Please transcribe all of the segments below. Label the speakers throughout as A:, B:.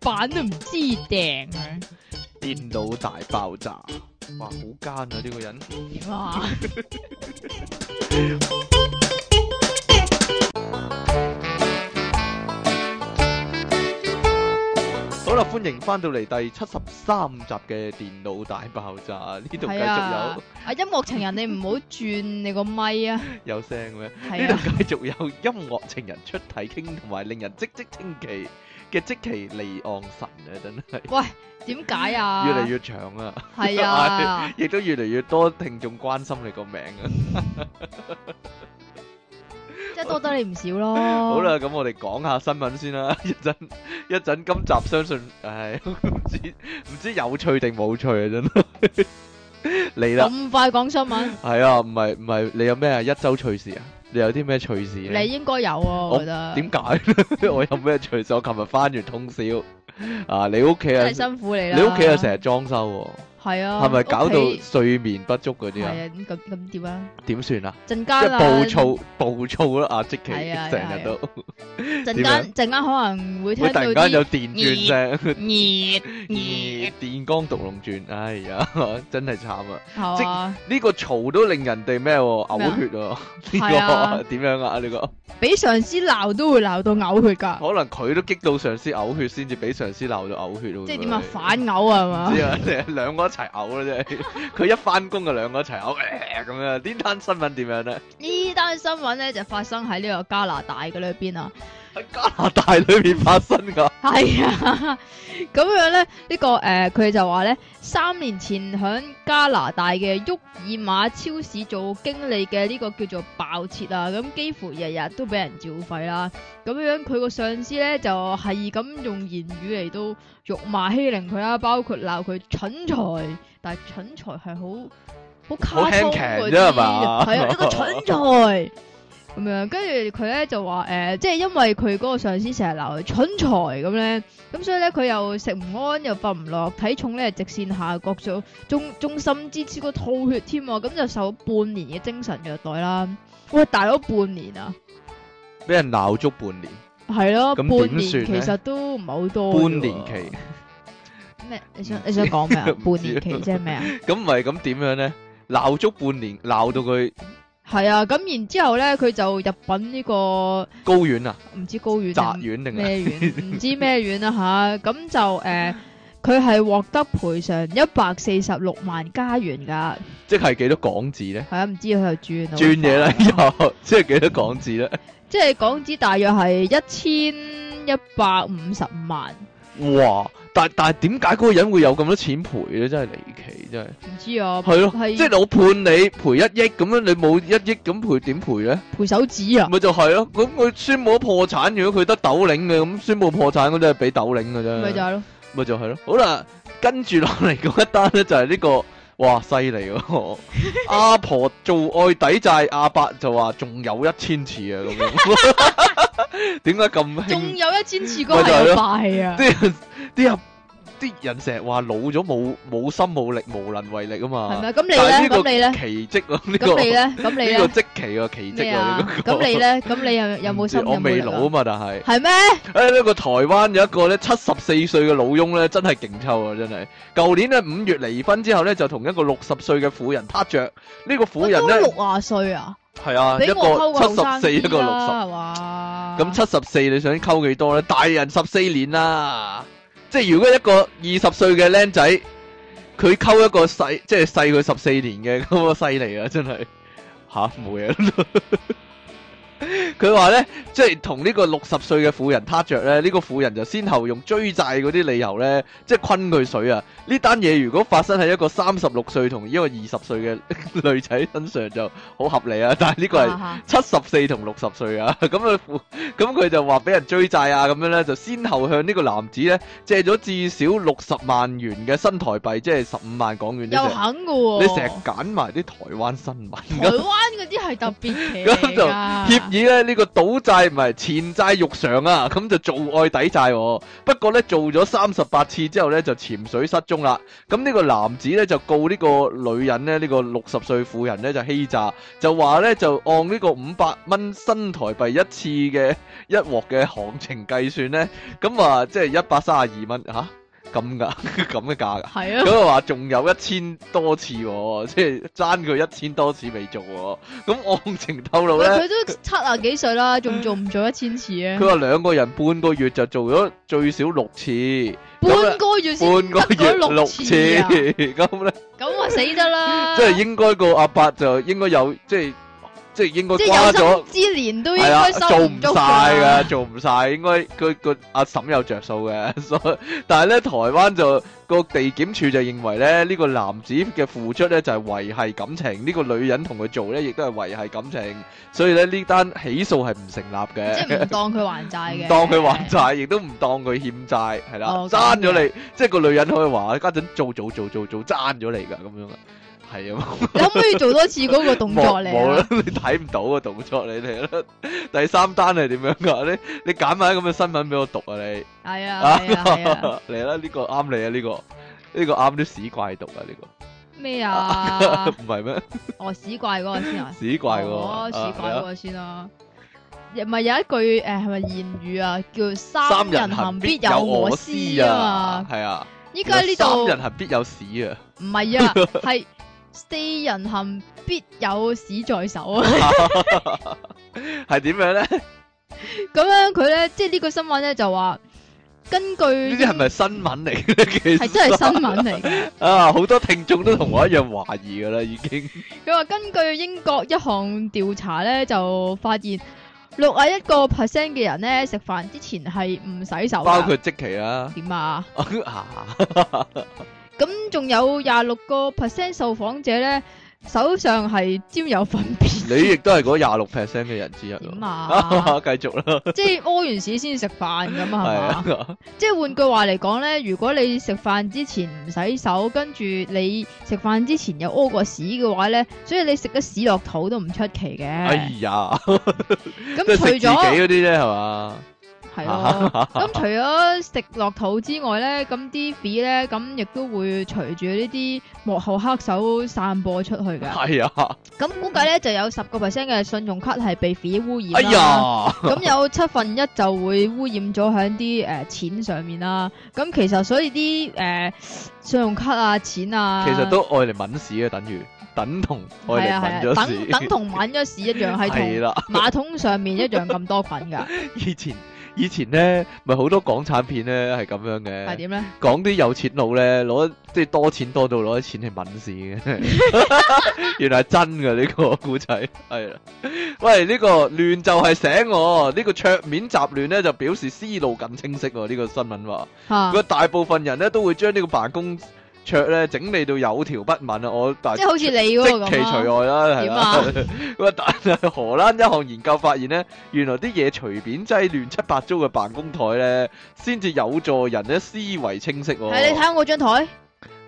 A: 蛋都唔知掟啊！
B: 電腦大爆炸，哇，好奸啊呢個人！
A: 點啊？
B: 好啦，歡迎翻到嚟第七十三集嘅電腦大爆炸，呢度繼
A: 係
B: 續
A: 啊
B: 有！
A: 啊，音樂情人你唔好轉你個咪啊！
B: 有聲咩？呢
A: 係啊，
B: 度繼續有音樂情人出體傾同埋令人嘖嘖稱奇嘅即其離岸神啊，真係
A: 點解啊？
B: 越嚟越長啊！
A: 係啊！
B: 亦都越嚟越多聽眾關心你個名啊！
A: 即係多得你唔少咯。好
B: 好啦，，咁我哋講下新聞先啦。 一陣一陣，今集相信唉， 唔知唔知有趣定冇趣啊！真係 嚟啦，
A: 咁快講新聞，
B: 係啊，唔係唔係，你有咩啊？一周趣事啊？你有啲咩趣事咧？
A: 你應該有啊，我覺得。
B: 點解 我有咩趣事？我琴日翻完通宵啊！你屋企啊
A: 真，係辛苦你啦！
B: 你屋企啊，成日裝修
A: 係
B: 喎，
A: 啊，
B: 係咪搞到
A: 屋企
B: 睡眠不足嗰啲
A: 係
B: 啊？
A: 啊？咁咁咁點啊？
B: 點算啊？
A: 陣
B: 即
A: 間
B: 係
A: 啦，
B: 暴躁暴躁啦！阿即奇
A: 係啊係啊
B: 成日都
A: 陣
B: 點樣
A: 間陣間可能會聽
B: 會突
A: 到
B: 然間有
A: 啲
B: 電轉聲。而
A: 熱
B: 電光獨龍轉，哎呀， 真係慘啊！
A: 熱係嘛？
B: 呢個嘈都令人哋咩喎嘔血啊！
A: 係啊
B: 呢個點樣啊？呢個
A: 俾上司鬧都會鬧到嘔血㗎，
B: 可能佢都激到上司嘔血，先至俾上司鬧到嘔血喎。
A: 即係點啊？
B: 佢
A: 反嘔啊，係嘛
B: 唔？知啊， 你兩個一齊嘔 啦，真係。佢一翻工就兩個一齊嘔，呃咁樣。呢單新聞點樣咧？
A: 呢單新聞咧就發生喺呢個加拿大嘅裏邊啊，
B: 喺加拿大裏面發生㗎。
A: 係啊，咁樣咧呢、呢個誒佢、就話咧三年前響加拿大嘅沃爾瑪超市做經理嘅呢個叫做爆切啊，咁幾乎日日都俾人照肺啦，咁樣佢個上司咧就係咁用言語嚟到辱罵欺凌佢啦，包括鬧佢蠢材，但係蠢材係好好
B: 好
A: 卡通
B: 輕
A: 嗰
B: 騎啫
A: 啲，
B: 係嘛
A: 係啊，一個蠢材。咁樣，跟住佢咧就話誒、呃即係因為佢嗰個上司成日鬧佢蠢材咁咧，咁所以咧佢又食唔安，又瞓唔落，體重咧直線下降，仲仲仲甚至試過吐血添啊喎，咁就受半年嘅精神虐待啦。喂，大佬半年啊，
B: 俾人鬧足半年，
A: 係咯，
B: 咁
A: 半
B: 點
A: 年
B: 算
A: 其
B: 咧
A: 實都唔係好多。
B: 半年期，？
A: 咩？你想你想講咩啊
B: 唔知
A: 半年期即係咩啊？
B: 咁唔係咁點樣咧？鬧足半年，鬧到佢
A: 係啊，咁然之後咧，佢就入禀呢、個
B: 高院啊，
A: 唔知高院定
B: 宅院啊定係？
A: 咩院， 唔知咩院啦吓，咁就誒，佢係獲得賠償一百四十六萬加元噶，
B: 即係幾多港紙咧？
A: 係啊，唔知佢又轉啊
B: 轉嘢啦，， 又即係幾多港紙咧？
A: 即係港紙大約係一千一百五十五萬，
B: 哇！但但係點解嗰個人會有咁多錢賠咧？真係離奇，真係。
A: 唔知 啊，
B: 係咯，
A: 係
B: 即係我判你賠一億咁樣，你冇一億咁賠點賠咧？
A: 賠手指啊，
B: 咪就係咯，咁佢宣佈咗破產，如果佢得斗領嘅，咁宣佈破產嗰啲係俾斗領嘅啫。
A: 咪就係咯，
B: 咪就係咯。好啦，跟住落嚟嗰一單咧就係呢、個，哇犀利 喎！阿婆做愛抵債，阿伯就話仲有一千次啊咁 樣。點解咁
A: 仲
B: 興？
A: 有一千次嗰
B: 咪就係
A: 係
B: 咯
A: 有敗啊，
B: 啲人啲人啲人成日話老咗冇冇心冇力無能為力啊嘛。
A: 係咪？咁你
B: 但係
A: 咧？咁你咧？
B: 奇蹟啊！呢、個
A: 咁你咧？咁你
B: 呢個
A: 咧？
B: 即奇啊，奇
A: 咩
B: 蹟啊！
A: 啊
B: 呢？個
A: 咁你咧？咁你有有
B: 唔
A: 冇
B: 知
A: 心有
B: 我
A: 冇
B: 未
A: 力
B: 老啊
A: 啊？
B: 嘛，但係。
A: 係咩？
B: 诶，呢、個台灣有一個咧七十四歲嘅老翁咧，真係勁抽啊！真係，舊年咧五月離婚之後咧，就同一個六十歲嘅婦人拍着。呢、個婦
A: 我
B: 人
A: 都
B: 咧
A: 六啊歲啊！
B: 係啊，一
A: 俾我溝
B: 個
A: 個
B: 七
A: 後
B: 十
A: 生啊
B: 四，一
A: 啲
B: 個六
A: 啦，
B: 十。
A: 係嘛？
B: 咁七十四你想溝幾多咧？大人十四年啦，即係如果一個二十歲嘅僆仔，佢溝一個細，即係細佢十四年嘅， 咁啊犀利啊！真係吓冇嘢 啦。佢話咧，即係同呢個六十歲嘅婦人撻着咧，呢、個婦人就先後用追債嗰啲理由咧，即係昆佢水啊！呢單嘢如果發生喺一個三十六歲同一個二十歲嘅 女仔身上就好合理啊，但係呢個係。
A: 啊
B: 七十四同六十歲啊， 咁啊，咁佢就話俾人追債啊，咁樣咧就先後向呢個男子咧借咗至少六十萬元嘅新台幣，即係十五萬港元。
A: 又肯嘅喎，
B: 你成日揀埋啲台灣新聞
A: 台灣嗰啲係特別
B: 咁
A: 嘅，à. 啊
B: 就協議咧，呢、呢個賭債唔係前債欲償啊，咁就做愛抵債、喎。不過呢，做咗三十八次之後呢，就潛水失蹤啦。咁呢個男子呢，就告呢個女人呢，呢、個六十歲婦人呢，就欺詐，就話呢，就按呢個五百蚊新台幣一次嘅一鑊嘅行情計算呢，咁啊即係一百三十二蚊吓咁噶 咁嘅價噶。
A: 系啊，
B: 咁啊話仲有一千多次、喎，即係爭佢一千多次未做、喎。咁案情透露
A: 喂，
B: 呢。
A: 佢都七啊幾歲啦，仲做唔做一千次啊？
B: 佢話兩個人半個月就做咗最少六次，咁
A: 半
B: 啊
A: 個月先
B: 半
A: 得
B: 個
A: 嗰
B: 月
A: 六
B: 次，
A: 次啊，
B: 咁咧
A: 咁啊死得啦！
B: 即係應該個阿伯就應該有即係即係應該
A: 即
B: 瓜
A: 係有
B: 咗
A: 生，之年都應
B: 係啦，
A: 該
B: 做
A: 收
B: 唔
A: 唔足
B: 晒
A: 㗎
B: 㗎，。做唔晒，應該佢個阿嬸有着數嘅， 所以但係咧台灣就個地檢署就認為咧呢個男子嘅付出咧就係維係感情，呢個女人同佢做咧亦都係維係感情，所以咧呢單起訴係唔成立嘅。
A: 即 係唔當佢還債嘅，
B: 唔當佢還。債，亦都唔當佢欠債，係啦，
A: 哦
B: 爭
A: 咁
B: 咗
A: 嘅
B: 你，即係個女人可以話家陣做做做做做爭咗你㗎咁樣啊，係啊，
A: 你可唔可以做多次嗰個動作
B: 冇冇
A: 嚟
B: 啦
A: 啊？，
B: 你睇唔到個動作你嚟啦。 第三單係點樣㗎？你你揀埋啲咁嘅新聞俾我讀啊你，
A: 係啊係 啊係啊！
B: 嚟啦呢個啱你啊呢個，呢個啱啲屎怪讀啊呢
A: 咩啊
B: 個，？唔係咩
A: 哦，屎怪嗰個先啊！
B: 屎怪喎，
A: 哦，屎怪
B: 啊
A: 嗰個先啦。亦咪有一句誒係咪諺語啊？叫
B: 三
A: 三
B: 人
A: 人
B: 行
A: 行
B: 必
A: 必
B: 有
A: 有
B: 我
A: 我
B: 師
A: 師啊
B: 啊
A: 嘛！，
B: 係啊，
A: 依家呢
B: 三
A: 度
B: 人行必有屎啊！
A: 唔係啊，係四人行必有屎在手啊！
B: 係點樣咧？呢
A: 咁樣佢咧，即係呢個新聞咧就話，根據呢
B: 啲係咪新聞嚟 嘅？
A: 係
B: 其實
A: 真係新聞嚟嘅。
B: 啊，好多聽眾都同我一樣懷疑噶啦，已經
A: 佢話根據英國一項調查咧，就發現六啊一個 percent 嘅人咧食飯之前係唔洗手㗎
B: 包括即期啦。
A: 點啊？
B: 啊
A: 咁仲有廿六個 percent 受訪者咧，手上係沾有糞 便。
B: 你亦都係嗰廿六 percent 嘅人之一
A: 點
B: 喎。
A: 啊？
B: 繼續啦，
A: 即係屙完屎先食飯咁
B: 係
A: 啊？係嘛？
B: 啊，
A: 即係換句話嚟講咧，如果你食飯之前唔洗手，跟住你食飯之前又屙過屎嘅話咧，所以你食咗屎落肚都唔出奇
B: 哎
A: 嘅。
B: 呀，
A: 咁、
B: 即係
A: 除
B: 食自己
A: 咗
B: 嗰啲啫，係嘛？
A: 係
B: 啊
A: 咯，咁除咗食落肚之外咧，咁啲 B 咧，咁亦都會隨住呢啲幕後黑手散播出去㗎。
B: 係啊，
A: 咁估計咧就有十個 percent 嘅信用卡係被 B 污染啦。
B: 哎呀，
A: 咁有七分一就會污染咗喺啲誒錢上面啦。咁其實所以啲誒、呃信用卡啊、錢啊，
B: 其實都愛嚟抿屎嘅，等於等同愛
A: 係啊係
B: 嚟抿
A: 啊，
B: 咗
A: 等等
B: 屎。
A: 同抿咗屎一樣，係
B: 係
A: 同
B: 啦，
A: 馬桶上面一樣咁多菌 㗎，
B: 以前以前咧，咪好多港產片咧係咁樣嘅。
A: 係點咧？
B: 講啲有錢佬咧，攞即係多錢多到攞啲錢去抿屎嘅，原來係真嘅 呢、個古仔係啦。喂，呢、個亂就係醒我，呢、個桌面雜亂咧就表示思路更清晰喎。呢、個新聞話，
A: 嚇
B: 佢、，大部分人咧都會將呢個辦公桌咧整理到有條不紊啊！我但
A: 即係好似你嗰個
B: 即其
A: 咁
B: 除
A: 啦。
B: 外啦，係
A: 點
B: 啦
A: 啊。
B: 咁啊，但係荷蘭一項研究發現咧，原來啲嘢隨便擠亂七八糟嘅辦公台咧，先至有助人咧思維清晰喎。
A: 係你睇下我張台，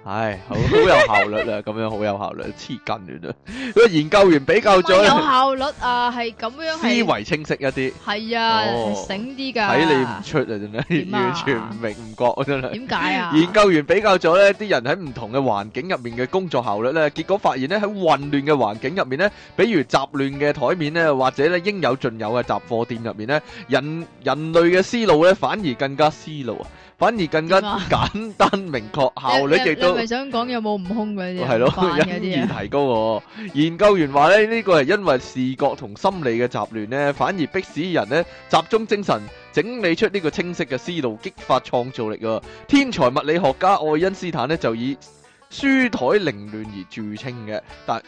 B: 唉，好好有效率啦，咁樣好有效率，黐筋亂 啦。個研究員比較
A: 唔係有
B: 咗
A: 效率啊，係咁樣
B: 思
A: 係
B: 維清晰一啲，
A: 係啊，
B: 哦
A: 係醒啲㗎。
B: 睇你唔出啊，真係
A: 點啊
B: 完全唔明唔覺啊，真係。
A: 點解啊？
B: 研究員比較咗呢啲人喺唔同嘅環境入面嘅工作效率呢，結果發現呢，喺混亂嘅環境入面呢，比如雜亂嘅台面呢，或者呢應有盡有嘅雜貨店入面呢，人人類嘅思路呢，反而更加思路啊，反而更加
A: 點啊
B: 簡單明確，效率
A: 你
B: 亦
A: 你你
B: 都
A: 咪想講有冇悟空嗰啲啊？
B: 哦係咯，
A: 扮嗰
B: 因
A: 啲啊？
B: 而提高喎。研究員話咧，呢個係因為視覺同心理嘅雜亂咧，反而迫使人咧集中精神，整理出呢個清晰嘅思路，激發創造力啊！天才物理學家愛因斯坦咧就以書台凌亂而著稱嘅，但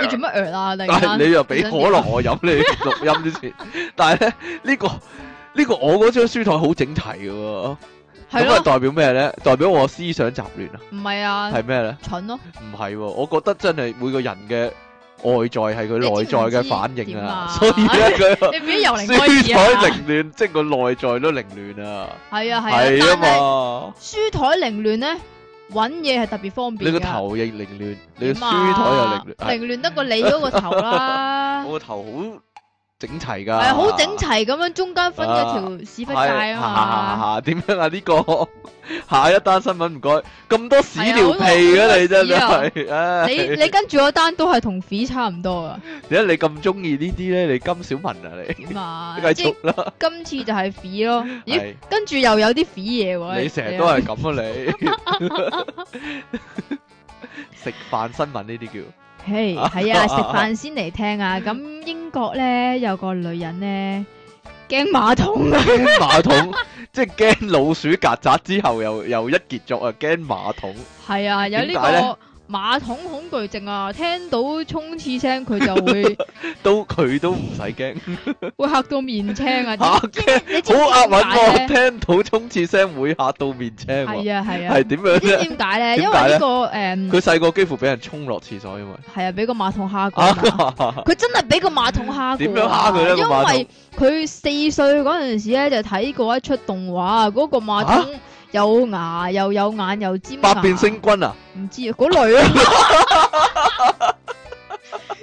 A: 你做乜呃啊？突
B: 但
A: 然
B: 係
A: 間
B: 你又俾可樂我飲，你錄音之前， 但係咧呢、呢個呢、個我嗰張書台好整齊嘅喎，
A: 係
B: 咁啊
A: 咯，
B: 代表咩咧？代表我思想雜亂啊，
A: 唔係啊，
B: 係咩咧？
A: 蠢咯，
B: 唔係喎，我覺得真係每個人嘅外在係佢內在嘅反
A: 你知唔知
B: 應
A: 點
B: 啊，
A: 啊
B: 所以咧佢
A: 你變咗由 零開始
B: 書台
A: 啊？
B: 凌亂，即係個內在都凌亂啊，
A: 係啊係
B: 係
A: 啊
B: 啊，
A: 但係
B: 嘛，
A: 書台凌亂咧，揾嘢係特別方便
B: 你
A: 㗎
B: 個頭亦凌亂，你
A: 點
B: 個書
A: 啊
B: 台又凌亂，係
A: 凌亂得過你嗰個頭啦。
B: 我個頭好整齊㗎。
A: 系好整齊咁樣，中間分咗條屎忽界啊嘛，
B: 嘛。點樣啊？呢個 下一單新聞唔該，咁多屎
A: 係啊
B: 尿屁嘅你真
A: 好多
B: 係，唉
A: 你你跟住嗰單都係同匪差唔多噶，
B: 點解你咁中意呢啲咧？你金小文啊你，
A: 點啊？
B: 繼
A: 即係
B: 續啦，
A: 今次就係匪咯，咦？
B: 係
A: 跟住又有啲匪嘢喎，
B: 你成日都係咁啊 你。食飯新聞呢啲叫。
A: 嘿，係 啊，食飯先嚟聽啊！咁英國咧有個女人咧驚馬桶啊，
B: 惊马桶， 即系惊老鼠曱甴之後又又一傑作啊，驚馬桶，
A: 係啊，有呢
B: 點解呢
A: 個馬桶恐懼症啊，聽到沖廁聲佢就會
B: 都佢都唔使 驚，
A: 會嚇到面青啊！
B: 嚇
A: 知唔知你知唔知
B: 好押韻
A: 點解
B: 喎，
A: 咧？
B: 聽到沖廁聲會嚇到面青喎，
A: 係啊係啊
B: 係，點樣
A: 你知
B: 啫？
A: 點解咧？
B: 點
A: 因
B: 解
A: 為
B: 咧
A: 呢個誒
B: 佢細個幾乎俾人沖落廁所，因為
A: 係啊，俾個馬桶蝦過啊嘛。
B: 啊，
A: 佢真係俾個馬桶蝦過。
B: 點樣蝦佢呢個馬桶
A: 因為佢四歲嗰陣時咧就睇過一出動畫，嗰、個馬桶有牙又有眼又尖牙。
B: 百變星君啊，
A: 唔知啊，嗰類啊。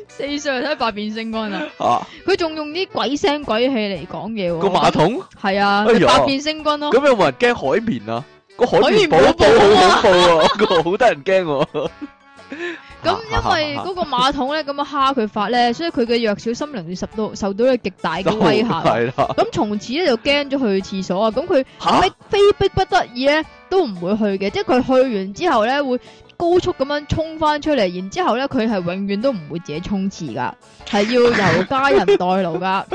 A: 四歲就睇百變星君啊！
B: 啊
A: 佢仲用啲鬼聲鬼氣嚟講嘢喎。
B: 個馬桶，
A: 係啊，
B: 哎呀
A: 百變星君咯。
B: 咁有冇人驚海綿啊？個海
A: 海
B: 綿
A: 綿
B: 寶
A: 寶
B: 寶好恐怖啊，個好得人驚喎。
A: 咁因為嗰個馬桶咧咁樣蝦佢法咧，所以佢嘅弱小心靈受到受到咗極大嘅威嚇啊。
B: 哦係啦，
A: 咁從此咧就驚咗去廁所啊！咁佢
B: 嚇
A: 逼非逼不得已咧都唔會去嘅，即係佢去完之後咧會高速咁樣衝翻出嚟，然之後咧佢係永遠都唔會自己沖廁噶，係要由家人代勞噶。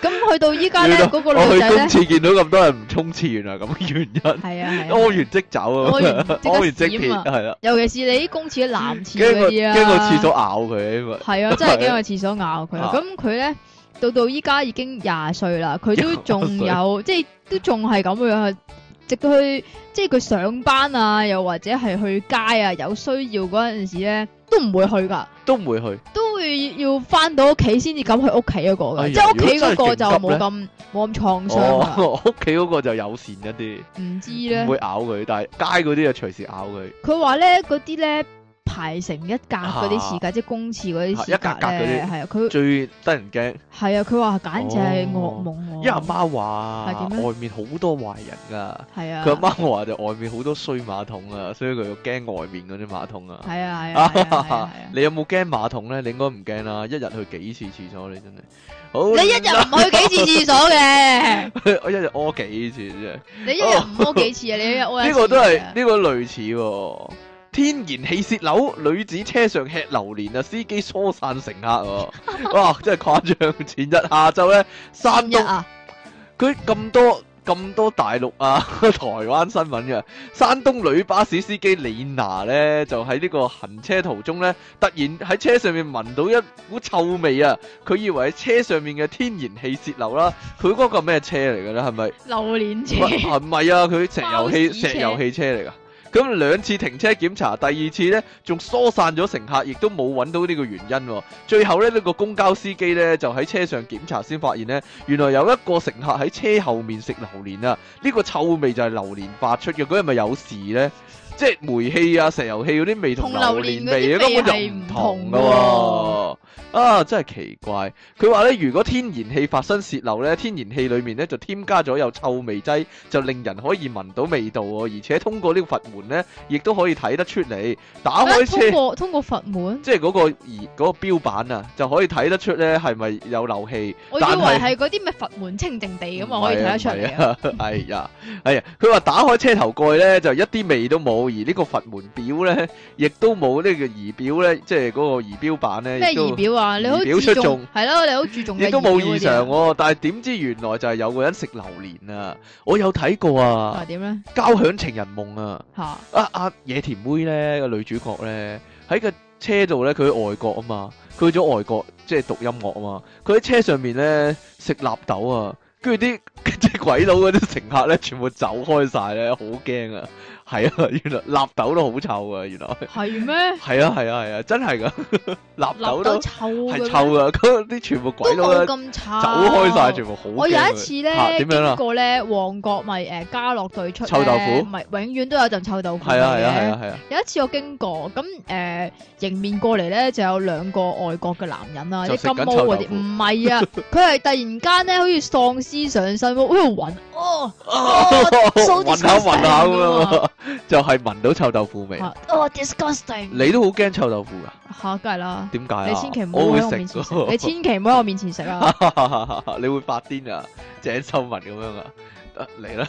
A: 咁去到依家咧，
B: 原來
A: 嗰個
B: 我去
A: 女仔
B: 公
A: 咧
B: 廁見到咁多人唔沖廁，原來咁嘅原因。
A: 係啊係
B: 屙
A: 啊，
B: 完即走啊，
A: 屙完即刻
B: 屙完即撇
A: 閃啊
B: 係啦，
A: 尤其是你啲公廁、男廁
B: 驚
A: 嗰
B: 個
A: 啲啊，
B: 驚個廁所咬佢，因為
A: 係啊，真係驚個廁所咬佢啊。
B: 啊
A: 咁佢咧到到依家已經廿歲啦，佢都
B: 廿
A: 仲
B: 歲
A: 有，即係都仲係咁樣，啊直到去即係佢上班啊，又或者係去街啊，有需要嗰陣時咧，都唔會去噶，
B: 都唔會去。
A: 都會要翻到屋企先至敢去屋企嗰個噶，
B: 哎呀
A: 即係屋企嗰個就
B: 如果
A: 冇
B: 真係勁
A: 咁冇咁創傷啊
B: 哦， 屋企嗰個就友善一啲，
A: 唔知
B: 哦唔
A: 咧，
B: 會咬佢，但係街嗰啲就隨時咬佢，
A: 佢話咧嗰啲咧排成一格嗰啲廁格，即係公廁嗰啲
B: 啊
A: 廁
B: 一格格
A: 格
B: 嗰啲
A: 咧，係啊，佢
B: 最得人驚。
A: 係啊，佢話簡直係噩
B: 哦
A: 夢喎。
B: 因為阿媽
A: 係
B: 話
A: 點咧啊
B: 外面好多壞人㗎，
A: 係啊，
B: 佢阿媽話就外面好多衰馬桶啊，所以佢就驚外面嗰啲馬桶啊。
A: 係 啊係啊係啊係啊係啊！
B: 你有冇驚馬桶咧？你應該唔驚啦，一日去幾次廁所你真係。好，
A: 你一日唔啊去幾次廁所嘅，
B: 日 我一日屙幾次啫。
A: 你一日唔屙幾次啊？你一日屙一
B: 哦呢
A: 次啊
B: 個都係呢個類似喎。天然氣泄漏，女子車上吃榴蓮啊，司機疏散乘客喎。哇，真係誇張！前日下晝咧，山
A: 今日
B: 東
A: 啊，
B: 佢咁多咁多大陸啊、 台灣新聞嘅，山東女巴士司機李娜咧就喺呢個行車途中咧，突然喺車上面聞到一股臭味啊！佢以為喺車上面嘅天然氣泄漏啦，佢嗰個咩車嚟嘅咧？係咪？
A: 榴蓮
B: 喂
A: 車
B: 係咪啊？佢石油
A: 包
B: 氣
A: 屎車
B: 石油汽車嚟噶。咁兩次停車檢查，第二次呢仲疏散咗乘客，亦都冇揾到呢個原因、喎。最後呢，呢、個公交司機呢就喺車上檢查，先發現呢，原來有一個乘客喺車後面食榴蓮啊！呢、個臭味就係榴蓮發出嘅，佢係咪有事呢？即係煤氣啊、石油氣嗰啲味同
A: 同榴
B: 榴
A: 槤嗰
B: 蓮
A: 啲
B: 味
A: 味
B: 根本就
A: 係
B: 唔
A: 唔同
B: 同噶
A: 㗎
B: 喎、啊真係奇怪。佢話咧，如果天然氣發生泄漏咧，天然氣裡面咧就添加咗有臭味劑，就令人可以聞到味道喎，而且通過呢個閥門咧，亦都可以睇得出嚟。打
A: 啊
B: 開
A: 通
B: 車，
A: 過通過佛門，
B: 即係嗰、個儀嗰、個標板啊，就可以睇得出咧係咪有漏氣。
A: 我以
B: 但
A: 為
B: 係
A: 係嗰啲咩佛門清淨地咁
B: 唔係
A: 啊，可以睇得出嚟啊。
B: 啊！ 唔係啊哎呀，哎呀，佢話打開車頭蓋咧就一啲味都冇，而呢個閥門表咧亦都冇呢個儀表咧，即係嗰個儀表板咧，
A: 咩
B: 亦都
A: 儀表啊？你好
B: 儀表出
A: 注重
B: 眾
A: 係咯，你好注重嘅
B: 亦都冇異
A: 儀表嗰
B: 常
A: 啲啊
B: 喎、但係點知原來就係有個人食榴蓮啊！我有睇過啊，
A: 啊？點咧
B: 交響情人夢》啊，
A: 嚇？
B: 啊啊野田妹咧個女主角咧喺個車度咧，佢去外國啊嘛，佢去咗外國即係讀音樂啊嘛，佢喺車上面咧食納豆啊，跟住啲即係鬼佬嗰啲乘客咧全部走開晒咧，好驚啊！係啊，原來納豆都好臭啊，原來
A: 系咩？
B: 係啊係啊係啊，真係噶，納
A: 納
B: 豆
A: 豆
B: 都
A: 臭
B: 係
A: 嘅
B: 臭
A: 咩，
B: 噶，嗰啲全部鬼
A: 都
B: 佬
A: 冇
B: 咧
A: 咁臭，
B: 走開晒，全部好驚佢。啊
A: 我有一次
B: 嚇
A: 咧，
B: 點樣啦
A: 經
B: 啊
A: 過咧旺角咪誒家樂對出呢
B: 臭豆腐
A: 唔係永遠都有陣臭豆腐
B: 係啊係啊係
A: 嘅
B: 啊係啊，
A: 有一次我經過，咁誒、呃迎面過嚟咧就有兩個外國嘅男人啊，
B: 就
A: 啲
B: 食緊
A: 金毛嗰
B: 臭豆
A: 啲，
B: 腐
A: 唔係 啊，佢係突然間咧好似喪屍上身喎，喺度暈，哦 so
B: 聞下聞下
A: disgusting
B: 咁樣啊，就係聞到臭豆腐味。
A: 啊哦 ờ, disgusting，
B: 你都好驚臭豆腐噶？
A: 嚇梗係啦，
B: 點解啊？
A: 你千祈唔好
B: 我會
A: 喺我面前食，你
B: 㗎
A: 千祈唔好喺我面前食啊，
B: 你會發癲啊！鄭秀文咁樣啊，得嚟啦！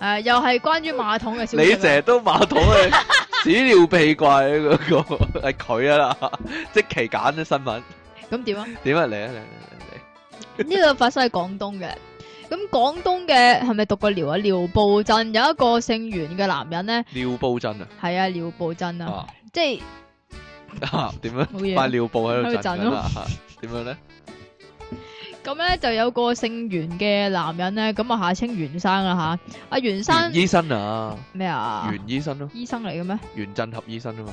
A: 誒、又係關於馬桶嘅小
B: 你成
A: 食啊
B: 日都馬桶 啊，屎尿屁 怪嗰、個係佢啊啦，即期揀啲新聞
A: 咁點啊？
B: 點啊嚟啊嚟嚟
A: 呢個發生喺廣東嘅。咁廣東嘅係咪讀過寮啊？寮步鎮有一個姓袁嘅男人咧，
B: 嚟嚟，尿布真啊
A: 係啊，寮步鎮啊，
B: 啊
A: 即係
B: 啊點樣
A: 冇
B: 塊
A: 嘢。
B: 尿布喺
A: 喺
B: 度
A: 度震
B: 震緊啊？啊點樣咧？
A: 咁咧就有個姓袁嘅男人咧，咁啊下稱袁生啦吓。阿袁生
B: 袁醫生啊，
A: 咩啊？
B: 袁醫生咯，
A: 醫生嚟嘅咩？
B: 袁振合醫生啊嘛，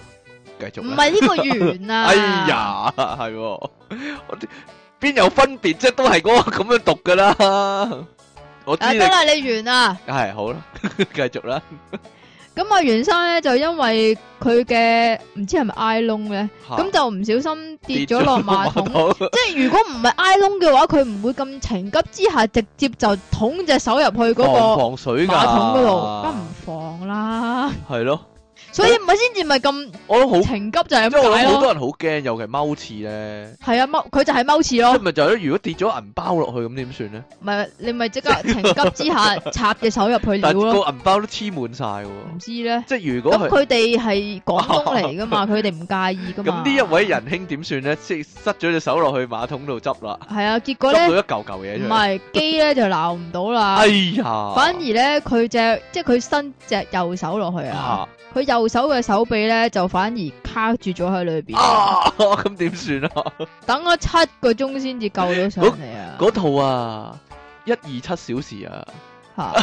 B: 繼續
A: 唔
B: 啦。
A: 係呢個袁啊！
B: 哎，呀，係喎，我啲邊有分別啫？都係嗰個咁樣讀噶啦。我知
A: 啊
B: 你
A: 得啦，你袁啊！
B: 係好啦， 繼續啦。
A: 咁啊袁生咧就因為佢嘅唔知係咪 I 窿咧，
B: 嚇
A: 咁就唔小心跌咗落馬桶。
B: 桶，
A: 即系如果唔系挨窿嘅話，佢唔會咁情急之下直接就捅隻手入去嗰
B: 防
A: 個
B: 防水噶
A: 馬桶嗰度，梗唔防啦。
B: 係咯，
A: 所以咪先至咪咁
B: 我諗好，即
A: 情急就係
B: 係
A: 咁
B: 我
A: 解
B: 諗好多
A: 咯。
B: 人好驚，尤其踎廁咧，
A: 係啊，踎佢就係踎廁
B: 即係
A: 咯，
B: 咪就係咧？如果跌咗銀包落去咁點算咧？
A: 咪你咪即刻情急之下 插隻手入去撩
B: 但係
A: 咯，
B: 個銀包都黐滿晒喎，
A: 唔知咧。
B: 即係如果
A: 咁
B: 係
A: 佢哋係廣東嚟噶 嘛，佢哋唔介意噶嘛。
B: 咁呢一位仁兄點算咧？即係塞咗隻手落去馬桶度執啦，
A: 係啊，結
B: 執
A: 果
B: 到
A: 咧
B: 一嚿嚿嘢
A: 唔
B: 出嚟。
A: 係機咧就鬧唔到啦
B: 哎，呀，
A: 反而咧佢隻即係佢伸隻右手落去啊。
B: 啊
A: 佢右手嘅手臂咧就反而卡住咗喺裏边，
B: 啊 咁點算啊？
A: 等咗七個鐘先至救到上嚟啊！
B: 嗰套啊，一二七小時啊，
A: 吓，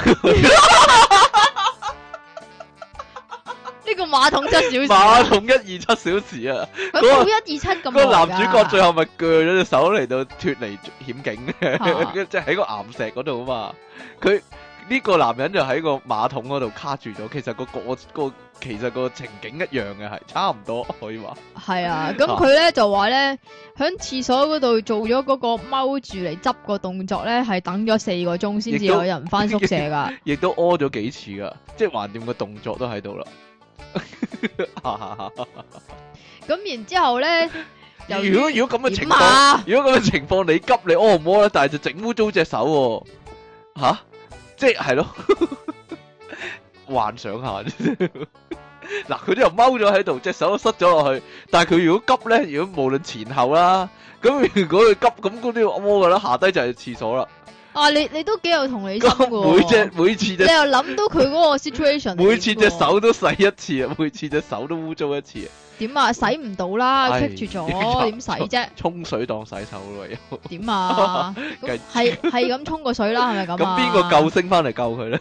A: 呢個馬桶七小
B: 馬
A: 時，
B: 桶一二七小時啊。
A: 佢冇一二七咁耐
B: 個
A: 㗎
B: 男主角最後咪鋸咗隻手嚟到脱離險境
A: 啊
B: 嘅， 即係喺個岩石嗰度啊嘛。佢呢個男人就喺個馬桶嗰度卡住咗，其實個個個其實個情景一樣嘅，係差唔多可以話。
A: 係啊，咁佢咧就話咧喺廁所嗰度做咗嗰個踎住嚟執個動作咧，係等咗四個鐘先至
B: 亦都
A: 有人翻宿舍㗎。
B: 亦都屙咗幾次噶，即係橫掂個動作都喺度啦。
A: 咁然之后咧，又
B: 如果如果咁嘅
A: 點
B: 情況，
A: 啊？
B: 如果咁嘅情況你急你屙唔屙咧？但係就整污糟隻手喎、吓，即係係咯， 幻想下 啫。嗱，佢都又踎咗喺度，隻手都塞咗落去。但係佢如果急咧，如果無論前後啦，咁如果佢急，咁嗰啲屙噶啦，下低就係廁所啦。
A: 啊，你你都幾有同理心㗎
B: 咁
A: 喎
B: 每隻每次
A: 你
B: 隻
A: 又諗到佢嗰個 situation，
B: 每次隻
A: 嚟㗎喎
B: 手都洗一次啊， 每次隻手都污糟一次啊，
A: 點啊？洗唔到啦，
B: 唉
A: 棘住 咗，點洗啫？
B: 沖水當洗手咯又。
A: 點 啊？咁
B: 繼
A: 係係咁沖個水啦，係咪
B: 咁
A: 咁啊？
B: 邊個救星翻嚟救佢咧？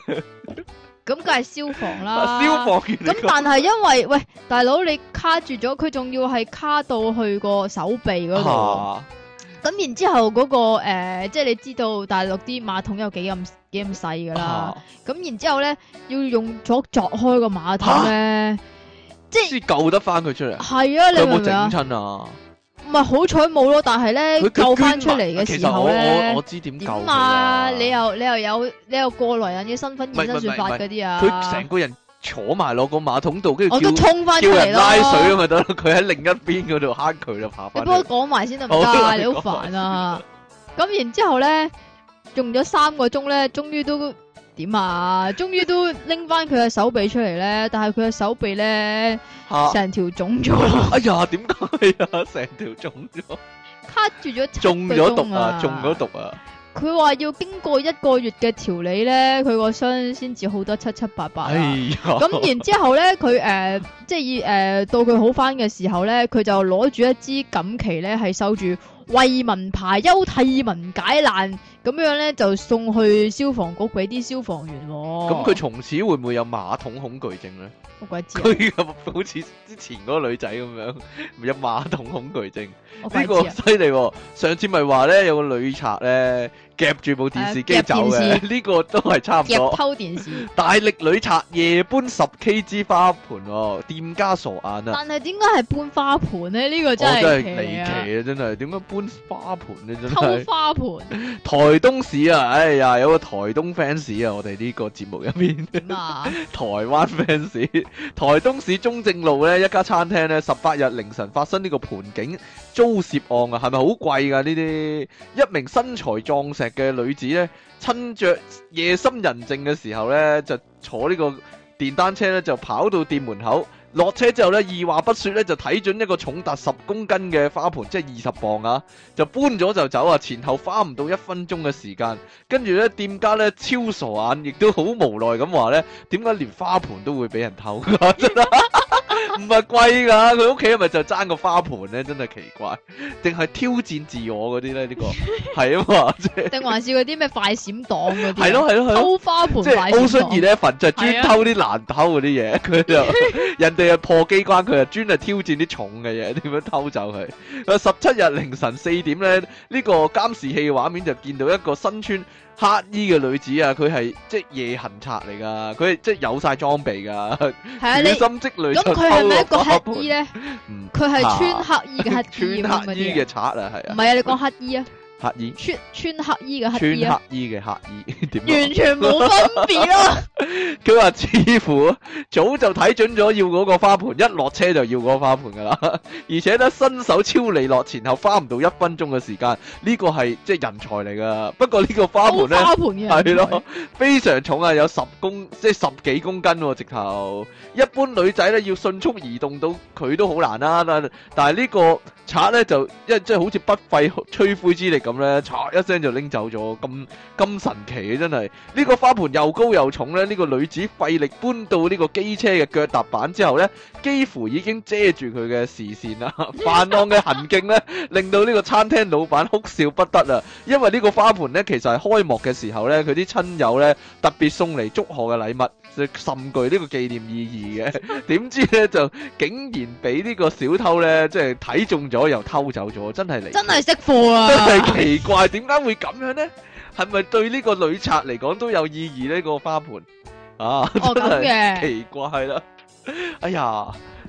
A: 咁梗係消防啦。
B: 消。防員嚟
A: 啊咁但係因為喂，大佬你卡住咗，佢仲要係卡到去個手臂嗰度。
B: 啊
A: 咁然之後嗰個诶，即係你知道大陸啲馬桶有幾咁幾咁細㗎啦
B: 啊。
A: 咁然之後咧，要用咗鑿開個馬桶咧，
B: 先救得翻佢出嚟。
A: 係啊，
B: 佢
A: 你
B: 有
A: 明
B: 冇
A: 唔明啊
B: 整？親啊？
A: 唔係好彩冇咯，但係咧
B: 佢
A: 救
B: 佢
A: 翻出
B: 捐
A: 嚟
B: 埋啊
A: 嘅
B: 其
A: 時
B: 實
A: 候
B: 我我
A: 咧
B: 我，知點救
A: 點
B: 佢
A: 啊？你又你又有你有過來人嘅身份
B: 唔係
A: 現身說
B: 唔
A: 法
B: 係
A: 嗰啲啊？
B: 佢成個人坐埋落個馬桶度，跟住
A: 我都
B: 叫
A: 衝翻出
B: 叫
A: 嚟
B: 人拉水咁啊
A: 咯。
B: 咪得咯。佢喺另一邊嗰度坑佢啦，爬
A: 你
B: 翻
A: 幫我
B: 嚟。
A: 講埋先得唔
B: 好啦
A: 得？
B: 你
A: 你好煩啊！咁然之後咧，用咗三個鐘咧，終於都點啊？終於都拎翻佢嘅手臂出嚟咧，但係佢嘅手臂咧
B: 嚇
A: 成條腫 咗，
B: 哎呀，點解啊？成條中 咗，
A: 卡住咗七個
B: 中咗毒啊！
A: 鐘
B: 中咗毒啊！
A: 佢話要經過一個月嘅調理咧，佢個傷先至好得七七八八啊
B: 哎
A: 啦
B: 呀，
A: 咁然之後咧，佢誒、呃即係誒、呃到佢好翻嘅時候咧，佢就攞住一支錦旗咧，係收住為民排憂替民解難，咁樣咧就送去消防局俾啲消防員喎。
B: 咁佢從此會唔會有馬桶恐懼症咧？
A: 我鬼知啊，
B: 佢又好似之前嗰個女仔咁樣，有馬桶恐懼症。
A: 我鬼知
B: 呢個
A: 啊，
B: 犀利喎！上次咪話咧有個女賊咧夾住部電視機
A: 係夾
B: 走
A: 電
B: 嘅，呢個啊都係差唔
A: 夾
B: 多。
A: 偷電 視。
B: 大力女賊夜搬十 K 支花盆喎，店家傻眼啊！
A: 但係點解係搬花盆咧？呢個
B: 我真
A: 係
B: 係離
A: 奇啊！
B: 奇啊！真係點解搬花盆咧？真
A: 偷
B: 係
A: 花盆
B: 台東市啊！哎呀，有個台東 fans 啊！我哋呢個節目入面。
A: 點啊？
B: 台灣 fans，台東市中正路呢一家餐廳呢，十八日凌晨發生呢個盤景遭竊案啊，係咪好貴㗎呢啲？一名身材壯碩嘅女子呢，趁着夜深人靜嘅時候呢，就坐呢個電單車呢，就跑到店門口。落車之後呢，二話不說呢，就睇準一個重達十公斤嘅花盆，即係二十磅啊，就搬咗就走啊！前後花唔到一分鐘嘅時間，跟住呢，店家呢，超傻眼，亦都好無奈咁話呢。點解連花盆都會俾人偷㗎？ 真係唔係貴㗎，佢屋企係咪就爭個花盆咧？真係奇怪，定係挑戰自我嗰啲咧？呢、個係啊嘛，即係
A: 定還是嗰啲咩快閃黨嗰啲啊？
B: 係咯係咯係咯。
A: 偷花盆
B: 即係
A: 快
B: o
A: 閃
B: c e
A: 黨
B: a 咧，份就專偷啲難偷嗰啲嘢，佢就 人哋係破機關，佢就專係挑戰啲重嘅嘢，點樣偷走佢？十七日凌晨四點咧，呢、個監視器嘅畫面就見到一個身穿黑衣嘅女子啊，佢係即係夜行賊嚟㗎，佢係即係有晒裝備㗎。
A: 係啊，你
B: 小心積累
A: 咁
B: 出
A: 佢係咪一
B: 偷
A: 個
B: 落花
A: 乞
B: 盆
A: 衣？咧？
B: 嗯，
A: 佢係穿 黑衣嘅乞衣咁
B: 穿黑衣
A: 嗰啲
B: 嘅賊啊，係
A: 啊唔
B: 啊，
A: 係啊，你講乞衣啊，
B: 乞衣
A: 穿穿黑衣嘅
B: 穿
A: 乞衣啊，
B: 黑衣嘅乞衣 點啊？
A: 完全冇分別啊 咯。
B: 佢話似乎早就睇準咗要嗰個花盆，一落車就要嗰個花盆噶啦。 而且咧，新手超利落，前後花唔到一分鐘嘅時間，呢個係即係人才嚟噶。不過呢個花
A: 偷
B: 盆咧。
A: 花盆嘅人
B: 係咯，非常重啊，有十公即係十幾公斤喎、直頭。一般女仔咧要迅速移動到佢都好難啦、但但係呢個賊咧就一即係好似不費吹灰之力咁咧，嚓一聲就拎走咗，咁咁神奇啊嘅真係。呢、個花盆又高又重咧，呢、個女子費力搬到呢個機車嘅腳踏板之後咧，幾乎已經遮住佢嘅視線啦。 犯案嘅行徑咧，令到呢個餐廳老闆哭笑不得啊！因為呢個花盆咧，其實係開幕嘅時候咧，佢啲親友咧特別送嚟祝賀嘅禮物，就甚具呢個紀念意義嘅。 點知咧就竟然俾呢個小偷咧，即係睇中咗又偷走咗，真係離
A: 真 係識貨
B: 真
A: 啊！
B: 係奇怪，點解會咁樣咧？係咪對呢個女賊嚟講都有意義呢、個花盆 啊，
A: 哦
B: 真
A: 咁
B: 係
A: 嘅，
B: 奇怪啦！哎呀，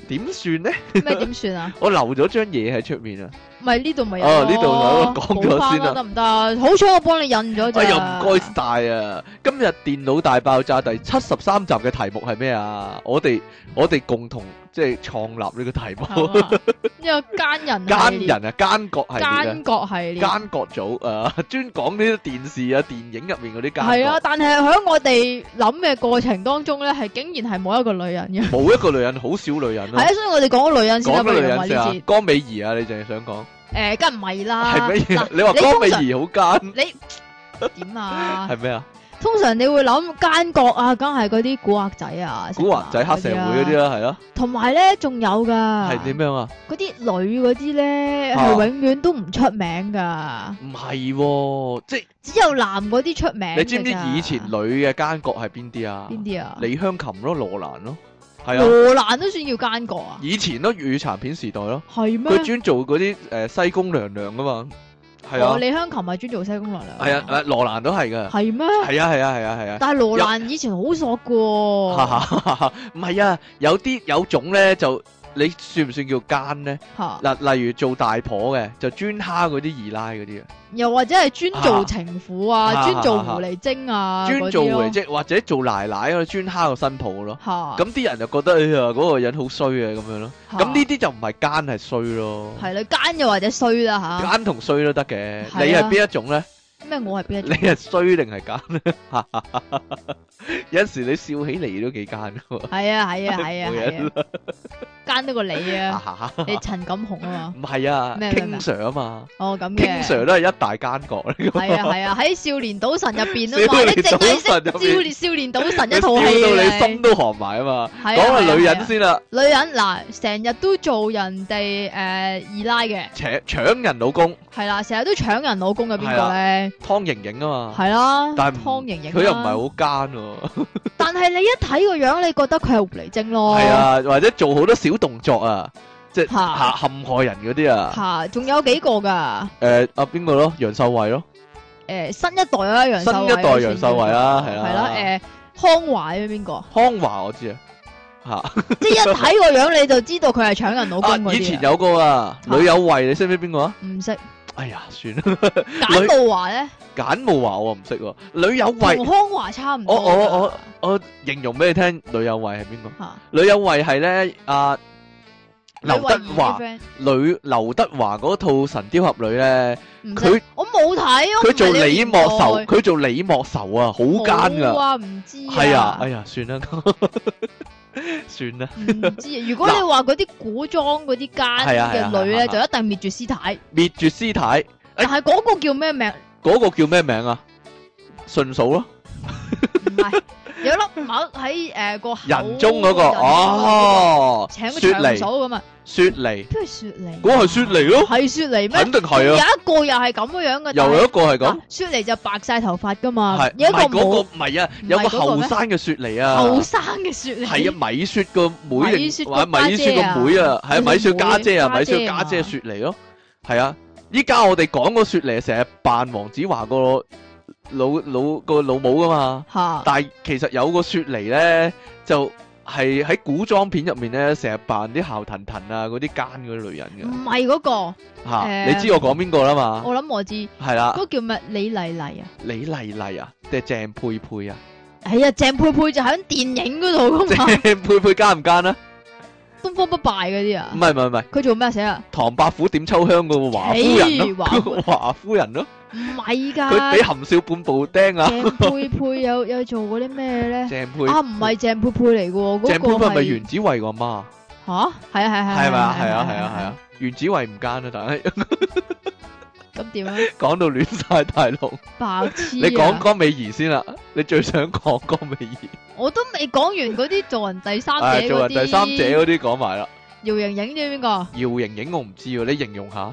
B: 點算咧？
A: 咩點算啊？
B: 我留咗張嘢喺出面啊！
A: 咪呢度咪有
B: 哦
A: 咯
B: 呢度有講咗
A: 補返啦
B: 先啊
A: 得唔得？好彩我幫你印咗咋。
B: 哎呀，唔該晒啊！今日電腦大爆炸第七十三集嘅題目係咩啊？我哋我哋共同即係創立呢個題目，
A: 係嘛呢個奸人系
B: 奸
A: 列
B: 人啊，奸角系列啊
A: 奸，角系列
B: 奸角組啊， 專講呢啲電視啊、電影入面嗰啲奸
A: 係啊
B: 角。，
A: 但係喺我哋諗嘅過程當中咧，係竟然係冇一個女人嘅。
B: 冇一個女人，好少女人
A: 係
B: 咯。
A: 啊，所以我哋講個女人先啦，
B: 講
A: 不
B: 個
A: 如
B: 女
A: 話
B: 人
A: 呢
B: 先啊
A: 節。，
B: 江美儀啊，你淨係想講
A: 誒，梗唔係啦。
B: 係咩
A: 啊嗱
B: 嘢？ 你話
A: 你
B: 江
A: 通
B: 美
A: 常
B: 儀好奸
A: 點啊？
B: 係咩啊？
A: 通常你會諗奸角啊，梗係嗰啲古惑仔啊，
B: 古惑仔、黑社會嗰啲啊
A: 啦。
B: 啦，係咯，
A: 啊同埋咧，仲有噶，
B: 係點樣啊？
A: 嗰啲女嗰啲咧，
B: 啊
A: 係永遠都唔出名噶，
B: 唔係喎，即係
A: 只有男嗰啲出名。
B: 你知唔知以前女嘅奸角係邊啲啊？
A: 邊啲啊？
B: 李香琴咯，羅蘭咯，係啊，
A: 羅蘭都算叫奸角啊？
B: 以前咯粵語殘片時代咯，
A: 係咩
B: 佢？專做嗰啲誒西宮娘娘噶嘛，係
A: 哦
B: 啊，
A: 李香琴係專做西宮娘娘。
B: 係啊，誒羅蘭都係噶，
A: 係咩？
B: 係啊係啊係啊係啊，
A: 但係羅蘭以前好索噶。
B: 哈哈哈哈唔係啊，有啲有種咧就你算唔算叫奸咧？
A: 嚇
B: 嗱，例如做大婆嘅就專蝦嗰啲二奶嗰啲啊，
A: 又或者係專做情婦啊，
B: 啊
A: 專做狐狸精啊，
B: 專做
A: 狐
B: 嚟即或者做奶奶啊，專蝦個新抱咯。
A: 嚇。咁
B: 咁啲人就覺得哎呀嗰個人好衰啊咁樣咯。咁呢啲就唔係奸係衰咯。
A: 係啦，奸又或者衰啦嚇。
B: 奸同衰都得嘅，
A: 啊係啊
B: 你係邊一種咧？
A: 咩？我係邊一
B: 你
A: 種？
B: 係衰定係奸 啊？有陣時你笑起嚟都幾奸噶喎。
A: 係啊係啊係啊
B: 冇嘢
A: 係啊，奸得過你 啊！
B: 啦
A: 你陳錦鴻啊嘛，
B: 唔係啊
A: 咩咩咩
B: ，King Sir 啊嘛
A: 哦咁嘅，
B: ，King Sir 都係一大奸角嚟㗎
A: 係啊係啊，喺少年賭神入邊啊嘛，
B: 少年
A: 你淨係識
B: 賭神入邊
A: 少年少年賭神
B: 你
A: 一
B: 笑
A: 套戲
B: 到你
A: 啊
B: 心都寒埋啊嘛。
A: 係啊
B: 講
A: 係
B: 下
A: 啊
B: 女
A: 係
B: 人
A: 啊
B: 先啦，
A: 女人嗱，成日都做人哋誒二奶嘅，
B: 搶搶人老公
A: 係啦，成日都搶人老公嘅邊
B: 係
A: 個
B: 啦
A: 咧？
B: 湯盈盈啊嘛，
A: 係啦，
B: 但係唔
A: 湯盈盈啦
B: 佢又唔係好奸喎。
A: 但係你一睇個樣，你覺得佢係狐狸精咯。
B: 系，啊，或者做好多小動作啊，即係
A: 嚇
B: 嚇陷害人嗰啲啊。
A: 嚇，仲有幾個㗎？
B: 诶，啊邊個咯？楊秀慧咯，
A: 誒，新一代啦，楊秀啊
B: 新一代楊秀慧啦係啦啊
A: 係啦，誒，康懷啊，邊 個？
B: 康華我知啊。吓
A: 即係一睇個樣你就知道佢係搶人老公
B: 啊！
A: 嗰
B: 以前
A: 啲啊。
B: 有個啊，
A: 嚇
B: 呂有慧，你識唔識邊個啊？
A: 唔識
B: 哎呀，算啦，
A: 簡慕華咧，
B: 簡慕華我唔識喎。呂有慧
A: 同，康華差唔多㗎。
B: 我我我我形容俾你聽，呂有慧係邊個？
A: 嚇，
B: 呂有慧係咧啊，劉德華
A: 李慧儀嘅 friend，
B: 女劉德華嗰套《神雕俠侶》咧，
A: 唔識
B: 佢
A: 我冇睇，啊我唔
B: 佢做
A: 係呢個
B: 李
A: 年
B: 莫
A: 代
B: 愁，佢做李莫愁啊，好奸㗎
A: 冇。啊，唔知
B: 系啊，哎呀，算啦， 算啦，
A: 唔知。啊如果你話嗰啲古裝嗰啲奸
B: 哎係啊係啊
A: 嘅女咧，
B: 係啊哎
A: 就一定滅絕屍體。
B: 滅絕屍體
A: 但係嗰個叫咩名？
B: 嗰個叫咩名啊？順數咯，
A: 唔 係有粒墨喺诶个口
B: 人中嗰個
A: 人中嗰
B: 哦
A: 個，請個
B: 雪
A: 長
B: 梨
A: 嫂，咁啊，
B: 雪梨，
A: 邊係雪梨？
B: 嗰個係雪梨咯，
A: 係雪梨咩
B: 肯？定
A: 仲有
B: 係啊，
A: 一個又係咁樣樣嘅，但
B: 又
A: 係
B: 有一個係咁
A: 嗱，雪梨就白晒頭髮噶嘛
B: 係，
A: 有一
B: 唔
A: 個
B: 係嗰個
A: 冇
B: 唔係啊，
A: 唔係
B: 有個
A: 嗰個
B: 後
A: 咩
B: 生嘅雪梨啊，
A: 後生嘅雪梨。
B: 係啊，米雪個妹
A: 米雪
B: 定
A: 個
B: 或者米雪個
A: 家姐啊
B: 妹啊，係啊米雪家姐啊，米
A: 米雪
B: 雪
A: 妹家
B: 家姐
A: 姐啊嘛
B: 雪梨咯，係啊，依家我哋講個雪梨成日扮黃子華個老老個老母噶嘛。
A: 吓
B: 但係其實有個雪梨咧，就係喺古裝片入面咧，成日扮啲姣騰騰啊，嗰啲奸嗰啲女人
A: 唔
B: 嘅
A: 係嗰個，
B: 嚇、
A: 誒
B: 你知我講邊個啦嘛？
A: 我諗我知，嗰
B: 係啦，
A: 個叫咩？李麗麗啊，
B: 李麗麗啊，定係鄭佩佩啊？
A: 係啊，鄭佩佩就喺電影嗰度噶嘛。
B: 鄭佩佩奸唔奸 啊？
A: 東方不敗嗰啲啊
B: 唔，係唔係唔係，
A: 佢做咩死啊？
B: 唐伯虎點秋香嗰個華夫 人咯、
A: 咦華夫
B: 華夫人咯、
A: 唔係
B: 佢
A: 㗎
B: 俾，含笑半步 釘啊！
A: 鄭佩佩有有做過啲咩咧？
B: 鄭佩
A: 啊，唔係鄭佩佩嚟嘅喎，
B: 鄭
A: 嗰
B: 佩
A: 個
B: 佩係咪袁子慧個媽？
A: 吓？係啊係啊
B: 係咪啊？
A: 係
B: 係啊係啊係啊！袁子慧唔奸啊，但係
A: 咁點啊？
B: 講到亂晒大龍。
A: 白痴
B: 你講
A: 啊！
B: 江美儀先啦，你最想講江美儀，
A: 我都未講完嗰啲做人第三者
B: 唉做
A: 嗰
B: 人
A: 啲，
B: 第三者嗰啲講埋啦。
A: 姚瑩瑩知邊個？
B: 姚瑩瑩我唔知喎，你形容下。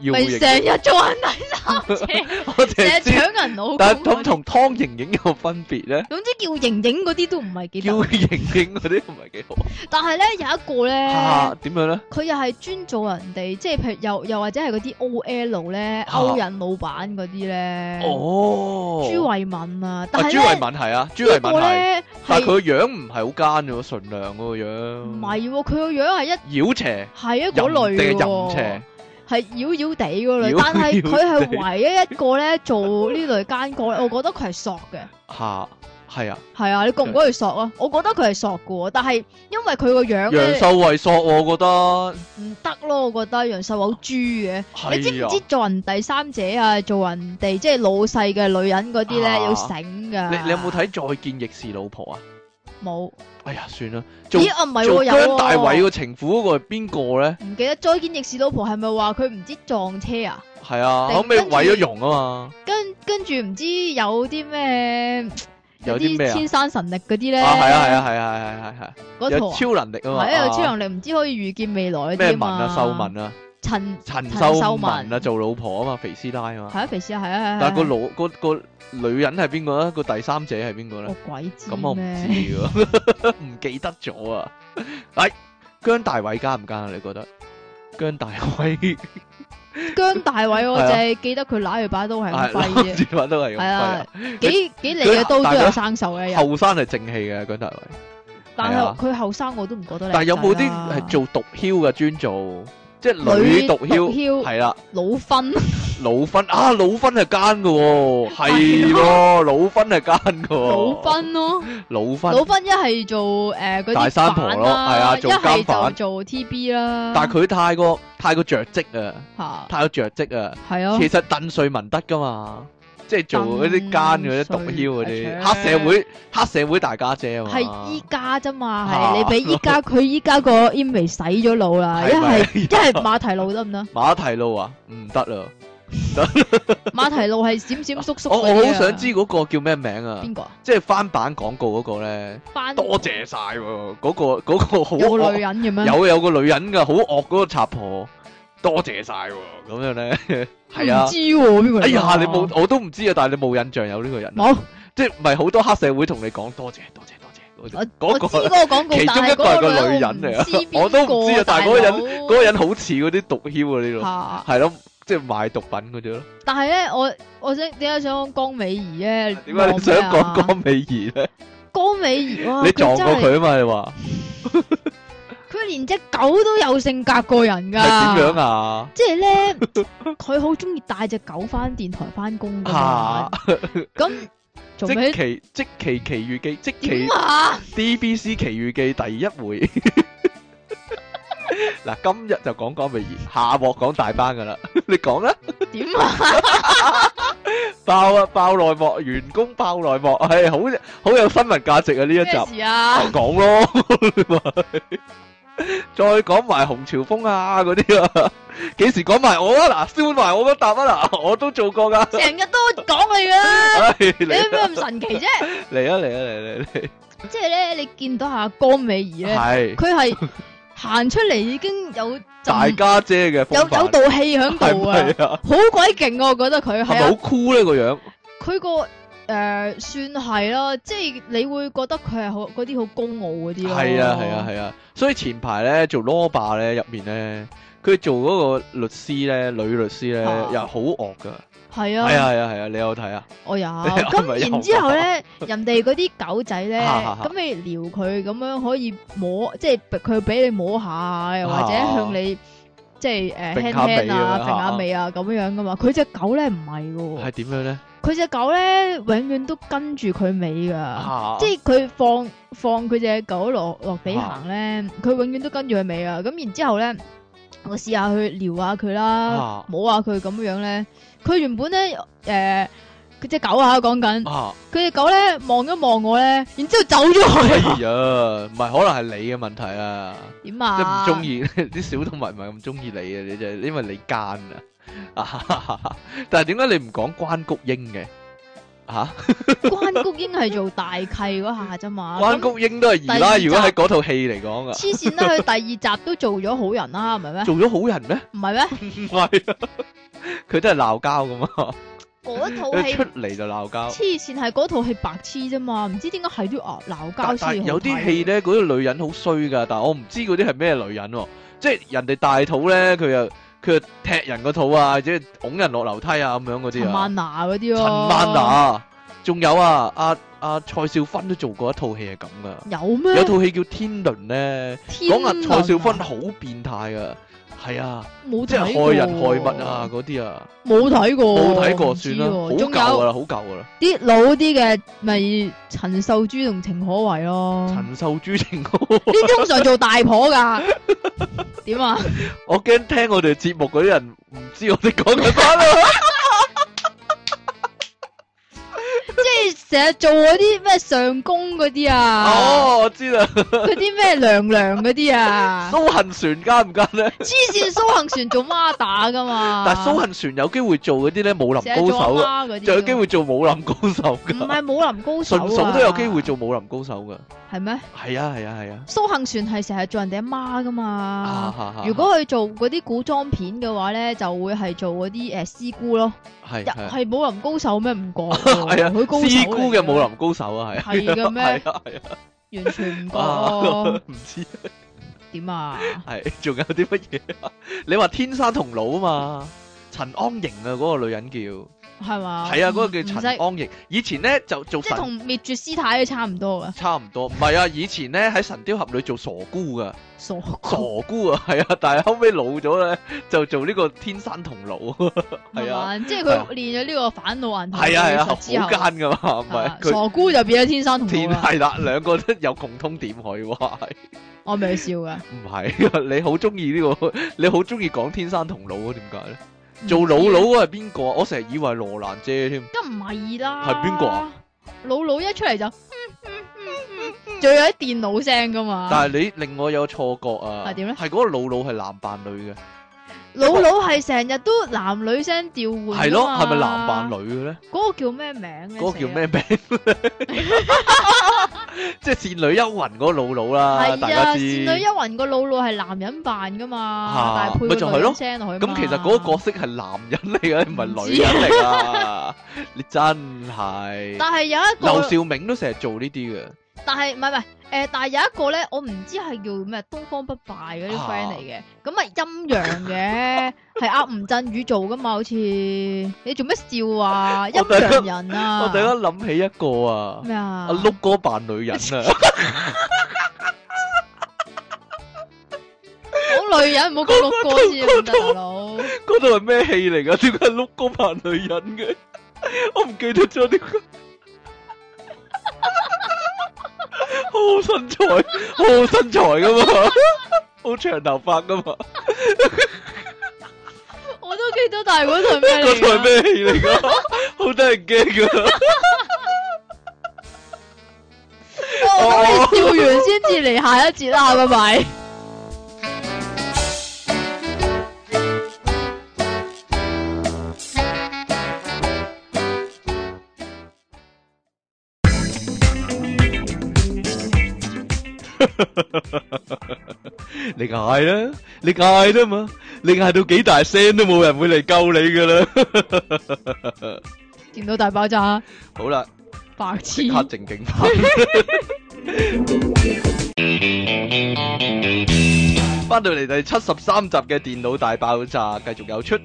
B: 姚
A: 咪
B: 瑩
A: 成
B: 瑩，
A: 日做人第三者，
B: 我
A: 成日
B: 淨係知，
A: 搶人老公
B: 但
A: 嗰
B: 係咁
A: 啲。
B: 同湯盈盈有分別咧。
A: 總之叫瑩瑩嗰啲都唔係幾
B: 姚
A: 得，
B: 瑩瑩嗰啲唔係幾好。
A: 但係咧有一 個咧
B: 嚇。點樣咧？
A: 佢又係專做人哋，即係譬如又又或者係嗰啲 O L 咧，
B: 啊
A: 勾引老闆嗰啲咧，
B: 哦，
A: 朱慧敏啊，
B: 啊
A: 但係
B: 朱慧
A: 咧
B: 敏係啊，朱慧
A: 呢
B: 敏
A: 個
B: 係，
A: 咧
B: 但係佢
A: 係
B: 個樣唔係好奸嘅喎，純良嗰個樣。
A: 唔係喎？佢個樣係一
B: 妖邪，
A: 係一
B: 淫定
A: 嗰類
B: 係
A: 嘅
B: 淫
A: 喎
B: 邪，，
A: 係妖妖地嗰類
B: 妖，
A: 但係佢
B: 妖地
A: 係唯一一個咧做呢類奸角咧，我覺得佢係索嘅。
B: 嚇係啊，
A: 係啊，你覺唔覺得佢索啊？我覺得佢係索嘅喎，但係因為佢個樣
B: 楊
A: 咧
B: 秀慧索我覺得
A: 唔得咯，我覺得楊秀好豬嘅。你知
B: 係
A: 唔
B: 啊
A: 知。做人第三者啊，做人哋即係老細嘅女人嗰啲
B: 啊
A: 咧，要醒噶。
B: 你你有冇？睇《再見亦是老婆》啊？
A: 冇。
B: 哎呀，算啦，做
A: 咦，啊唔係喎，
B: 做
A: 有
B: 姜大
A: 喎
B: 偉個情婦嗰個係邊個咧？
A: 唔記得《再見亦是老婆》係咪話佢唔知撞車啊？
B: 係啊，
A: 定
B: 後尾
A: 跟住
B: 毀咗容啊嘛，
A: 跟跟住唔知有啲咩
B: 有啲咩啊
A: 天生神力嗰啲咧？
B: 啊係啊係啊係啊係啊係
A: 嗰
B: 係有
A: 套
B: 超能力
A: 啊
B: 啊嘛，
A: 係啊，有超能力唔知可以預見未來嗰
B: 咩
A: 啲
B: 文啊秀
A: 文
B: 文啊
A: 陳
B: 陳
A: 陳
B: 秀
A: 秀
B: 文啊
A: 文
B: 做老婆啊嘛肥師奶啊嘛，
A: 係啊，肥師啊，係啊係啊。
B: 但係個
A: 係啊
B: 老個個女人係邊個咧？個第三者係邊個咧
A: 我？鬼知
B: 咁我唔知
A: 咩？
B: 喎， 唔記得咗啊！哎，姜大偉奸唔奸啊？你覺得姜大偉
A: 姜大偉我
B: 係啊
A: 就係記得佢揦住把 刀係咁揮啫。
B: 諗啊住話都係咁
A: 係
B: 揮啊
A: 啊！幾幾利嘅刀都有生鏽嘅，有
B: 後生係正氣嘅姜大偉，
A: 但
B: 係啊
A: 係佢後生我都唔覺得靚仔啦。啊
B: 但係有冇啲係做毒枭嘅專做，即係女
A: 女
B: 毒
A: 毒
B: 枭
A: 枭
B: 係啦，
A: 老婚？
B: 老芬啊，老芬係奸嘅喎，係咯，老芬係奸嘅喎，
A: 啊老婚咯，
B: 老芬，
A: 老婚一係做誒嗰啲
B: 大三婆咯
A: 反啦
B: 係啊
A: 一
B: 做監
A: 係就
B: 反
A: 做 TB 啦。
B: 但係佢太過太過着跡啊，
A: 嚇
B: 太過着跡啊，
A: 係啊，
B: 其實鄧瑞文得㗎嘛，即係做嗰啲奸嗰啲毒枭嗰
A: 嗯
B: 啲黑社會黑社會大家姐啊嘛，
A: 係依家啫嘛，
B: 啊
A: 係你俾依 家佢依家個 image 洗咗腦啦，一
B: 係咪
A: 係一係馬蹄路得唔得？
B: 馬蹄路啊，唔得啦！
A: 馬蹄路係閃閃縮縮
B: 哦我
A: 嗰啲啊
B: 我好想知嗰個叫咩名啊？
A: 邊個啊？
B: 即係翻版廣告嗰個咧，
A: 翻
B: 多謝晒喎！嗰個嗰個好
A: 有個女
B: 惡，
A: 人嘅啊咩？
B: 有有個女人㗎，好惡嗰個插婆，多謝晒喎！咁樣 咧，係啊
A: 唔。知喎邊個嚟㗎？
B: 哎呀，你冇我都唔知啊，但係你冇印象有呢個人啊，
A: 冇？
B: 即係唔係好多黑社會同你講多謝多謝多謝
A: 我
B: 嗰
A: 我
B: 嗰
A: 知啊嗰
B: 個
A: 個廣告，
B: 其中一個係
A: 係
B: 個女人嚟啊 我
A: 我
B: 都
A: 都
B: 唔
A: 唔
B: 知
A: 知
B: 啊
A: 啊，
B: 但係
A: 係
B: 嗰個人嗰
A: 嗰
B: 個人好似嗰啲毒枭嗰啲咯，
A: 嚇。
B: 係咯，即係賣毒品嗰啲咯。
A: 但係咧，我我想點解想講江美儀咧？點
B: 啊點解你想講江美儀咧？
A: 江美儀？哇！
B: 你撞過
A: 啊哦真係？
B: 佢啊嘛？你話
A: 佢連只狗都有性格過人㗎。
B: 係點樣？啊？
A: 即係咧，佢好中意帶只狗翻電台翻工㗎嘛
B: 嚇！。
A: 咁做
B: 即
A: 咩
B: 奇即奇奇遇記，即奇
A: 點啊？
B: DBC 奇遇記第一回。 嗱，今日就講江美儀，下鑊講大班噶啦。 你講啦，
A: 點啊？
B: 爆啊爆內幕，員工爆內幕，係好好有新聞價值啊！呢一集。
A: 咩事啊？
B: 講咯， 再講埋洪朝峰啊 嗰啲啊，幾時講埋我啊？嗱，燒埋我嗰答啊嗱， 我都做過噶。
A: 成日都講你㗎 啦，
B: 唉
A: 你有
B: 嚟
A: 咩咁神奇啫？
B: 嚟啊嚟啊嚟嚟嚟，
A: 即係咧，你見到下江美儀咧，
B: 係
A: 佢係行出嚟已經有陣
B: 大家姐嘅
A: 有
B: 風
A: 有
B: 範，
A: 道氣喺
B: 係
A: 度啊！
B: 咪啊？
A: 好鬼勁啊！我覺得佢
B: 係
A: 係
B: 咪好
A: 啊，
B: 酷咧個樣？
A: 佢個誒算係啦，即係你會覺得佢係好嗰啲好高傲嗰啲咯。
B: 係啊係啊係啊，所以前排咧做 law 霸咧入面咧，佢做嗰個律師咧，女律師咧
A: 啊
B: 又好惡噶，
A: 係
B: 係啊
A: 啊，
B: 係啊係啊，你有睇啊？
A: 我有。
B: 係咪有
A: 咁然之後咧，人哋嗰啲狗仔咧，
B: 哈哈哈
A: 咁你撩佢咁樣可以摸，即係佢俾你摸下，又或者
B: 啊
A: 向你即係誒
B: 揈
A: hand
B: 下尾
A: hand 啊、
B: 咁樣
A: 揈下尾啊咁樣樣噶嘛。佢只狗咧唔係
B: 係
A: 喎，
B: 點樣咧？
A: 佢只狗咧永遠都跟住佢尾㗎。
B: 啊
A: 即係佢放放佢只狗落落地
B: 啊
A: 行咧，佢永遠都跟住佢尾啊！咁然之後咧，我試下去撩下佢啦，
B: 啊
A: 摸下佢咁樣咧，佢原本咧誒，佢只狗啊講緊，
B: 啊！
A: 佢只狗咧望一望我咧，然之後走咗
B: 哎
A: 去，
B: 呀，唔係可能係你嘅問題啊，
A: 點
B: 即係唔
A: 啊？
B: 中意 啲小動物唔係咁中意你啊，你就係因為你奸啊。 啊但係點解你唔講關谷英嘅？吓，
A: 關谷英係做大契嗰下啫 嘛，
B: 關谷英都係二
A: 第
B: 啦。
A: 二
B: 如果喺
A: 集
B: 嗰套戲嚟講
A: 咁
B: 啊，
A: 黐線啦！佢第二集都做咗好人啦，唔係咩？
B: 做咗好人咩？
A: 唔係咩？
B: 唔係啊， 佢都係鬧交噶嘛，
A: 嗰套
B: 佢
A: 戲
B: 出嚟就鬧交。
A: 黐線係嗰套戲白痴啫嘛，唔知點解係都要鬧交
B: 但
A: 先好睇
B: 但有啲戲咧，嗰啲女人好衰噶，但我唔知嗰啲係咩女人喎，即係人哋大肚咧，佢又佢又踢人個肚啊，或者拱人落樓梯啊咁樣嗰啲
A: 陳
B: 啊。
A: 曼娜嗰啲啊咯，
B: 陳曼娜，仲有啊，阿阿蔡少芬都做過一套戲係咁噶，
A: 有咩？
B: 有套戲叫《天倫》咧，
A: 天
B: 講阿
A: 能
B: 蔡少芬
A: 啊
B: 好變態噶，係啊，
A: 冇
B: 即係
A: 睇
B: 害人害
A: 過
B: 物啊，嗰啲啊，
A: 冇睇過，
B: 冇睇過
A: 唔知
B: 算啦，好啊
A: 喎
B: 舊
A: 仲
B: 噶
A: 有
B: 啦，好舊噶啦，
A: 啲老啲嘅，咪陳秀珠同程可為咯，呢
B: 陳秀珠情歌，
A: 啲通常做大婆噶，點啊？
B: 我驚聽我哋節目嗰啲人唔知我哋講緊乜啦，
A: 即係成日做嗰啲咩上公嗰啲啊，
B: 哦，我知啦，
A: 嗰啲咩娘娘嗰啲啊，
B: 蘇杏璇奸唔奸咧？
A: 黐線蘇杏璇做孖打噶嘛，
B: 但係蘇杏璇有機會做嗰啲咧武林
A: 成日
B: 高
A: 做
B: 手啊，
A: 阿媽嗰啲㗎，
B: 就有機會 做武林高手
A: 唔
B: 噶，
A: 係武林高手
B: 純
A: 啊，
B: 嫂都有機會做武林高手噶。
A: 係咩？
B: 系啊系啊系啊
A: 蘇杏璇係成日做人哋阿媽噶
B: 啊
A: 嘛。
B: 哈哈！
A: 如果佢做嗰啲古裝片嘅話咧，就會係做嗰啲诶師姑咯，
B: 系
A: 又係武林高手咩？唔覺
B: 係
A: 喎，
B: 啊
A: 佢高手
B: 師
A: 嚟
B: 姑嘅武林高手啊，係啊
A: 係嘅咩？
B: 係啊 係啊
A: 完全唔覺
B: 啊
A: 喎，
B: 唔知
A: 點啊？
B: 係仲有啲乜嘢啊？你話天生同老啊嘛？陳安瑩啊，嗰個女人叫係
A: 係嘛？
B: 啊，嗰個叫
A: 哦唔
B: 陳
A: 使
B: 安瑩。以前咧就做
A: 即係
B: 神
A: 同滅絕師太都差唔多噶，
B: 差唔多，唔係啊，以前咧喺神雕俠侶做傻姑 噶，
A: 傻
B: 傻姑啊，係啊，但係後尾老咗咧就做呢個天生同老，係
A: 係
B: 啊，
A: 嘛？即係
B: 係啊
A: 佢練咗呢個反老人頭
B: 係啊係啊，好
A: 之後，
B: 奸噶嘛，唔係
A: 啊
B: 佢
A: 傻姑就變咗天生同啊
B: 天
A: 路啦，
B: 係啦，兩個都有共通點可以話係。
A: 我咪笑噶，
B: 唔係，你好中意呢個，你好中意講天生同老啊？點解咧？做老佬嗰係邊個啊？我成日以為羅蘭姐添，
A: 梗唔係啦。
B: 係邊個啊？
A: 老老一出嚟就，仲有啲電腦聲噶嘛。
B: 但係你令我有錯覺啊！
A: 啊係點咧
B: 係嗰個老佬係男扮女嘅，
A: 老老係成日都男女聲調換。
B: 係咯？係咪男扮女？嘅咧？
A: 嗰個叫咩名咧？
B: 嗰個叫
A: 死
B: 咩 名咧？即係《倩女幽魂》嗰個老佬
A: 啊？
B: 啦，大
A: 係啊，
B: 家
A: 倩女
B: 知。
A: 幽魂個老老係男人扮噶嘛
B: 啊，
A: 但係配
B: 咪就
A: 個
B: 係
A: 女
B: 咯
A: 人聲落去嘛。
B: 咁其實嗰個角色係男人嚟嘅，唔
A: 唔
B: 係
A: 知
B: 女人嚟噶。 你真係。
A: 但係有一
B: 劉
A: 個，
B: 兆銘都成日做呢啲嘅。
A: 但係唔係唔係，誒，但係有一個咧，我唔知係叫咩東方不敗嗰啲
B: 啊
A: friend 嚟嘅，咁啊陰陽嘅，係阿吳鎮宇做噶嘛，好似你做咩笑啊？陰
B: 我突然
A: 陽人啊！
B: 我突然間諗起一個啊，
A: 咩啊？
B: 阿碌哥扮女 人啊，
A: 講女人唔好講六哥先得唔得，大佬。
B: 嗰度係咩戲嚟噶？點解碌哥扮女人嘅？我唔記得咗點解。好身材，好好身材噶嘛，好長頭髮噶嘛，
A: 我都記得，但係嗰台咩
B: 嗰
A: 嚟
B: 套
A: 㗎
B: 係？咩戲嚟噶？好得人驚噶。
A: 我等你笑完先至嚟下一節啦，拜拜。
B: 你嗌啦，你嗌啫嘛，你嗌到幾大聲都冇人會嚟救你噶啦。
A: 電腦大爆炸，
B: 好啦，
A: 白
B: 即
A: 痴。
B: 刻正經翻。翻到嚟第七十三集嘅電腦大爆炸，繼續有出體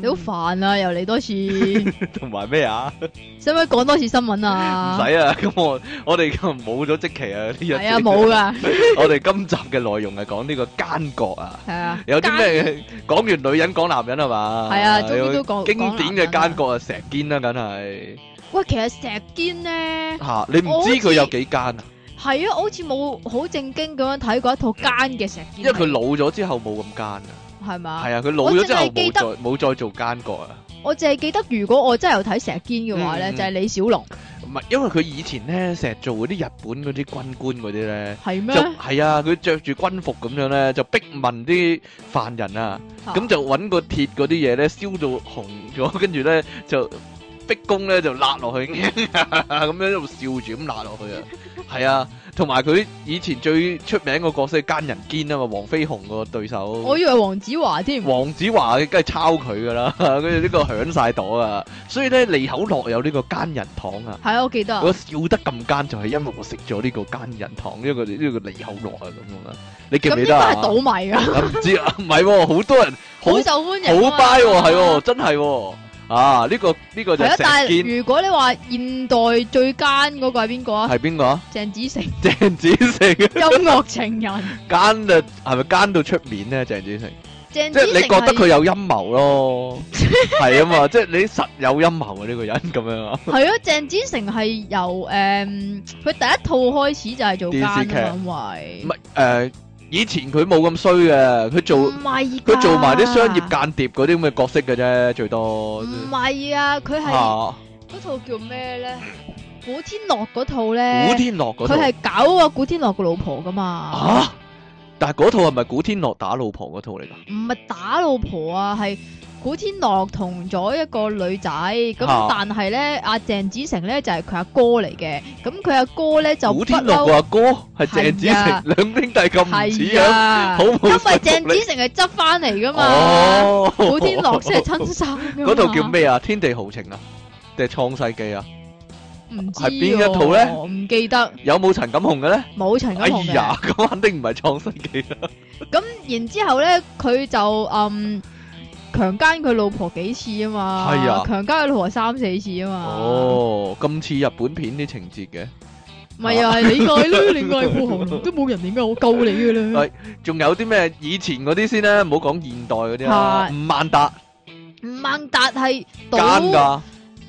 A: 你好
B: 傾，
A: 煩啊！又嚟多次，使
B: 同埋咩啊？唔
A: 唔使講多次新聞啊？
B: 使啊，咁我我哋就冇咗即期啊呢日。
A: 係啊，冇。噶，
B: 我哋今集嘅內容係講呢個奸角啊。
A: 係啊。
B: 有
A: 奸？
B: 啲咩講完女人講男人係嘛？
A: 係啊終於都講
B: 經典嘅奸
A: 講
B: 角啊，石堅啦，梗係
A: 喂，其實石堅咧，
B: 吓，你唔知佢有幾奸啊？
A: 係啊，我好似冇好正經咁樣睇過一套奸嘅石堅。
B: 因為佢老咗之後冇咁奸啊，
A: 係嘛？
B: 係啊，佢老咗之後
A: 我淨係記
B: 冇
A: 得
B: 再冇再做奸角啊，
A: 我淨係記得，如果我真係有睇石堅嘅話咧，
B: 嗯
A: 就係李小龍，
B: 唔係因為佢以前咧成日做嗰啲日本嗰啲軍官嗰啲咧。
A: 係
B: 就
A: 咩？
B: 係啊，佢着住軍服咁樣咧，就逼問啲犯人啊，
A: 啊
B: 咁就揾個鐵嗰啲嘢咧燒到紅咗，跟住咧就逼供咧就焫落去，咁樣一路笑住咁焫落去啊！係啊，同埋佢以前最出名個角色係奸人堅啊嘛，黃飛鴻個對手
A: 我。以為黃子華添。
B: 黃子華梗係抄佢噶啦， 跟住呢個響晒朵啊，所以咧利口樂有呢個奸人糖啊。
A: 係啊，我記得啊。
B: 我笑得咁奸就係因為我食咗呢個奸人糖，呢個呢個利口樂啊咁啊，你記
A: 咁
B: 唔記
A: 應
B: 得
A: 該
B: 啊
A: 係？倒米㗎，
B: 啊唔知啊， 唔係喎，好多人好
A: 好受歡迎啊嘛。
B: 好 buy 喎，係喎，真係喎，啊呢個呢個就
A: 係
B: 係
A: 啊，
B: 石
A: 但
B: 堅
A: 係如果你話現代最奸嗰個係邊個啊？
B: 係邊個啊？
A: 鄭子誠，
B: 鄭子誠
A: 音樂情人。
B: 奸啊，係咪奸到出面咧？鄭子誠，
A: 鄭
B: 即
A: 子
B: 係
A: 誠
B: 你覺得佢
A: 係
B: 有陰 謀咯，係啊嘛，即係你實有陰謀啊呢個人咁樣啊，
A: 係啊，鄭子誠係由诶，嗯佢第一套開始就係做奸啊嘛，
B: 唔
A: 因為
B: 係誒以前佢冇咁衰嘅，佢做。
A: 唔係㗎
B: 佢做埋啲商業間諜嗰啲咁嘅角色嘅啫，最多。
A: 唔係啊，佢係
B: 啊，
A: 嗰套叫咩咧？古天樂嗰套咧
B: 古，天樂嗰套。
A: 佢係搞啊古天樂個老婆㗎嘛，
B: 啊，但係嗰套係咪古天樂打老婆嗰套嚟㗎？
A: 唔係打老婆啊，係。古天樂同咗一個女仔，咁
B: 啊
A: 但係咧，阿鄭子誠咧就係佢阿哥嚟嘅，咁佢阿哥咧就
B: 古
A: 不
B: 天
A: 嬲
B: 樂個阿哥係鄭子
A: 係啊
B: 誠，兩兄弟咁唔似
A: 系
B: 樣，
A: 啊，
B: 好
A: 因
B: 冇
A: 為
B: 說服力
A: 鄭子誠係執翻嚟噶嘛，
B: 哦，
A: 古天樂先係親生㗎嘛
B: 嗰套叫？咩啊？天地豪情啊，定係創世紀啊？
A: 唔知
B: 係邊一套呢
A: 喎唔記得，
B: 有冇陳錦鴻嘅咧？
A: 冇陳
B: 哎
A: 錦鴻嘅。
B: 呀，咁肯定唔係創世紀啦。
A: 咁然之後咧，佢就嗯強姦佢老婆幾次啊嘛，
B: 係啊
A: 強姦佢老婆三四次啊嘛，
B: 哦，咁似日本片啲情節嘅。
A: 咪又係你愛啦，你愛富豪都冇人點解我救你㗎啦
B: 喂，仲有啲咩以前嗰啲先啦，唔好講現代嗰啲啦。
A: 係
B: 吳萬達
A: 吳孟達係
B: 奸
A: 賭
B: 㗎。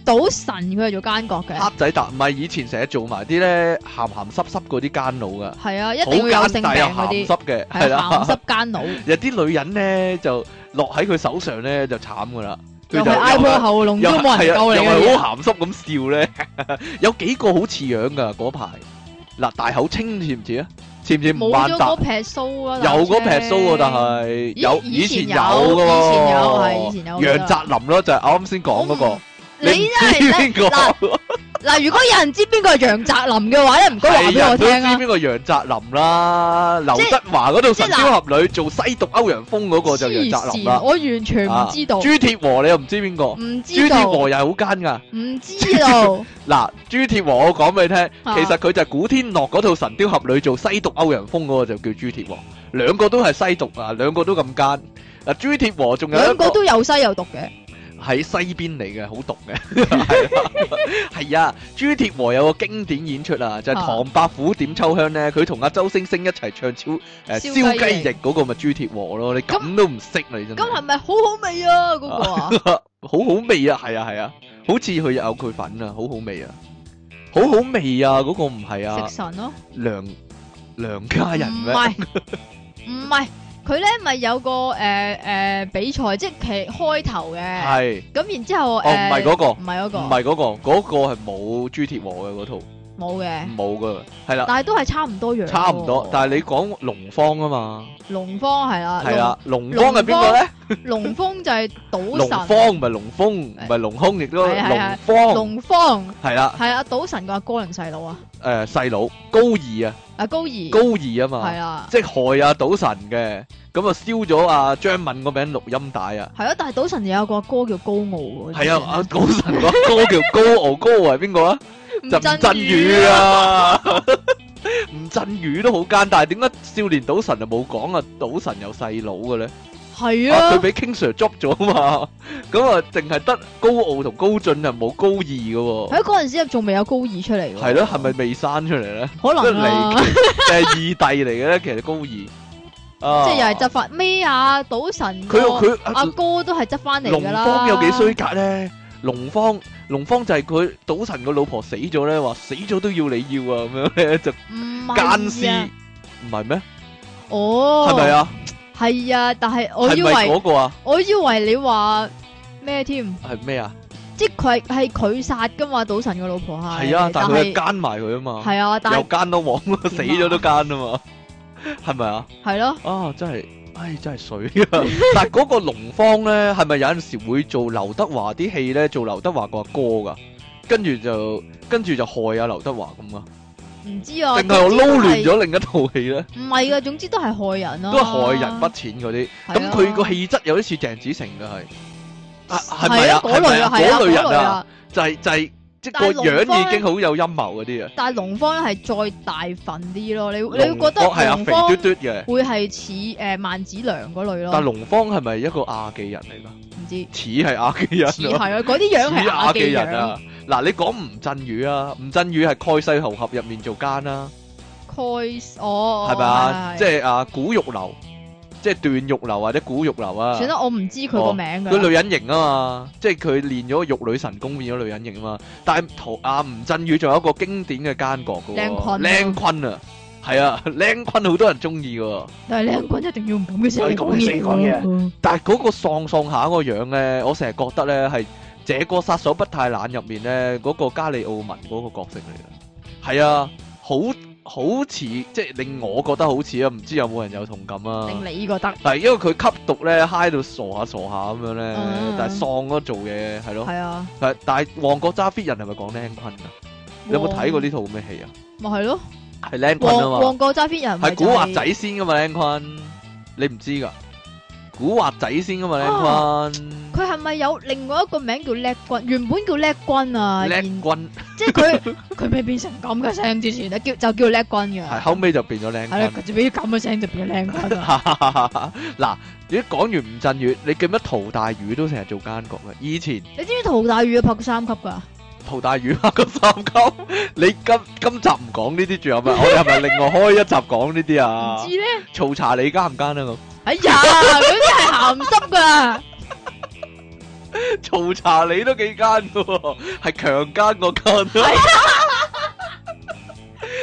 A: 賭神佢係做奸角嘅，
B: 黑仔達唔係以前成日做埋啲咧鹹鹹濕濕嗰啲奸佬噶，
A: 係啊，一
B: 好
A: 定要有
B: 奸
A: 性病
B: 但又
A: 嗰
B: 鹹
A: 啲，
B: 濕嘅，係
A: 係啊，鹹
B: 啦。
A: 濕奸佬，
B: 有啲女人咧就落喺佢手上咧就慘噶啦，佢
A: 又
B: 就
A: 係挨破
B: 又
A: 喉嚨
B: 又
A: 都冇人救你
B: 係啊又係
A: 嘅，
B: 好鹹濕咁笑咧， 有幾個好似樣噶嗰排嗱大口清似唔似啊？似唔似吳
A: 冇
B: 萬
A: 咗
B: 達
A: 嗰？撇須啊，
B: 有嗰撇須喎，但
A: 係
B: 係
A: 以
B: 有
A: 以前
B: 前
A: 有
B: 嘅
A: 以前有
B: 喎，
A: 係以前有我記得
B: 楊澤林咯，就係啱啱先講嗰個，
A: 你
B: 唔
A: 真
B: 知
A: 係
B: 邊
A: 咧嗱
B: 個？
A: 嗱，如果有人知邊個係楊澤林嘅話咧，唔該話
B: 係
A: 俾我
B: 人都知
A: 聽啊！
B: 邊個楊澤林啦，劉德華嗰度神雕俠侶做西毒歐陽鋒嗰個就楊澤林
A: 黐
B: 啦
A: 線，我，完全
B: À,
A: 唔知道，
B: 朱鐵和你又唔知邊個？
A: 唔
B: 朱
A: 知
B: 鐵
A: 道，
B: 和又係好奸噶，
A: 唔知 道，
B: 嗱朱鐵和我講俾你聽，
A: 啊
B: 其實佢就係古天樂嗰套神雕俠侶做西毒歐陽鋒嗰個就叫朱鐵和，兩個都係西毒啊，兩個都咁奸。嗱朱鐵和仲有一
A: 兩
B: 個
A: 個。都有西有毒嘅，
B: 喺西邊嚟嘅，好毒嘅， 係啊係啊！朱鐵和有個經典演出啊，就係、
A: 啊
B: 唐伯虎點秋香咧，佢同阿周星星一齊唱超誒、呃、
A: 燒
B: 燒
A: 雞翼
B: 雞翼嗰個咪朱鐵和咯，你咁都唔識你真
A: 咁係
B: 係，
A: 咪好好味啊？嗰個啊，
B: 好好味啊！係啊係啊，好似佢有佢份啊，好好味啊，好好味啊！嗰、個唔係啊
A: 食，神咯，
B: 梁梁家人
A: 唔
B: 咩？
A: 係唔係，佢咧咪有個誒誒比賽，即係其開頭嘅，
B: 係
A: 咁然之後
B: 哦，唔係
A: 誒，
B: 嗰個，
A: 唔係嗰個，
B: 唔係嗰個，嗰、個係冇朱鐵和嘅嗰套，
A: 冇嘅，
B: 冇噶，係啦。
A: 但係都係差唔多樣喎，
B: 差唔多，但係你講龍方啊嘛，
A: 龍方係啦，
B: 係啊，龍方係邊個咧？
A: 龍，龍方就係賭
B: 龍
A: 神，啊
B: 方唔係龍峰，唔係龍空，亦都
A: 係係
B: 龍
A: 係
B: 方
A: 龍方
B: 係啦，
A: 係啊，賭神個阿哥定細佬啊，
B: 誒細佬高二啊，
A: 阿高兒
B: 高二啊嘛，
A: 係啊。
B: 即係害啊賭神嘅，咁啊燒咗啊張敏個名錄音帶啊，
A: 系咯，但係賭神有個歌叫高傲喎。
B: 係啊，啊賭神個歌叫高傲，高傲係邊個啊？
A: 吳
B: 就 吳鎮宇！啊， 吳鎮宇都好奸，但係點解少年賭神就冇講啊？賭神有細佬嘅咧？
A: 係
B: 啊，佢
A: 啊，
B: 俾 King Sir捉咗嘛， 咁啊，淨係得高傲同高進啊，冇高二嘅喎。
A: 喺嗰陣時仲未有高二出嚟喎。
B: 係咯，係咪未生出嚟 咧？
A: 可
B: 真
A: 能
B: 係
A: 啊
B: 離？誒二弟嚟嘅咧，其實高二啊，
A: 即係又係執翻咩啊？賭神個
B: 佢佢
A: 阿
B: 啊
A: 哥都係執翻嚟
B: 龍
A: 㗎啦。
B: 方有幾衰？格咧？龍方龍方就係佢賭神個老婆死咗咧，話死咗都要你要啊，咁樣咧 就
A: 唔係
B: 奸
A: 啊
B: 屍，唔係咩？
A: 哦，
B: 係咪？啊？
A: 係啊，但係我以
B: 係咪
A: 為
B: 嗰個啊？
A: 我以為你話咩添？
B: 係咩啊？
A: 即係佢係佢殺㗎嘛？賭神個老婆係。
B: 係啊，但係佢係
A: 係
B: 奸埋佢啊嘛，
A: 係啊，但
B: 又
A: 係
B: 奸到王，死咗都奸啊嘛，係咪啊？
A: 係咯，
B: 啊，真係，唉，真係水啊！但係嗰個龍方咧，係咪有陣時會做劉德華啲戲咧？做劉德華個阿哥噶，跟住就跟住就害啊劉德華咁啊？
A: 唔知啊。
B: 定係我
A: 總之
B: 撈
A: 都係
B: 亂？咗另一套戲咧？
A: 唔係噶，總之都係害人咯。
B: 都係害人不淺嗰啲。
A: 係
B: 咁
A: 啊
B: 佢個氣質有啲似鄭子誠嘅係，啊係咪
A: 係
B: 啊？
A: 啊嗰
B: 係咪
A: 類
B: 啊
A: 啊，係啊，
B: 嗰類人
A: 嗰類
B: 啊，
A: 啊。
B: 就係就係即係
A: 但係
B: 個
A: 龍方
B: 樣已
A: 呢
B: 經好有陰謀嗰啲啊。
A: 但係龍方咧係再大份啲咯，你會你會
B: 龍
A: 覺得
B: 方係啊，
A: 龍
B: 肥
A: 方
B: 嘟嘟嘅。
A: 會係似誒萬子良嗰類咯，
B: 但係龍方係咪一個亞記人嚟㗎？
A: 唔知
B: 似係亞記人
A: 似
B: 咯。
A: 係啊，嗰啲樣係亞記
B: 人
A: 樣。
B: 啊！嗱，你講吳鎮宇啊，吳鎮宇係蓋世豪俠入面做奸啦，
A: Coys 哦，
B: 係咪啊？即
A: 係
B: 係啊，古玉流，即係段玉流或者古玉流啊。
A: 算啦，我唔知佢個名
B: 佢
A: 㗎
B: 女
A: 啦。
B: 人型啊嘛，即係佢練咗玉女神功變咗女人型啊嘛。但係陶啊吳鎮宇仲有一個經典嘅奸角嘅喎，
A: 靚坤啊
B: 靚坤啊，係啊，靚坤好多人中意嘅喎。
A: 但係靚君一定要唔咁嘅聲
B: 係
A: 嚟
B: 咁
A: 講
B: 嘅聲
A: 嘢哦
B: 講
A: 喎。
B: 但係嗰個喪喪下嗰個樣咧，我成日覺得咧係《這個殺手不太冷》入面咧嗰、個加里奧文嗰個角色嚟嘅，係啊，好好似即係令我覺得好似啊，唔知有冇人有同感啊？
A: 令你覺得
B: 但係因為佢吸毒咧，嗨到傻下傻下咁樣咧，
A: 嗯
B: 但係喪嗰做嘢係咯，
A: 係啊？
B: 係但係旺角揸 fit 人係咪講靚坤啊？你有冇睇過呢套咁嘅戲啊？
A: 咪係咯，
B: 係靚坤啊
A: 旺
B: 嘛，
A: 旺角揸 fit 人咪
B: 係
A: 就
B: 古惑仔先噶嘛，靚坤，你唔知噶？古惑仔先噶嘛，靚坤。
A: 佢係咪有另外一個名叫叻君？原本叫叻君啊，
B: 叻
A: 然
B: 君
A: 即係佢佢未變成咁嘅聲之前咧，叫就叫叻君嘅。
B: 係後尾就變咗靚
A: 係啦，
B: 君。
A: 佢就俾啲咁嘅聲就變咗靚坤啦。
B: 嗱，如果講完吳鎮宇，你記唔記得陶大宇都成日做奸角嘅？以前
A: 你知唔知陶大宇啊拍過三級噶？
B: 陶大宇拍過三級，你今今集唔講呢啲住係咪？我哋係咪另外開一集講呢啲
A: 唔
B: 啊
A: 知？咧，
B: 嘈查你奸唔奸啊？咁
A: 哎呀，嗰啲係鹹濕噶，
B: 嘈查你都幾奸噶喎，係強奸個奸。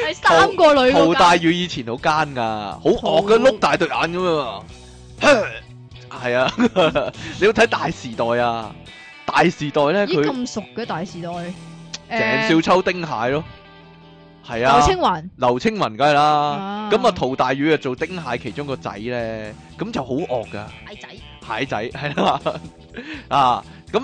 A: 系三個女
B: 陶
A: 嗰
B: 大
A: 間，
B: 宇以前好奸噶，好惡嘅，
A: 陶
B: 碌大對眼咁啊！ 係啊， 你要睇《大時代》啊，《大時代》咧
A: 咦
B: 佢
A: 咁熟嘅大時代，誒
B: 鄭少秋丁蟹咯，係啊
A: 劉，青雲，
B: 劉青雲梗係啦，
A: 啊
B: 咁啊陶大宇啊做丁蟹其中個仔咧，咁就好惡噶。
A: 大仔，
B: 蟹仔係啦 啊！咁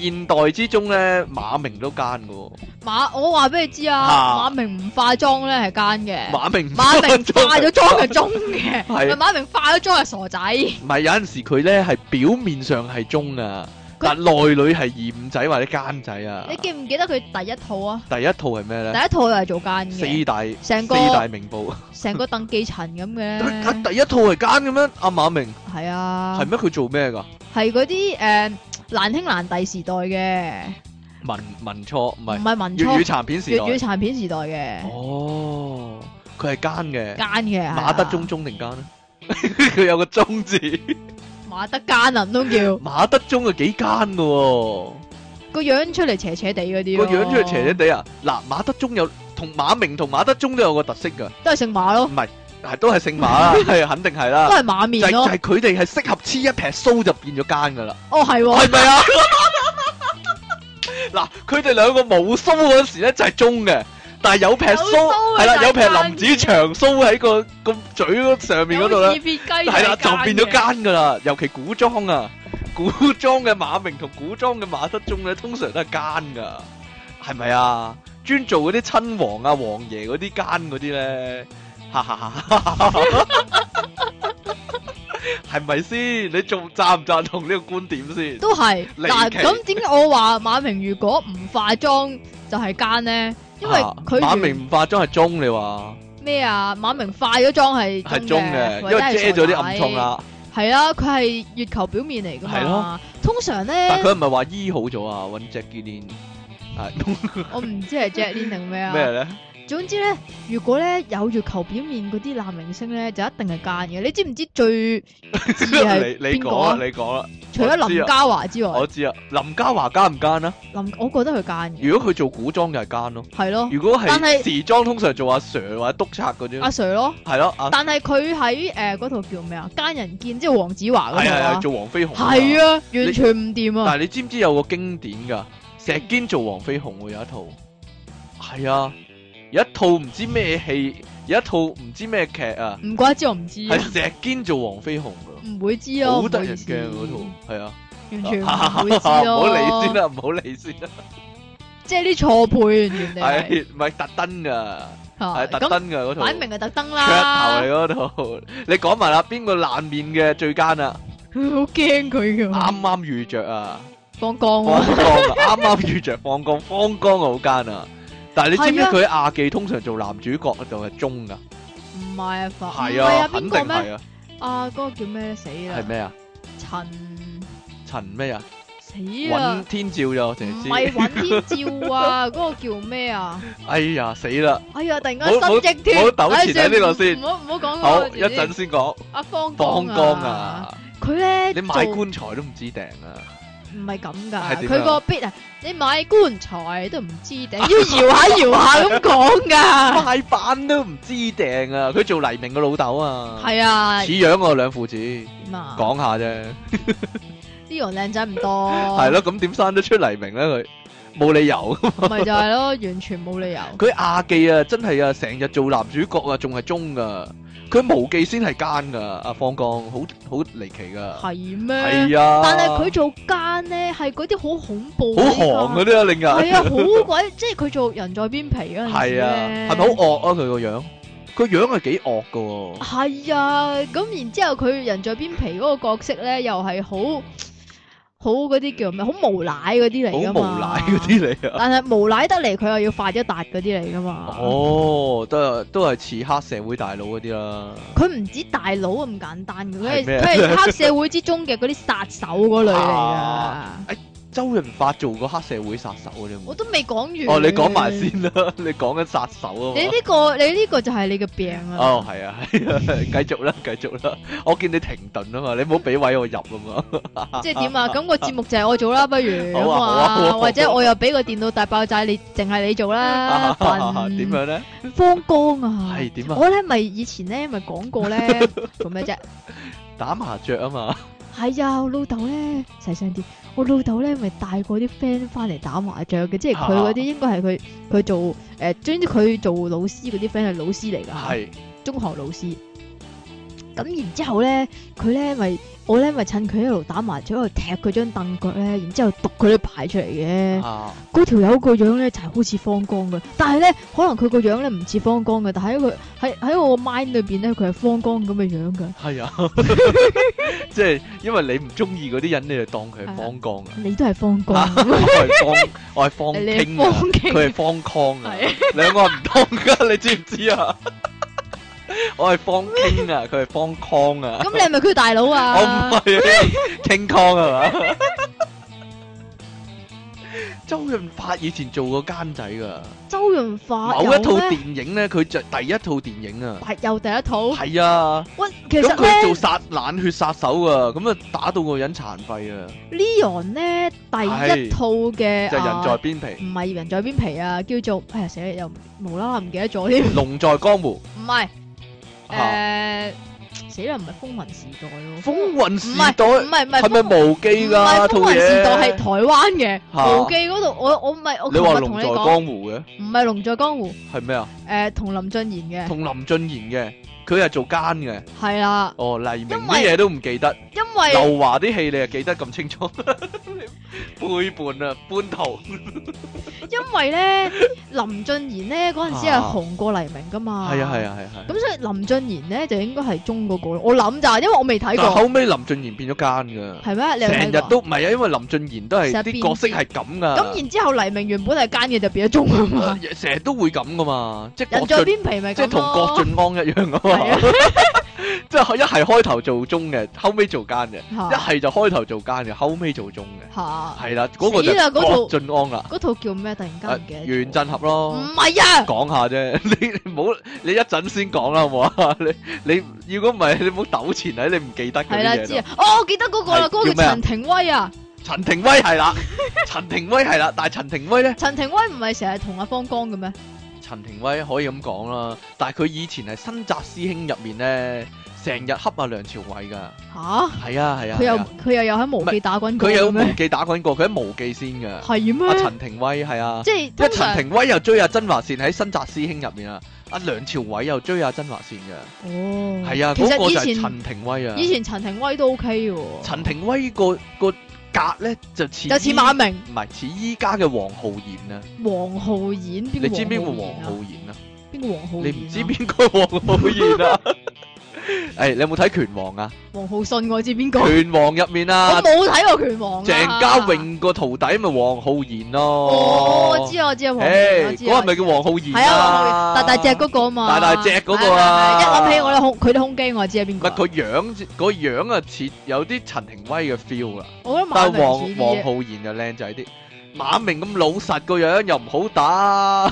B: 現代之中咧，馬明都奸嘅喎，
A: 馬我話俾你知啊，
B: 啊
A: 馬明唔化妝咧係奸嘅，
B: 馬明 唔
A: 馬明
B: 化
A: 化咗
B: 妝
A: 妝係忠嘅，
B: 係
A: 唔係馬明化咗妝係傻仔，
B: 唔係有陣時佢咧係表面上係忠啊，
A: 佢
B: 但內裏係二五仔或者奸仔啊
A: 你。記唔記得佢第一套啊？
B: 第一套係咩
A: 第
B: 咧？
A: 一套又係做奸嘅，
B: 四大
A: 成
B: 四
A: 個
B: 大名捕。
A: 成個鄧寄塵咁嘅咧，
B: 第一套係奸嘅咩？阿馬明
A: 係啊
B: 係，咩？佢做咩㗎？
A: 係嗰啲誒難兄難弟時代嘅，
B: 文文錯唔
A: 唔
B: 係
A: 係民初
B: 粵語殘片時
A: 粵語
B: 代。
A: 殘片時代嘅，
B: 哦，佢係奸嘅。
A: 奸嘅， 係啊
B: 馬德忠忠定奸咧？佢有個忠字。
A: 馬德奸啊，唔通 叫
B: 馬德忠啊幾奸㗎喎，
A: 個樣出嚟斜斜地嗰啲
B: 個
A: 咯，
B: 樣出嚟斜斜地啊！嗱，馬德忠有同馬明同馬德忠都有個特色㗎。
A: 都係姓馬咯，
B: 系都係姓馬啦，係肯定係
A: 都
B: 啦。
A: 係馬
B: 就係
A: 面
B: 就
A: 咯
B: 係，佢哋係適合黐一撇須就變咗奸噶啦，
A: 哦係喎，
B: 係咪 啊？嗱，佢哋兩個冇須嗰時咧就係中嘅，但係有撇
A: 有
B: 須
A: 鬚
B: 係啦，
A: 就
B: 有
A: 係
B: 撇
A: 奸
B: 林子長須喺個個嘴嗰上面嗰度咧，
A: 變雞
B: 係啦就變咗
A: 奸
B: 奸噶啦。尤其古裝啊， 古裝嘅馬明同古裝嘅馬德忠咧，通常都係奸噶，係咪啊？專做嗰啲親王啊、王爺嗰啲奸嗰啲咧，哈哈哈。系咪先？你仲贊唔贊同呢個觀點先？
A: 都係
B: 離
A: 嗱，
B: 奇
A: 咁點解我話馬明如果唔化妝就係奸呢？因為
B: 啊
A: 佢
B: 馬
A: 原
B: 明唔化妝係中，你話
A: 咩啊？馬明化咗妝係
B: 係中
A: 中
B: 嘅，因
A: 或
B: 為
A: 者係
B: 遮咗啲
A: 傻仔
B: 暗瘡。啦。
A: 係啊，佢係月球表面嚟噶
B: 係咯
A: 嘛。通常
B: 但
A: 咧，
B: 佢唔係話醫好咗啊，揾 Jackie Lin 係
A: 我唔知係 Jack Lin 定咩
B: 咩
A: 啊。
B: 咧？
A: 總之咧，如果咧有月球表面嗰啲男明星咧，就一定係奸嘅。你知唔知 最知係
B: 你你
A: 邊個
B: 講啊，
A: 啊？
B: 你講啦，
A: 除咗林嘉華之外
B: 我，知啊。林嘉華奸唔奸啊？
A: 林我覺得佢奸嘅，
B: 如果佢做古裝就係奸咯，
A: 係咯，
B: 如果
A: 哦但
B: 係
A: 係啊
B: 時裝通常做阿 Sir 或者督察嗰啲
A: 阿
B: 咯，
A: Sir 咯。
B: 係咯，啊
A: 但係佢喺诶嗰套叫咩啊？奸人見即係黃子華
B: 係係係
A: 嗰套
B: 做黃飛鴻
A: 啊，
B: 嘛。
A: 係啊，完全唔掂啊！
B: 但係你知唔知有個經典㗎？石堅做黃飛鴻喎，有一套係啊，有一套唔知咩戲，有一套唔知咩劇啊，
A: 唔怪之我唔知啊
B: 係，石堅做黃飛鴻㗎，
A: 唔會知咯，
B: 好得
A: 哎唔好
B: 人
A: 意思
B: 驚嗰套，係啊，
A: 完全
B: 唔
A: 唔會知咯。
B: 好理先啦，唔好理先啦，
A: 即係啲錯配完全地係
B: 係唔係特登㗎？
A: 嚇
B: 係特
A: 咁
B: 登㗎嗰套，
A: 擺明係特登
B: 噱頭
A: 啦，
B: 嚟嗰套，你講埋啦，邊個爛面嘅最奸啊？
A: 佢 好驚佢噶，
B: 啱啱遇着啊！
A: 放光
B: 方
A: 啊！
B: 剛啊， 啱啱遇着方剛，方剛好奸啊！但係你知唔知
A: 係啊
B: 佢喺亞記通常做男主角就係中噶？
A: 唔係啊，發唔
B: 係
A: 係啊，
B: 啊，
A: 邊
B: 肯定
A: 個咩
B: 係啊，
A: 啊？嗰個叫咩死啦
B: 係？咩啊？
A: 陳
B: 陳咩啊？
A: 死啦
B: 尹！天照就我淨
A: 哎唔
B: 係
A: 係
B: 知。
A: 尹天照啊，嗰個叫咩啊？
B: 哎呀，死啦！
A: 哎呀，突然間
B: 好好
A: 失憶添，
B: 好糾
A: 哎
B: 纏喺
A: 算
B: 呢個先
A: 唔好唔好講嗰
B: 好，
A: 個
B: 一
A: 字先
B: 陣先講
A: 阿方
B: 方
A: 剛
B: 剛，啊！
A: 佢咧
B: 你買棺材都唔知訂啊！
A: 唔係咁㗎，
B: 係點
A: 佢
B: 啊
A: 個 bit 啊，你買棺材都唔知定，
B: À.
A: 要搖下搖下咁講㗎，
B: 買板都唔知訂啊！佢做黎明嘅老豆啊！
A: 係啊，
B: 似樣喎兩父子，
A: 點啊？
B: 講下啫。
A: 呢樣靚仔唔多，
B: 係，咯，咁點生得出黎明咧？佢冇理由
A: 咪就係咯，完全冇理由。
B: 佢亞記啊，真係啊，成日做男主角啊，仲係中噶。佢無記先係奸噶，阿方剛好好離奇噶。
A: 係咩？
B: 係啊，
A: 但係佢做奸咧，係嗰啲好恐怖，
B: 好寒嗰啲啊，令
A: 係
B: 人
A: 啊，好鬼，即係佢做人在邊皮嗰陣時
B: 係啊，
A: 咧
B: 係咪好惡啊？佢個樣，佢樣係幾惡噶喎。
A: 系啊，咁然之后佢人在邊皮嗰個角色咧，又係好好嗰啲叫咩？好無賴嗰啲嚟噶
B: 好無
A: 嘛，
B: 賴嗰。啲嚟啊！
A: 但係無賴得嚟，佢又要發一達嗰啲嚟噶嘛。
B: 哦，都係都係似黑社會大佬嗰啲啦，
A: 佢唔止大佬咁簡單嘅，佢
B: 係
A: 係
B: 咩
A: 佢係黑社會之中嘅嗰啲殺手嗰類嚟
B: 啊
A: 噶。
B: 周潤發做過黑社會殺手啊，你有冇
A: 我都未講完。
B: 哦，你講埋。先啦， 你講緊殺手啊嘛
A: 你。呢個你呢個就係你嘅病啊。
B: 哦，係啊，係啊， 繼續啦，繼續啦。我見你停頓啊嘛，你唔好俾位我入啊嘛。
A: 即係 點啊？咁個節目就係我做啦，不如
B: 好
A: 咁
B: 啊好啊好啊啊
A: 啊，或者我又俾個電腦大爆炸，你淨係你做啦。笨
B: 點樣咧？
A: 方剛嗯啊，
B: 係點啊
A: 我咧咪以前咧咪講過 咧，做咩啫？
B: 打麻雀啊嘛，
A: 係啊，我老豆咧細聲啲，我老豆咧咪帶過啲 friend 翻嚟打麻雀嘅，即係佢嗰啲應該係佢佢做誒，總之佢做老師嗰啲 friend 係老師嚟㗎。
B: 係
A: 中學老師。咁然之後咧，佢咧咪我咧咪趁佢一路打麻雀，一路踢佢張凳腳咧，然之後讀佢啲牌出嚟嘅。
B: 啊，
A: 嗰條友個樣咧就係好似方剛嘅，但係咧可能佢個樣咧唔似方剛嘅，但係喺佢喺喺我 mind 裏邊咧，佢係方剛咁嘅樣嘅。
B: 係啊， 即係因為你唔中意嗰啲人，你就當佢係方剛啊。
A: 你都係方 剛，
B: 我係方，我係方
A: 你係
B: 傾啊
A: 方。
B: 佢
A: 傾
B: 係方康啊
A: 係，
B: 兩個唔同噶，你知唔知 啊？我係方傾啊，佢係方康啊，
A: 咁你係咪佢大佬
B: 我唔
A: 啊？
B: 係啊，傾康啊 嘛。周潤發以前做過奸仔噶，
A: 周潤發
B: 某
A: 有
B: 一套
A: 啊咩？
B: 電影咧，佢就第一套電影啊，
A: 又第一套。
B: 係啊，
A: 喂，其
B: 咁
A: 實
B: 佢做
A: 咧
B: 殺冷血殺手啊，咁啊打到個人殘廢啊，
A: ，Leon 咧第
B: 係
A: 一套嘅
B: 就係
A: 啊
B: 人在邊皮，
A: 唔係人在邊皮啊，叫做哎呀死啦，又無啦啦唔記得 咗添，
B: 龍在江湖，
A: 唔係
B: 啊
A: 誒死啦，唔係風雲時代咯，
B: 風雲時
A: 唔係
B: 代
A: 唔係唔係
B: 係
A: 風
B: 咪無記
A: 唔係
B: 噶套
A: 風雲時代係
B: 嘢
A: 台？灣嘅
B: 嚇
A: 無記嗰度，我我唔係我
B: 你
A: 琴
B: 話
A: 日
B: 龍
A: 同
B: 在
A: 你講，
B: 江湖嘅
A: 唔係龍在江湖，
B: 係咩啊？
A: 誒同林俊賢嘅
B: 同林俊賢嘅，佢係做奸嘅。
A: 係啦，
B: 哦，黎
A: 因
B: 明啲
A: 為
B: 嘢都唔記得，
A: 因為
B: 劉華啲戲你又記得咁清楚， 背叛啊，半途
A: 因為咧林俊賢咧嗰陣時係
B: 嚇
A: 紅過黎明噶嘛，
B: 係啊係啊係啊係啊。
A: 咁所以林俊賢咧就應該係中嗰個咯，我諗咋，因為我未睇
B: 但後
A: 過，
B: 尾林俊賢變咗奸噶，
A: 係咩？你有
B: 成
A: 睇過
B: 日
A: 啊？
B: 都啊唔係啊，因為林俊賢都係
A: 成日
B: 啲
A: 變
B: 角色係咁噶，
A: 咁然之後黎明原本係奸嘅就變咗忠啊 嘛，
B: 然成日都會咁噶嘛，即係
A: 人
B: 郭
A: 在
B: 晉，
A: 邊皮咪
B: 即係
A: 咁
B: 同郭
A: 咯。
B: 晉安一樣啊
A: 係
B: 嘛， 即係一係開頭做忠嘅，後尾做奸嘅，
A: 嚇
B: 一係就開頭做奸嘅，後尾做忠嘅。
A: 嚇，
B: 係啦，啊嗰個
A: 死啦
B: 就
A: 嗰套
B: 郭晉安啦，
A: 嗰套叫咩？突然間唔記得咗。
B: 袁啊振合咯。
A: 唔係啊，
B: 講下啫， 你你唔好，你一陣先講啦，好唔好啊？ 你你如果唔係，你唔好糾纏喺你唔記得嗰
A: 係
B: 啲
A: 啦，知
B: 嘢度。
A: 啊。哦，我記得嗰個啦，
B: 係
A: 嗰個
B: 叫
A: 叫
B: 咩啊
A: 陳庭威啊。
B: 陳庭威係啦， 陳庭威係啦，但係陳庭威咧，
A: 陳庭威唔係成日同阿方剛嘅咩？
B: 陳庭威可以咁講啦，但係佢以前係新澤師兄入面咧，成日恰阿梁朝偉噶，
A: 吓，
B: 係啊係啊，
A: 佢又
B: 係啊
A: 佢又有喺無記打滾過
B: 佢有
A: 嘅咩？
B: 無記打滾過，佢喺無記先噶。
A: 係
B: 阿
A: 咩？
B: 陳庭威係啊，
A: 即係
B: 因為
A: 通
B: 陳
A: 常
B: 庭威又追阿曾華善喺新澤師兄入面啊，阿梁朝偉又追阿曾華善噶，
A: 哦，
B: 係啊，
A: 其
B: 嗰個就
A: 實以
B: 係
A: 前
B: 陳庭威啊。
A: 以前陳庭威都 OK 嘅喎，
B: 陳庭威個個格咧就似
A: 就似
B: 依
A: 馬明、
B: 唔係似依家嘅黃浩然啊！
A: 黃浩然邊個？
B: 你知邊個
A: 黃
B: 黃浩
A: 浩然啊？
B: 然啊？
A: 邊個黃浩然
B: 你
A: 啊？
B: 唔知邊個黃浩 然啊？誒，你有冇睇拳王啊？
A: 黃浩信我知邊個？
B: 拳王入面
A: 我
B: 啊，
A: 冇睇過拳王啊。
B: 鄭嘉穎個徒弟咪黃浩然
A: 哦，
B: 咯。
A: 我知啊，我知啊，黃浩然，我
B: 誒，
A: 知
B: 嗰
A: 啊
B: 個咪叫黃浩然
A: 係啊，黃浩然
B: 啊？
A: 大大隻嗰個啊嘛，
B: 大大隻嗰個啊
A: 係係係一諗起我哋胸，佢哋胸肌我就知係邊
B: 唔
A: 個
B: 係
A: 啊。
B: 佢樣，個樣啊似有啲陳庭威嘅 feel 啊，
A: 我覺得馬
B: 但係黃
A: 明似
B: 黃
A: 啲
B: 浩然就靚仔啲。馬明咁老實個樣又唔好 打，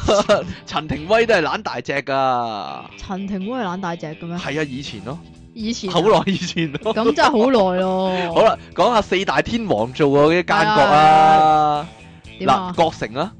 B: 陳庭威都係懶大隻噶。
A: 嘢。陳庭威係懶大隻嘅咩？
B: 係啊，以前咯，
A: 啊以前啊哦
B: 好耐以前咯。
A: 咁真係好耐咯。
B: 好啦，講下四大天王做過啲奸角啊
A: 啊。點
B: 嗱，
A: 啊？
B: 郭成啊，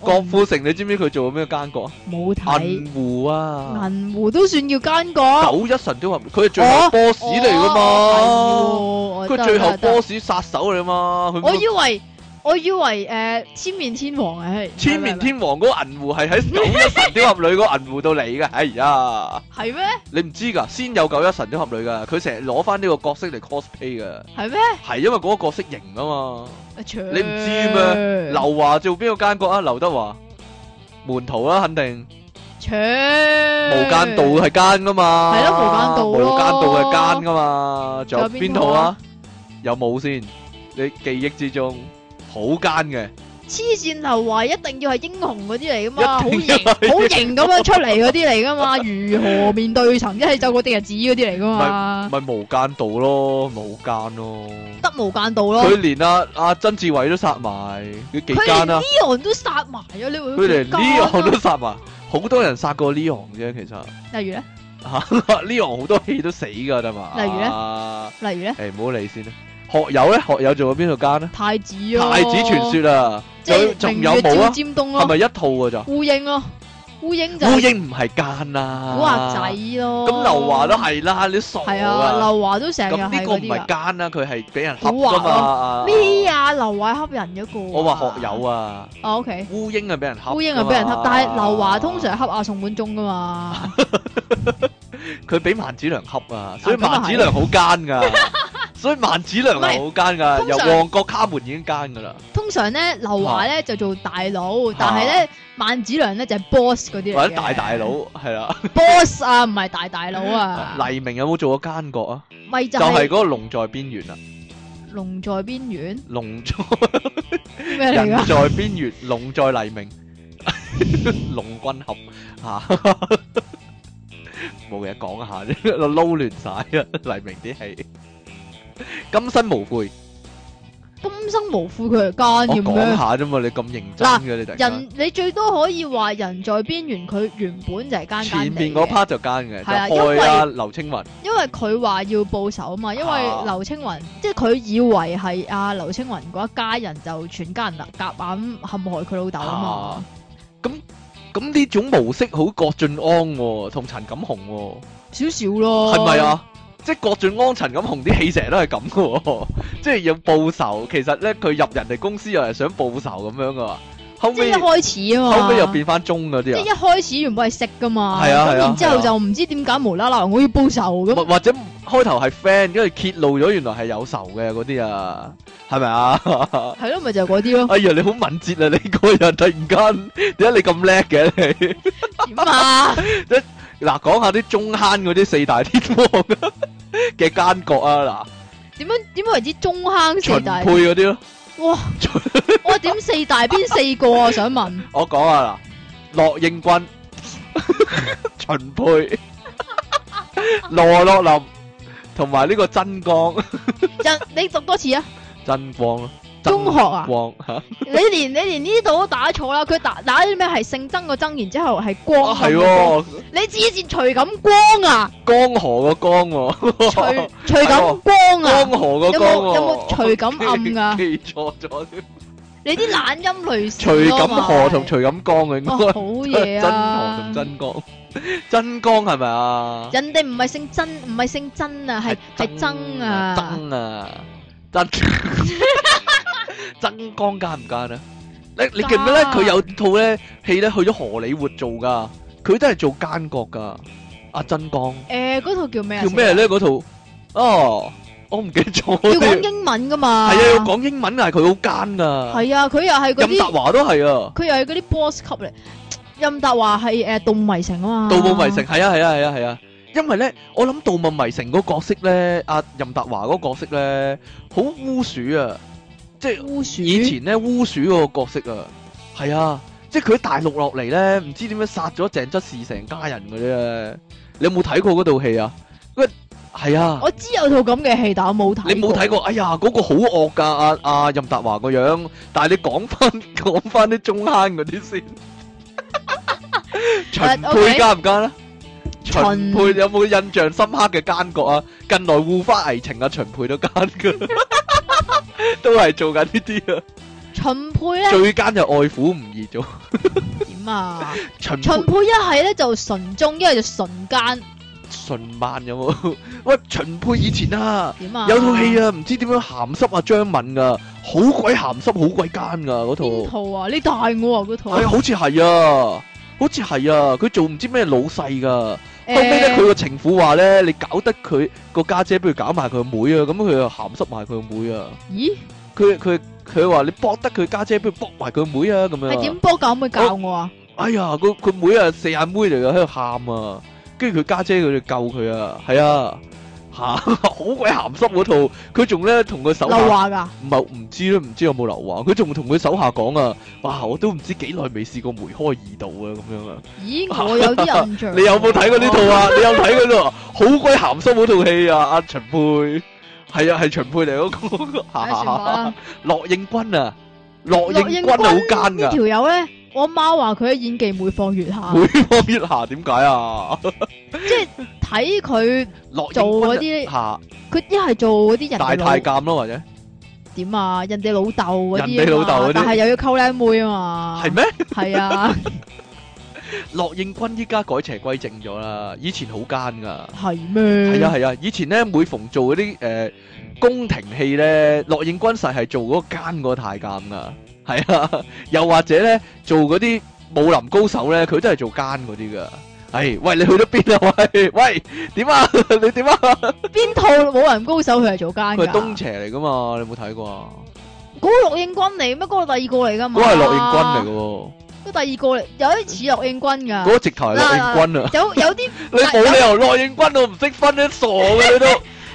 A: 我
B: 郭富城，你知唔知佢做過咩奸角
A: 冇
B: 啊？
A: 睇
B: 銀狐啊，
A: 銀湖都算叫奸角。
B: 九一神雕俠，佢係最
A: 哦
B: 後 boss 嚟噶嘛？
A: 嘛
B: 佢最後 boss 殺手嚟嘛？
A: 我
B: 佢
A: 以為我以為誒千面天王啊，
B: 千面天王嗰個銀狐係喺 九一神雕俠侶嗰個銀狐度嚟嘅，哎呀，
A: 係咩？
B: 你唔知㗎，先有九一神雕俠侶㗎，佢成日攞翻呢個角色嚟 cosplay 㗎，
A: 係咩？
B: 係因為嗰個角色型啊嘛。
A: 你
B: 你唔知咩劉華做邊個奸角啊？劉德華門徒啦，肯定
A: 切
B: 無
A: 無
B: 間道係奸噶嘛？
A: 係咯無間道咯
B: 無間道係奸噶嘛？仲有
A: 仲有邊
B: 邊
A: 套
B: 套
A: 啊
B: 啊？有冇先？你記憶之中好奸嘅，
A: 黐線流華一定要係英雄嗰啲嚟噶嘛，好
B: 一
A: 型
B: 定要係
A: 好型咁樣出嚟嗰啲嚟噶嘛，如何面對曾一係走過啲日子嗰啲嚟噶嘛，
B: 咪無間道咯，無間咯。
A: 得無間道咯。
B: 佢連阿阿曾志偉都殺埋，佢幾
A: 佢連
B: 奸啊！
A: Leon 都殺埋咗，你會
B: 佢連
A: 幾奸啊
B: Leon 都殺埋，好多人殺過 Leon 啫，其實。
A: 例如咧，
B: Leon 好多戲都死㗎啦嘛。
A: 例如
B: 咧？
A: 例如咧，
B: 誒唔好理先啦。學友咧，學友做過邊度奸咧？
A: 太子咯，
B: 太子傳，說啊，
A: 即
B: 仲
A: 係
B: 仲
A: 明
B: 有
A: 月
B: 冇
A: 照
B: 啊？
A: 尖東
B: 係咪
A: 咯，
B: 一套㗎咋？
A: 烏蠅咯，烏蠅就
B: 烏
A: 係
B: 蠅唔係奸啦。
A: 古惑仔。咯。
B: 咁劉華都係啦，你傻
A: 係啊，
B: 啊！
A: 劉華都成日
B: 咁
A: 係
B: 呢個
A: 嗰
B: 唔
A: 啲
B: 係
A: 噶。
B: 奸啦，佢係俾人恰
A: 古惑
B: 㗎
A: 咯
B: 嘛。
A: 咩啊？劉華恰人嗰個。
B: 我話學友。啊，
A: 哦，OK。
B: 烏蠅係俾人恰㗎嘛，
A: 烏蠅係俾人恰，但係劉華通常係恰阿宋滿忠噶 嘛。
B: 佢俾萬子良恰啊，所以
A: 咁啊
B: 萬子良好 奸噶，所以萬子良係好奸噶，
A: 唔係
B: 由
A: 通常
B: 旺角卡門已經奸噶啦，
A: 通常咧，劉華咧就做大 佬，但係咧，萬子良咧就係 boss 嗰啲嚟嘅
B: 或者大大佬係啦。
A: boss 啊，唔係大大佬 啊。
B: 黎明有冇做過奸角啊？
A: 咪就
B: 就係嗰
A: 係
B: 個龍在邊緣啊，
A: 龍在邊緣
B: 龍在
A: 咩嚟
B: 人
A: 噶？
B: 在邊緣，龍在黎明， 龍君合吓， 冇嘢講下啫，撈亂晒啊！黎明啲戲，今生無悔，
A: 今生無悔佢係奸嘅
B: 我講
A: 咩？
B: 下啫嘛，你咁認真
A: 嗱
B: 嘅你突然間
A: 人你最多可以話人在邊緣，佢原本就係奸奸
B: 前
A: 地
B: 面
A: 嘅
B: 嗰 part 就奸嘅，
A: 係啊
B: 就害啊劉青雲，
A: 因為佢話要報仇啊嘛，因為
B: 啊
A: 劉青雲，即係佢以為係阿劉青雲嗰一家人就全家人啦，夾硬陷害佢老豆啊
B: 啊咁咁呢種模式好郭晉安喎，同陳錦鴻喎，
A: 嘛，少少咯，
B: 係咪？啊？即係郭晉安、陳錦鴻啲戲成日都係咁嘅喎， 即係要報仇。其實咧，佢入人哋公司又係想報仇咁樣噶，後
A: 即係
B: 尾
A: 一開始啊嘛，
B: 後尾又變翻忠嗰
A: 即係
B: 啲
A: 一開始原本係識噶嘛，
B: 係啊
A: 咁
B: 係啊
A: 然之
B: 係
A: 後
B: 啊
A: 就唔知點解無啦啦我要報仇
B: 啊，
A: 咁，
B: 或或者開頭係 friend，因為揭露咗原來係有仇嘅嗰啲啊， 係咪啊？
A: 係咯，咪就係嗰啲咯，
B: 哎呀，你好敏捷啊！你個人突然間點解你咁叻嘅你？
A: 點啊？
B: 嗱，講下啲中坑嗰啲四大天王 嘅奸角啊，
A: 點樣點樣為之中坑
B: 嗱，秦
A: 四大
B: 沛？嗰啲咯，
A: 哇！我點四大邊四個啊？我想 問，
B: 我講啊嗱，樂應軍、 秦沛、羅樂林同埋呢個真光，
A: 人你讀多次啊？
B: 真光咯，真
A: 中學啊？
B: 光嚇，啊
A: 你連你連呢度都打錯啦，佢打打啲咩係姓曾個曾，然之後係光咁
B: 係
A: 嘅光
B: 啊喎，
A: 你之前徐錦光 啊，
B: 江河個江
A: 徐
B: 喎，
A: 徐錦光
B: 江
A: 啊，
B: 河個
A: 有
B: 江
A: 冇
B: 喎，
A: 有冇徐錦暗噶？
B: 記錯咗 添，
A: 你啲懶音類似
B: 徐
A: 咯
B: 錦
A: 嘛
B: 河同徐錦江啊應
A: 哦
B: 該。
A: 好嘢啊！
B: 真河同真光，真光係咪啊？
A: 人哋唔係姓曾，唔係姓曾啊，係係曾
B: à,
A: 啊，
B: 哎曾啊， 真真光奸唔奸啊？你你記唔記
A: 奸
B: 得佢有套咧戲咧去咗荷里活做噶，佢都係做奸角噶。阿真光
A: 誒嗰套叫咩啊？
B: 叫咩？咧？嗰套哦，我唔記得咗
A: 要
B: 添。
A: 講
B: 係
A: 英文噶嘛？
B: 啊，要講英文啊，佢好奸啊。
A: 係啊，佢又係嗰
B: 任達
A: 啲，
B: 華都係啊，
A: 佢又係嗰啲 boss 級嚟。任達華係誒《盜墓迷城》啊嘛，
B: 《盜墓迷城》係啊係啊係啊係啊，因為咧，我諗《盜墓迷城》個角色咧，阿任達華嗰個角色咧，好污鼠啊，即係。
A: 烏鼠。
B: 以前咧烏鼠嗰個角色啊，係啊，即係佢喺大陸落嚟咧，唔知點樣殺咗鄭則仕成家人嗰啲咧。你有冇睇過嗰套戲啊？嗰係啊，
A: 我知有套咁嘅戲，但我冇睇。
B: 你冇睇？過？哎呀，嗰、個好惡㗎，阿、阿、任達華個樣。但係你講 翻講翻啲中坑嗰啲 先，秦沛
A: OK
B: 奸唔奸咧？
A: 秦
B: 秦沛有冇印象深刻嘅奸角啊？近來護花危情啊，秦沛都奸 㗎，都係做緊呢啲啊。
A: 秦沛 咧
B: 最奸就愛虎唔易 做，
A: 點啊？
B: 秦
A: 秦沛一係咧就純忠，一係就純奸，
B: 秦慢有冇？ 喂，秦沛以前啊，
A: 點啊？
B: 有套戲，啊，唔知點樣鹹濕啊張敏噶，好鬼鹹濕，好鬼奸噶
A: 邊
B: 嗰套，
A: 套啊？你大我啊嗰套。
B: 係好似係啊，好似係啊，佢做唔知咩老細噶，
A: 誒
B: 哎後尾咧佢個情婦話咧，你搞得佢個家姐，不如搞埋佢個妹啊，咁佢又鹹濕埋佢個妹啊，
A: 咦？
B: 佢佢佢話你搏得佢家姐，不如搏埋佢個妹啊，咁樣啊。
A: 係點波教妹教我啊？
B: 哎呀，佢佢
A: 嗯
B: 妹啊，四眼妹嚟噶，喺度喊啊，跟住佢家姐佢就救佢啊，係啊，係吓 好鬼鹹濕嗰套，佢仲咧同個手下
A: 劉華 㗎，
B: 唔係唔知都唔知有冇劉華，佢仲同佢手下講啊，哇！我都唔知幾耐未試過梅開二度啊，咁樣啊！
A: 咦，我有啲印象。
B: 你有冇睇過呢套？啊？
A: 哦
B: 你有睇嗰套啊？好鬼鹹濕嗰套戲啊！阿秦沛係啊，係秦沛嚟嗰 個
A: 唉算 啦
B: 樂應君啊，
A: 樂
B: 樂應
A: 啊應
B: 君啊好奸
A: 呢
B: 噶，
A: 條啊友咧，我媽話佢嘅演技每況愈下，
B: 每方月下點解啊？
A: 睇佢
B: 樂
A: 做嗰啲
B: 應君，下
A: 佢一係做嗰啲人
B: 大
A: 哋
B: 太
A: 老
B: 監咯，或者
A: 點啊，人哋老豆嗰啲啊嘛，
B: 人哋老豆嗰啲
A: 但係又要溝靚妹啊嘛，
B: 係咩？
A: 係啊，
B: 樂應君依家改邪歸正咗啦，以前好奸噶。
A: 係咩？
B: 係啊係啊，以前咧每逢做嗰啲誒宮廷戲咧，樂應軍實係做嗰個奸嗰個太監噶，係啊，又或者咧做嗰啲武林高手咧，佢都係做奸嗰 啲噶。唉，喂，你去咗邊啊？ 喂喂，點啊？ 你點啊？
A: 邊套武林高手佢係做奸
B: 佢係
A: 㗎？
B: 東邪嚟噶嘛？你有冇睇過啊？
A: 嗰個陸應軍嚟咩？嗰個第二個嚟㗎
B: 嗰
A: 嘛？
B: 個係樂應軍嚟嘅喎，
A: 嗰第二個嚟，有啲似陸應軍
B: 嗰
A: 㗎。
B: 個直頭係樂應軍啊！
A: 有有啲
B: 你冇理由樂應軍我唔識分，你傻嘅你都。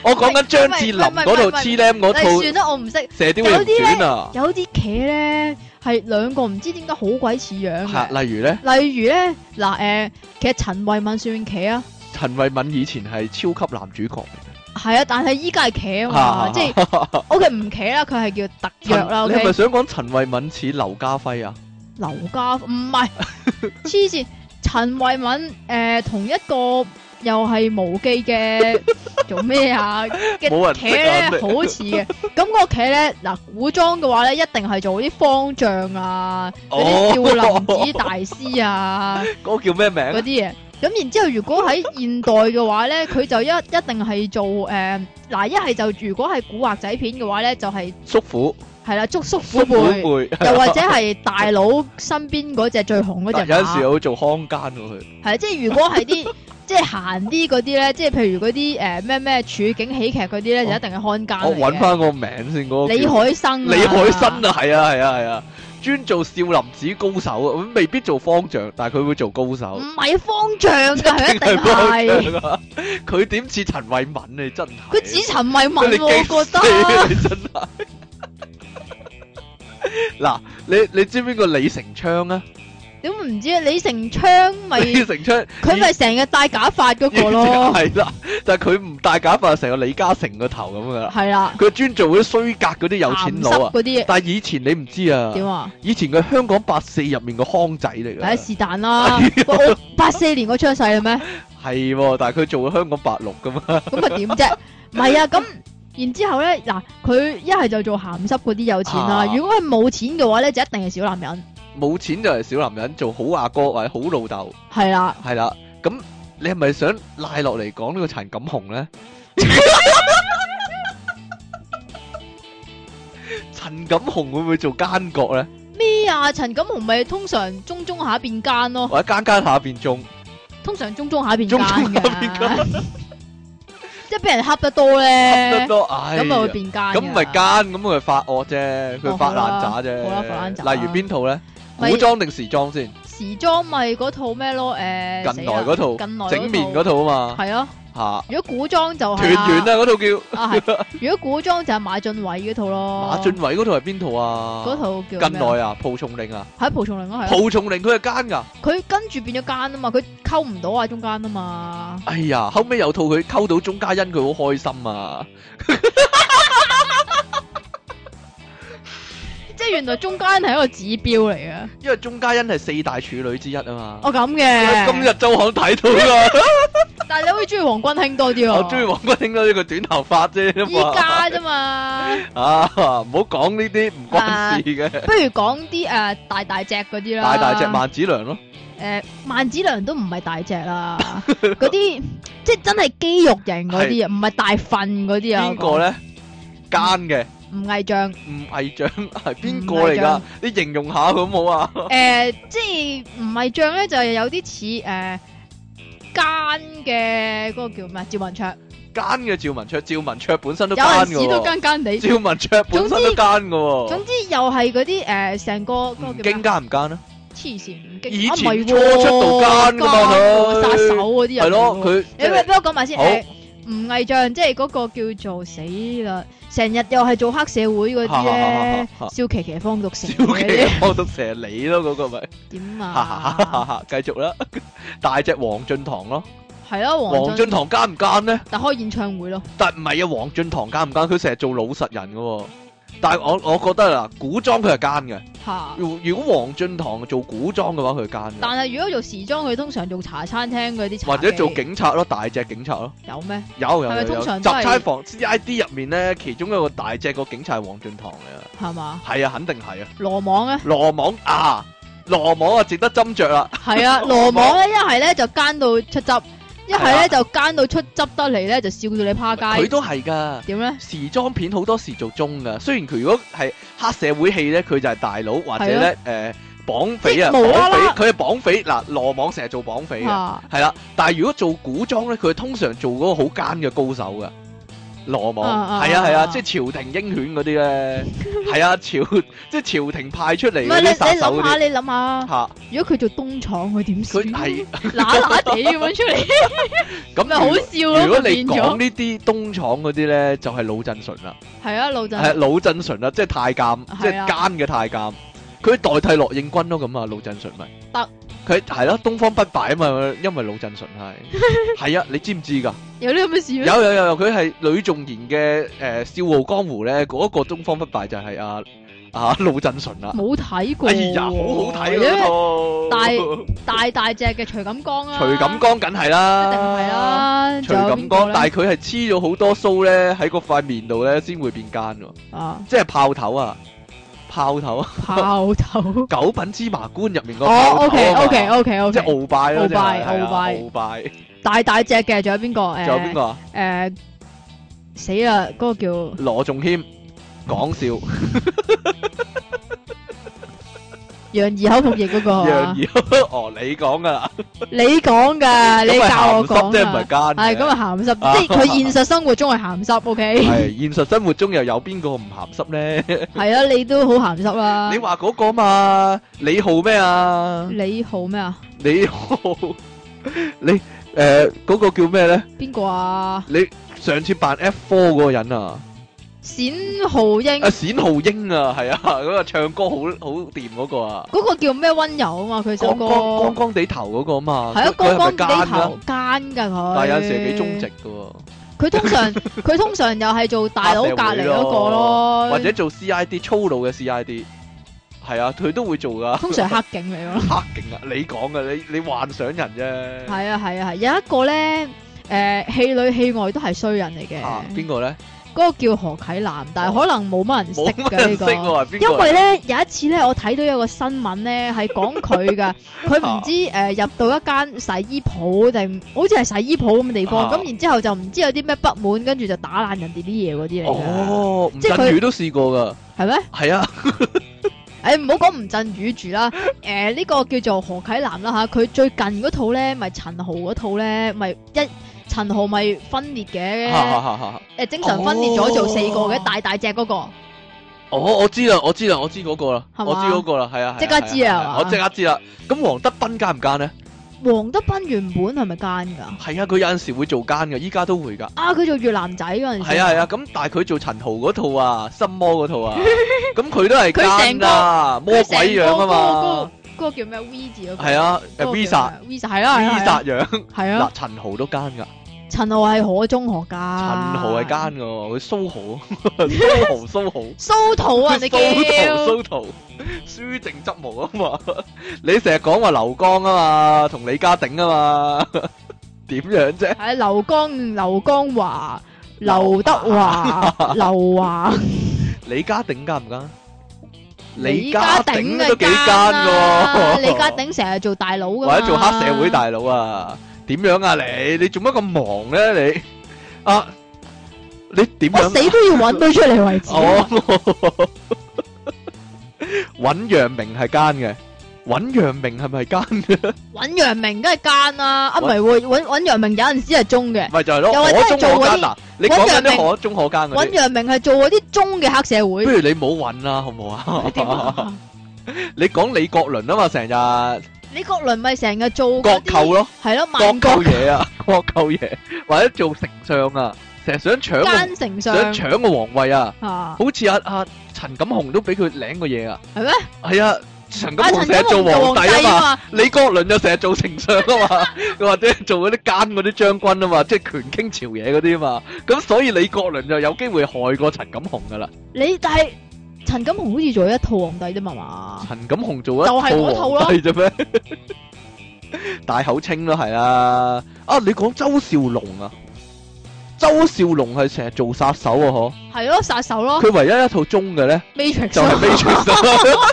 B: 我講緊張智霖嗰度
A: 唔係唔係唔係
B: 黐 lem 嗰套
A: 誒
B: 《
A: 算啦，我唔識。
B: 射雕英雄傳》啊，
A: 有啲茄咧係兩個唔知點解好鬼似樣嘅。
B: 嚇，例如咧。
A: 例如咧嗱誒，其實陳慧敏算茄啊，
B: 陳慧敏以前係超級男主角嚟
A: 係啊，但係依家係茄啊
B: 嘅，
A: 嘛，即係 OK 唔茄啦，佢係叫特約
B: 陳
A: 啦
B: 你係咪
A: Dạ, ，OK。
B: 想講陳慧敏似劉家輝啊？
A: 劉家唔係黐線，陳慧敏誒同一個又係無記嘅做咩 啊嘅
B: 冇人
A: 茄
B: 識
A: 咧，
B: 啊你
A: 好似嘅。咁嗰個茄咧嗱，古裝嘅話咧，一定係做啲方丈啊，嗰
B: 哦
A: 啲少林寺大師 啊。
B: 嗰個叫咩
A: 嗰
B: 名？
A: 啲嘢。咁然之後，如果喺現代嘅話咧，佢就一一定係做誒嗱，一、係就如果係古惑仔片嘅話咧，就係
B: 叔父，
A: 係啦，捉叔
B: 叔
A: 虎
B: 父
A: 輩，
B: 輩。
A: 又或者係大佬身邊嗰只最紅嗰
B: 但
A: 只
B: 有陣時
A: 馬，
B: 好做康奸喎佢。
A: 係即係如果係啲 即係閒啲嗰啲咧，即係譬如嗰啲誒咩咩處境喜劇嗰啲咧，就一定係看更
B: 哦我
A: 嚟
B: 揾
A: 嘅。
B: 翻個名先，嗰個
A: 李
B: 叫
A: 海生啊，
B: 李海生啊，係啊係啊係啊，專做少林寺高手啊，咁未必做方丈，但係佢會做高手
A: 唔。係方 丈㗎， 佢一定係
B: 方丈啊佢點似陳慧敏啊你真係。
A: 佢指陳慧敏
B: 你
A: 喎，我覺得
B: 激死啊你真係。 嗱，你你知唔知邊個李成昌啊？
A: 點會唔知啊李成昌 咪
B: 李成昌
A: 佢咪成日戴假髮嗰個咯，
B: 系啦，但係佢唔戴假髮，成個李嘉誠個頭咁噶啦。
A: 係啦，
B: 佢專做嗰啲衰格嗰啲有錢佬
A: 啊鹹濕
B: 啊！
A: 嗰啲
B: 但係以前你唔知啊，
A: 點啊？
B: 以前佢香港八四入面個康仔嚟
A: 唉，
B: 㗎，
A: 是但 啦。喂我八四年我出世啦咩？
B: 係喎，但係佢做香港八六㗎嘛，
A: 咁啊點 啫？唔係啊，咁然之後咧，嗱，佢一係就做鹹濕嗰啲有錢啦。
B: 啊
A: 如果佢冇錢嘅話咧，就一定係小男人，
B: 冇錢就係小男人做好阿哥或者好老豆，
A: 係啦。
B: 係啦。咁你係咪想賴落嚟講呢個陳 錦雄咧？陳錦雄會唔會做奸角咧？
A: 咩啊？陳錦鴻咪通常中中下變奸咯，
B: 或者奸奸下變忠？
A: 通常中中下變奸
B: 中中下變
A: 嘅， 即係俾人恰得多咧
B: 得，多唉
A: 咁咪會變奸㗎。
B: 咁唔係奸，咁佢發惡啫，佢
A: 哦
B: 發
A: 好啦
B: 爛渣啫。
A: 好啦發爛渣
B: 例如邊套咧？
A: 咪
B: 古裝定時裝先？
A: 時裝咪嗰套咩咯？誒，
B: 近來嗰
A: 死啦
B: 套
A: 近來
B: 整面
A: 套
B: 嗰套啊嘛，
A: 係咯。
B: 嚇
A: 如果古裝就係
B: 團圓啊嗰套
A: 啊係。如果古裝就係馬俊偉嗰套咯。
B: 叫馬俊偉嗰套係邊套啊？
A: 嗰套叫
B: 近
A: 咩啊
B: 來啊，蒲松齡啊，
A: 喺蒲松齡咯，係啊。
B: 蒲松齡佢係奸㗎。
A: 佢跟住變咗奸啊嘛，佢溝唔到啊中間啊嘛。
B: 哎呀，後尾有套佢溝到鐘嘉欣，佢好開心啊！
A: 即係原來中間係一個指標嚟嘅。
B: 因為鐘嘉欣係四大處女之一啊嘛。
A: 哦咁
B: 今日
A: 嘅。
B: 周刊睇 到啦，
A: 但係你好似中意黃君興多啲喎。
B: 我中意黃君興多啲，佢短頭髮啫
A: 哦依
B: 嘛。
A: 家啫啊嘛，
B: 啊，唔好講呢啲唔關事嘅。
A: 不如講啲誒大大隻嗰啲啦。
B: 大大隻萬子良咯，
A: 誒，萬子良都唔係大隻 啦，嗰啲即係真係肌肉型嗰啲啊，唔係大份嗰啲啊。
B: 邊個咧？奸嘅，
A: 我講？吳毅將
B: 吳毅將係邊個嚟㗎
A: 吳？
B: 你形容下佢好冇啊？
A: 誒，呃即係吳毅將咧就係有啲似誒呃奸嘅嗰個叫咩？趙文卓，
B: 奸嘅趙文卓，趙文卓本身都
A: 有
B: 奸
A: 陣
B: 嘅
A: 時都
B: 喎，
A: 奸奸地。
B: 趙文卓本身都奸嘅喎，
A: 總之又係嗰啲誒成個嗰
B: 吳
A: 個叫
B: 京
A: 咩？
B: 奸唔奸啊？
A: 黐線唔經
B: 以前
A: 啊唔係喎
B: 初出道奸㗎嘛
A: 奸喎
B: 佢
A: 殺手嗰啲人
B: 係咯，
A: 嚟喎
B: 佢即
A: 你咪
B: 係
A: 俾我講埋先
B: 好，
A: 誒。唔偽像，即係嗰個叫做死啦，成日又係做黑社會嗰啲咧笑琪琪放毒蛇
B: 小
A: 嗰
B: 奇
A: 啲
B: 放毒蛇你咯，嗰個咪，
A: 點
B: 哈哈哈
A: 啊？
B: 哈繼續啦， 大隻黃俊堂咯，
A: 係咯，黃
B: 黃俊
A: 俊
B: 堂奸唔奸呢？
A: 但開演唱會咯，
B: 但唔係啊，黃俊堂奸唔奸？佢成日做老實人嘅喎，但係我我覺得啊，古裝佢係奸嘅。
A: 嚇！
B: 如如果黃俊堂做古裝嘅話，佢係奸嘅，
A: 但係如果做時裝，佢通常做茶餐廳嗰啲茶
B: 或者做
A: 記
B: 警察咯，大隻警察咯。
A: 有咩？
B: 有有
A: 係咪
B: 有有，
A: 通常
B: 集
A: 都係
B: 差房 CID 入面咧，其中一個大隻個警察係黃俊堂嚟
A: 係嘛？
B: 啊，係啊，肯定係啊，
A: 羅網咧，
B: 羅網啊，羅網啊，值得斟酌啦，
A: 係 啊，羅網咧一係咧就奸到出汁，一係咧就奸到出汁得嚟咧就笑到你趴
B: 佢
A: 街，
B: 都係噶。
A: 點咧？
B: 時裝片好多時做中噶，雖然佢如果係黑社會戲咧，佢就係大佬或者咧誒綁匪啊，
A: 即係無啦啦
B: 綁匪佢係綁匪嗱，羅網成日做綁匪嘅，
A: 嚇
B: 係啦。但係如果做古裝咧，佢通常做嗰個好奸嘅高手噶，羅網
A: 啊啊
B: 係啊係
A: 啊
B: 啊，
A: 啊
B: 即係朝廷鷹犬嗰 啲咧，係啊朝即係朝廷派出
A: 唔
B: 嚟
A: 係
B: 嗰
A: 你
B: 啲殺
A: 你
B: 手嗰
A: 諗下，
B: 啲
A: 你諗下，
B: 嚇，
A: 如果佢做東廠，佢點算？
B: 佢係
A: 乸乸地咁樣出嚟。
B: 咁
A: 咪好
B: 如果
A: 笑咯，
B: 如果
A: 咪
B: 你
A: 變
B: 講
A: 咗
B: 呢啲東廠嗰啲咧，就係魯振順啦。
A: 係啊，老
B: 係
A: 陣
B: 魯振順啦，即係太監，
A: 係啊
B: 即係奸嘅太監。佢代替樂應軍咯，咁啊，魯振順咪
A: 得
B: 佢係咯，東方不敗啊嘛，因為魯振順 係係啊，你知唔知㗎？
A: 有呢咁嘅事咩？
B: 有有有有，佢係呂仲賢嘅誒《笑傲江湖》咧，嗰一個東方不敗就係啊啊魯振順啦。
A: 冇睇過。
B: 哎呀，好好睇
A: 因為
B: 嗰
A: 大
B: 套。
A: 大大隻嘅徐錦江啦，
B: 徐錦江梗係啦，
A: 一定係。啦，
B: 徐
A: 仲有
B: 錦
A: 邊個
B: 江，
A: 咧
B: 但係佢係黐咗好多須咧喺個塊面度咧，先會變奸喎，
A: 啊
B: 即係炮頭啊，炮頭啊！
A: 炮 頭。
B: 九品芝麻官入面個
A: 哦
B: 炮頭啊嘛
A: ，OK，OK，OK，
B: 即
A: OK，
B: 係鰲拜咯，
A: 鰲拜
B: 即係
A: 鰲拜
B: 鰲拜。
A: 大大隻嘅，仲有邊個？誒，
B: 仲有邊個啊？
A: 誒，死啦！嗰個叫
B: 羅仲謙，講笑，
A: 楊怡口服液嗰個啊
B: 楊，怡 哦，你講噶啦，
A: 你講噶，你
B: 咁係
A: 教我
B: 鹹濕
A: 講
B: 啫，唔係
A: 㗎。
B: 奸嘅。
A: 係咁啊，鹹濕，即係佢現實生活中係鹹濕，OK，
B: 係現實生活中又有邊個唔鹹濕咧？
A: 係啊，你都好鹹濕啦
B: 你。話嗰個嘛？李浩咩啊？
A: 你好咩啊？
B: 李浩， 你誒嗰個叫咩咧？
A: 邊個啊？
B: 你上次扮 F four 嗰個人啊？
A: 冼浩英
B: 啊，冼浩英啊，係啊，嗰個唱歌好好掂嗰個啊。
A: 嗰個叫咩温柔啊嘛，佢首
B: 哦光
A: 歌
B: 光光光地頭嗰個啊嘛，
A: 係啊，光
B: 佢佢係
A: 光
B: 咪
A: 地
B: 奸啊
A: 頭哎奸㗎佢，
B: 但係有陣時係幾忠直。嘅
A: 佢通常佢通常又係做大佬隔離嗰個
B: 喎，
A: 咯，
B: 或者做 CID 粗魯嘅 CID，係啊，佢都會做噶。
A: 通常係黑警嚟咯。
B: 黑勁啊！你講嘅，你你幻想人啫。
A: 係啊係啊係，有一個咧誒戲裏戲外都係衰人嚟嘅，
B: 啊，邊個咧？
A: 嗰個叫何啟南，但係可能冇乜人識
B: 冇乜
A: 嘅
B: 人
A: 呢
B: 識
A: 個。
B: 喎，係邊
A: 因
B: 個啊嚟？
A: 為咧有一次咧，我睇到有個新聞咧係講佢 噶，佢
B: 啊
A: 唔知誒、呃入到一間洗衣鋪定好似係洗衣鋪咁嘅地方，
B: 啊
A: 咁、然之後就唔知有啲咩不滿，跟住就打爛人哋啲嘢嗰啲嚟嘅，
B: 哦，吳
A: 即係佢
B: 鎮宇都試過噶，
A: 係咩？
B: 係啊，
A: 誒唔好講吳鎮宇住啦， 誒、呢、個叫做何啟南啦吓，佢最近嗰套咧咪陳豪嗰套咧咪一。陳豪咪分裂嘅，誒、精神分裂咗做四個嘅，
B: 哦
A: 大大隻嗰、個，
B: 哦，我知啦，我知啦，我知嗰個啦，
A: 係嘛
B: 我知嗰個啦，係啊，係啊
A: 即刻知啊
B: 係
A: 係嘛
B: 我即刻知啦。咁黃德斌奸唔奸咧？
A: 黃德斌原本係咪奸㗎？
B: 係啊，佢有陣時會做奸嘅，依家都會㗎。
A: 啊，佢做越南仔嗰陣時，
B: 係啊係啊，咁但係佢做陳豪嗰套啊，心魔嗰套 啊，咁佢都係奸啊，魔鬼樣啊嘛，
A: 嗰個叫咩 V 字嗰個？
B: 係啊誒，Visa
A: Visa 係啦
B: Visa 樣，
A: 係啊
B: 嗱，陳豪都奸㗎，
A: 陳豪係可中學噶，
B: 陳豪係奸㗎喎，佢蘇豪蘇豪蘇豪。
A: 蘇桃啊，你
B: 蘇
A: 叫
B: 圖蘇圖，輸定執毛啊嘛！你成日講話劉江啊嘛，同李家鼎啊嘛， 點樣啫？
A: 係劉江劉江華劉德 華劉華
B: 李家鼎奸唔奸？
A: 鼎
B: 都幾奸
A: 噶，
B: 喎，
A: 李家鼎成日做大佬噶，
B: 或者做黑社會大佬啊？點樣啊你？你做乜咁忙咧你？啊，你點
A: 我
B: 樣？
A: 死都要揾到出嚟為止。
B: 哦， 尹陽明係奸嘅，尹陽明係咪奸 嘅？
A: 揾楊明梗係奸啦，啊唔係喎，揾揾楊明有陣時係中嘅，
B: 咪就係咯，
A: 又或者
B: 可
A: 係
B: 中可
A: 做嗰
B: 奸
A: 啲
B: 嗱，你講緊
A: 揾人
B: 啲可中可奸嗰
A: 揾
B: 啲，
A: 楊明係做嗰啲中嘅黑社
B: 不
A: 會。
B: 如你唔好揾啦，好唔好
A: 點
B: 啊？
A: 啊
B: 你講李國麟啊嘛，成日
A: 美國輪咪成日做嗰
B: 國
A: 啲
B: 舅咯，
A: 係咯，
B: 國
A: 萬
B: 舅
A: 國
B: 爺啊， 國舅爺或者做丞相啊，成日想搶個
A: 奸丞
B: 想
A: 相
B: 搶個皇位啊，
A: 啊，
B: 好似阿阿陳錦雄都俾佢領過嘢啊，
A: 係咩？
B: 係啊，陳
A: 阿
B: 錦
A: 陳
B: 雄成日
A: 金
B: 做皇帝啊嘛。
A: 嘛，
B: 李國麟就成日做丞相啊嘛， 又或者做嗰啲奸嗰啲將軍啊嘛，即係權傾朝野嗰啲啊嘛，咁所以李國麟就有機會害過陳錦雄噶啦。
A: 你但係陳金雄好似做咗一套皇帝啫嘛嘛，
B: 陳錦雄做一
A: 就係嗰
B: 套
A: 套
B: 皇帝啫咩？ 大口清咯，係啊！啊，你講周少龍啊，周少龍係成日做殺手啊，嗬？
A: 係咯殺手咯
B: 佢唯一一套中嘅咧，
A: ，Matrix
B: 就係
A: 咯
B: Matrix 啊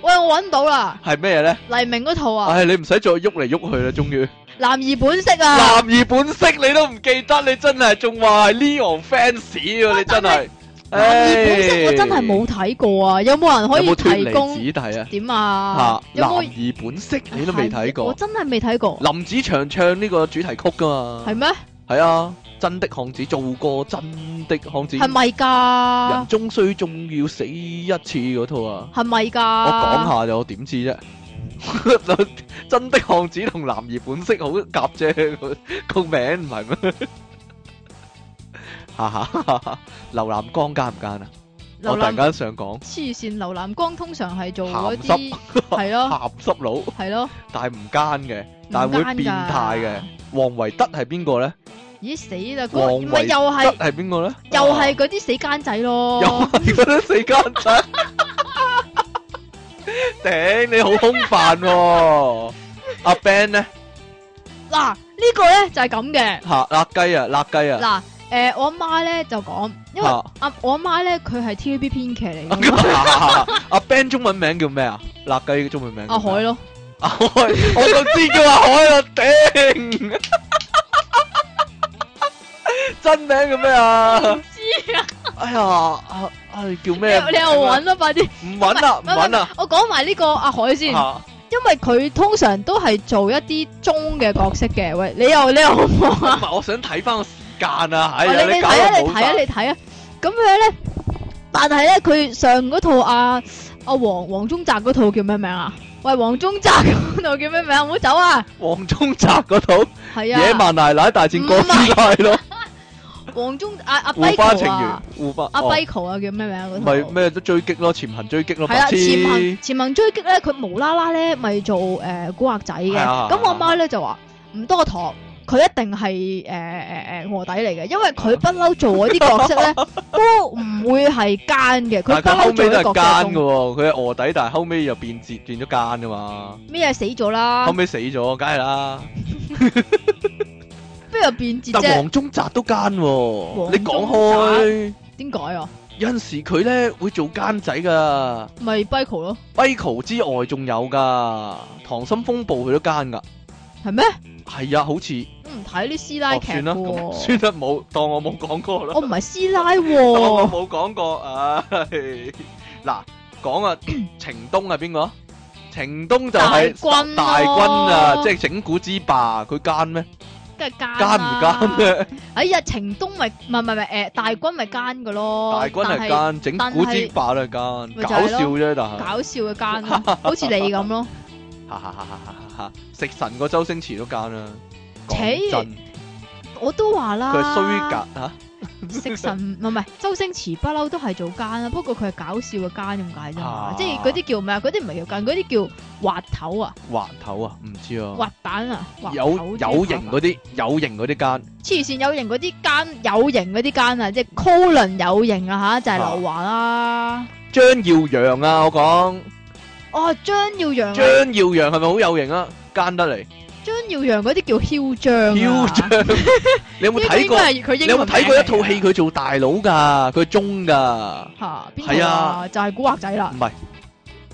A: 喂，我揾到啦，
B: 係咩咧？
A: 黎明嗰套啊，
B: 唉，你唔使再喐嚟喐去啦，終於。
A: 男兒本色 啊，
B: 男兒本色你都唔記得，你真係仲話係 Leon fans 喎，你真係。
A: 啊男兒本色我真係
B: 唉
A: 冇睇過啊，有冇人可
B: 有
A: 以
B: 冇脱
A: 提
B: 離
A: 供
B: 子弟啊？
A: 點
B: 嚇
A: 啊？，有
B: 男
A: 冇
B: 兒本色你都未睇
A: 我
B: 過。
A: 真係未睇過，
B: 林子祥唱呢個主題曲噶嘛？
A: 係咩？
B: 係啊，真的漢子做過真的漢子，
A: 係咪
B: 人
A: 㗎？
B: 終須終要死一次嗰套啊！
A: 係咪㗎？
B: 我講下就我點知啫？ 真的漢子同男兒本色好夾啫，個 個名唔係咩？ 哈哈，劉南光奸唔奸啊？我
A: 瀏
B: 突
A: 覽
B: 然間想講
A: 黐線，瀏覽光通常係做嗰
B: 鹹
A: 啲係咯
B: 鹹濕佬，
A: 係咯，
B: 但係唔奸嘅， 但係會變態嘅。黃維德係邊個咧？
A: 咦死啦！
B: 黃
A: 嗰咪
B: 維
A: 又
B: 德
A: 係
B: 係邊個咧？
A: 又係嗰啲死奸仔
B: 啊
A: 咯
B: 又，係嗰啲四奸仔。 頂你好兇犯喎！阿 Ben 咧
A: 嗱呢個咧就係咁嘅
B: 嚇辣雞啊，辣雞啊！
A: 嗱。誒、我阿媽咧就講，因為
B: 嚇
A: 阿我阿媽咧佢係 TVB 編劇嚟嘅，
B: 阿 Ben 中文名叫咩啊？辣雞嘅中文名叫
A: 阿
B: 咩
A: 海咯，
B: 阿海，我就知叫阿海啦，頂！ 真名叫咩啊
A: 唔？知啊，
B: 哎呀，啊啊叫
A: 你
B: 咩？
A: 你又揾啦，快啲，
B: 唔揾啦，唔揾啦，
A: 我講埋呢個阿海先，
B: 嚇
A: 因為佢通常都係做一啲中嘅角色嘅，喂，你又你又冇啊？
B: 唔係，我想睇翻個時間啊！ 哎
A: 喂
B: 呀，
A: 你你
B: 搞
A: 睇啊，
B: 到
A: 你睇
B: 冇
A: 啊，
B: 晒
A: 你睇啊，咁樣咧，但係咧，佢上嗰套阿阿黃黃宗澤嗰套叫咩名啊？喂，黃宗澤嗰套叫咩名？唔好走啊！
B: 黃宗澤嗰套
A: 係
B: 野
A: 啊，
B: 蠻奶奶大戰哥斯拉咯，
A: 黃宗阿阿
B: 護花
A: Bico
B: 情緣
A: 啊，，
B: 護花
A: 阿
B: 哦
A: Bico 啊，叫咩名啊？嗰
B: 咪
A: 套
B: 咩都追擊咯，潛行追擊咯，
A: 係啦，
B: 白痴
A: 潛行潛行追擊咧，佢無啦啦咧，咪做誒古惑仔嘅。
B: 係啊
A: 咁我媽咧就話唔多糖，佢一定係誒呃誒誒卧底嚟嘅，因為 佢不嬲做嗰啲角色咧都唔會係奸嘅，佢不
B: 但係佢後
A: 嬲做啲
B: 尾都係
A: 角
B: 奸
A: 色
B: 嘅
A: 中
B: 喎，佢係卧底，但係後尾又變節變咗奸噶嘛，
A: 咩死咗啦
B: 後，尾死咗，梗係啦。
A: 邊度變節
B: 但
A: 啫？
B: 黃宗澤都奸
A: 黃
B: 喎，你講
A: 宗
B: 開
A: 澤點解啊？
B: 有陣時佢咧會做奸仔噶
A: 咪 Bico 咯，
B: ，Michael 之外仲有噶，溏心風暴佢都奸噶，
A: 係咩？
B: 係啊，好似
A: 我唔睇啲師奶嗯
B: 哦
A: 劇
B: 算啦，咁
A: 喎，哦
B: 算啦，冇當我冇講過啦
A: 我，唔係師奶
B: 當我
A: 喎，
B: 冇講過，唉，嗱，講啊，程東係邊個啊？程東就係
A: 大軍咯
B: 大軍啊，即係整蠱之霸，佢奸咩？
A: 梗係奸
B: 奸唔
A: 啦
B: 奸？啊咧？
A: 哎呀，程東咪唔係唔係唔係誒大軍咪奸嘅咯，
B: 大軍
A: 但
B: 係奸，整蠱之霸都係奸，
A: 但係
B: 搞笑啫，但係。
A: 搞笑嘅奸咯，好似你咁 咯。
B: 哈哈哈哈哈！食神個周星馳都奸啦，講
A: 切
B: 真，
A: 我都話啦，
B: 佢係衰格嚇，
A: 食神唔係唔係周星馳不嬲都係做奸啦，不過佢係搞笑嘅奸咁解啫
B: 啊
A: 嘛，即係嗰啲叫咩啊？嗰啲唔係叫奸，嗰啲叫滑頭啊、
B: 滑頭啊，唔知啊，
A: 滑蛋啊、滑
B: 有
A: 頭
B: 有型嗰啲，有型嗰啲奸，
A: 黐線有型嗰啲奸，有型嗰啲奸啊，即係 Colin 有型啊吓，就係劉華啦。
B: 張耀揚啊，我講
A: 哦，張耀揚啊
B: 張，耀揚係咪好有型啊？奸得嚟，
A: 張耀揚嗰啲叫囂張啊，
B: 囂張，你有冇
A: 呢個
B: 睇
A: 應
B: 過？
A: 該係佢
B: 你
A: 英
B: 有
A: 文
B: 冇
A: 名
B: 睇過一套
A: 嚟
B: 戲佢做大佬㗎？佢中㗎，
A: 㗎吓？邊
B: 係
A: 套
B: 啊
A: 啊？就係古惑仔啦
B: 唔，係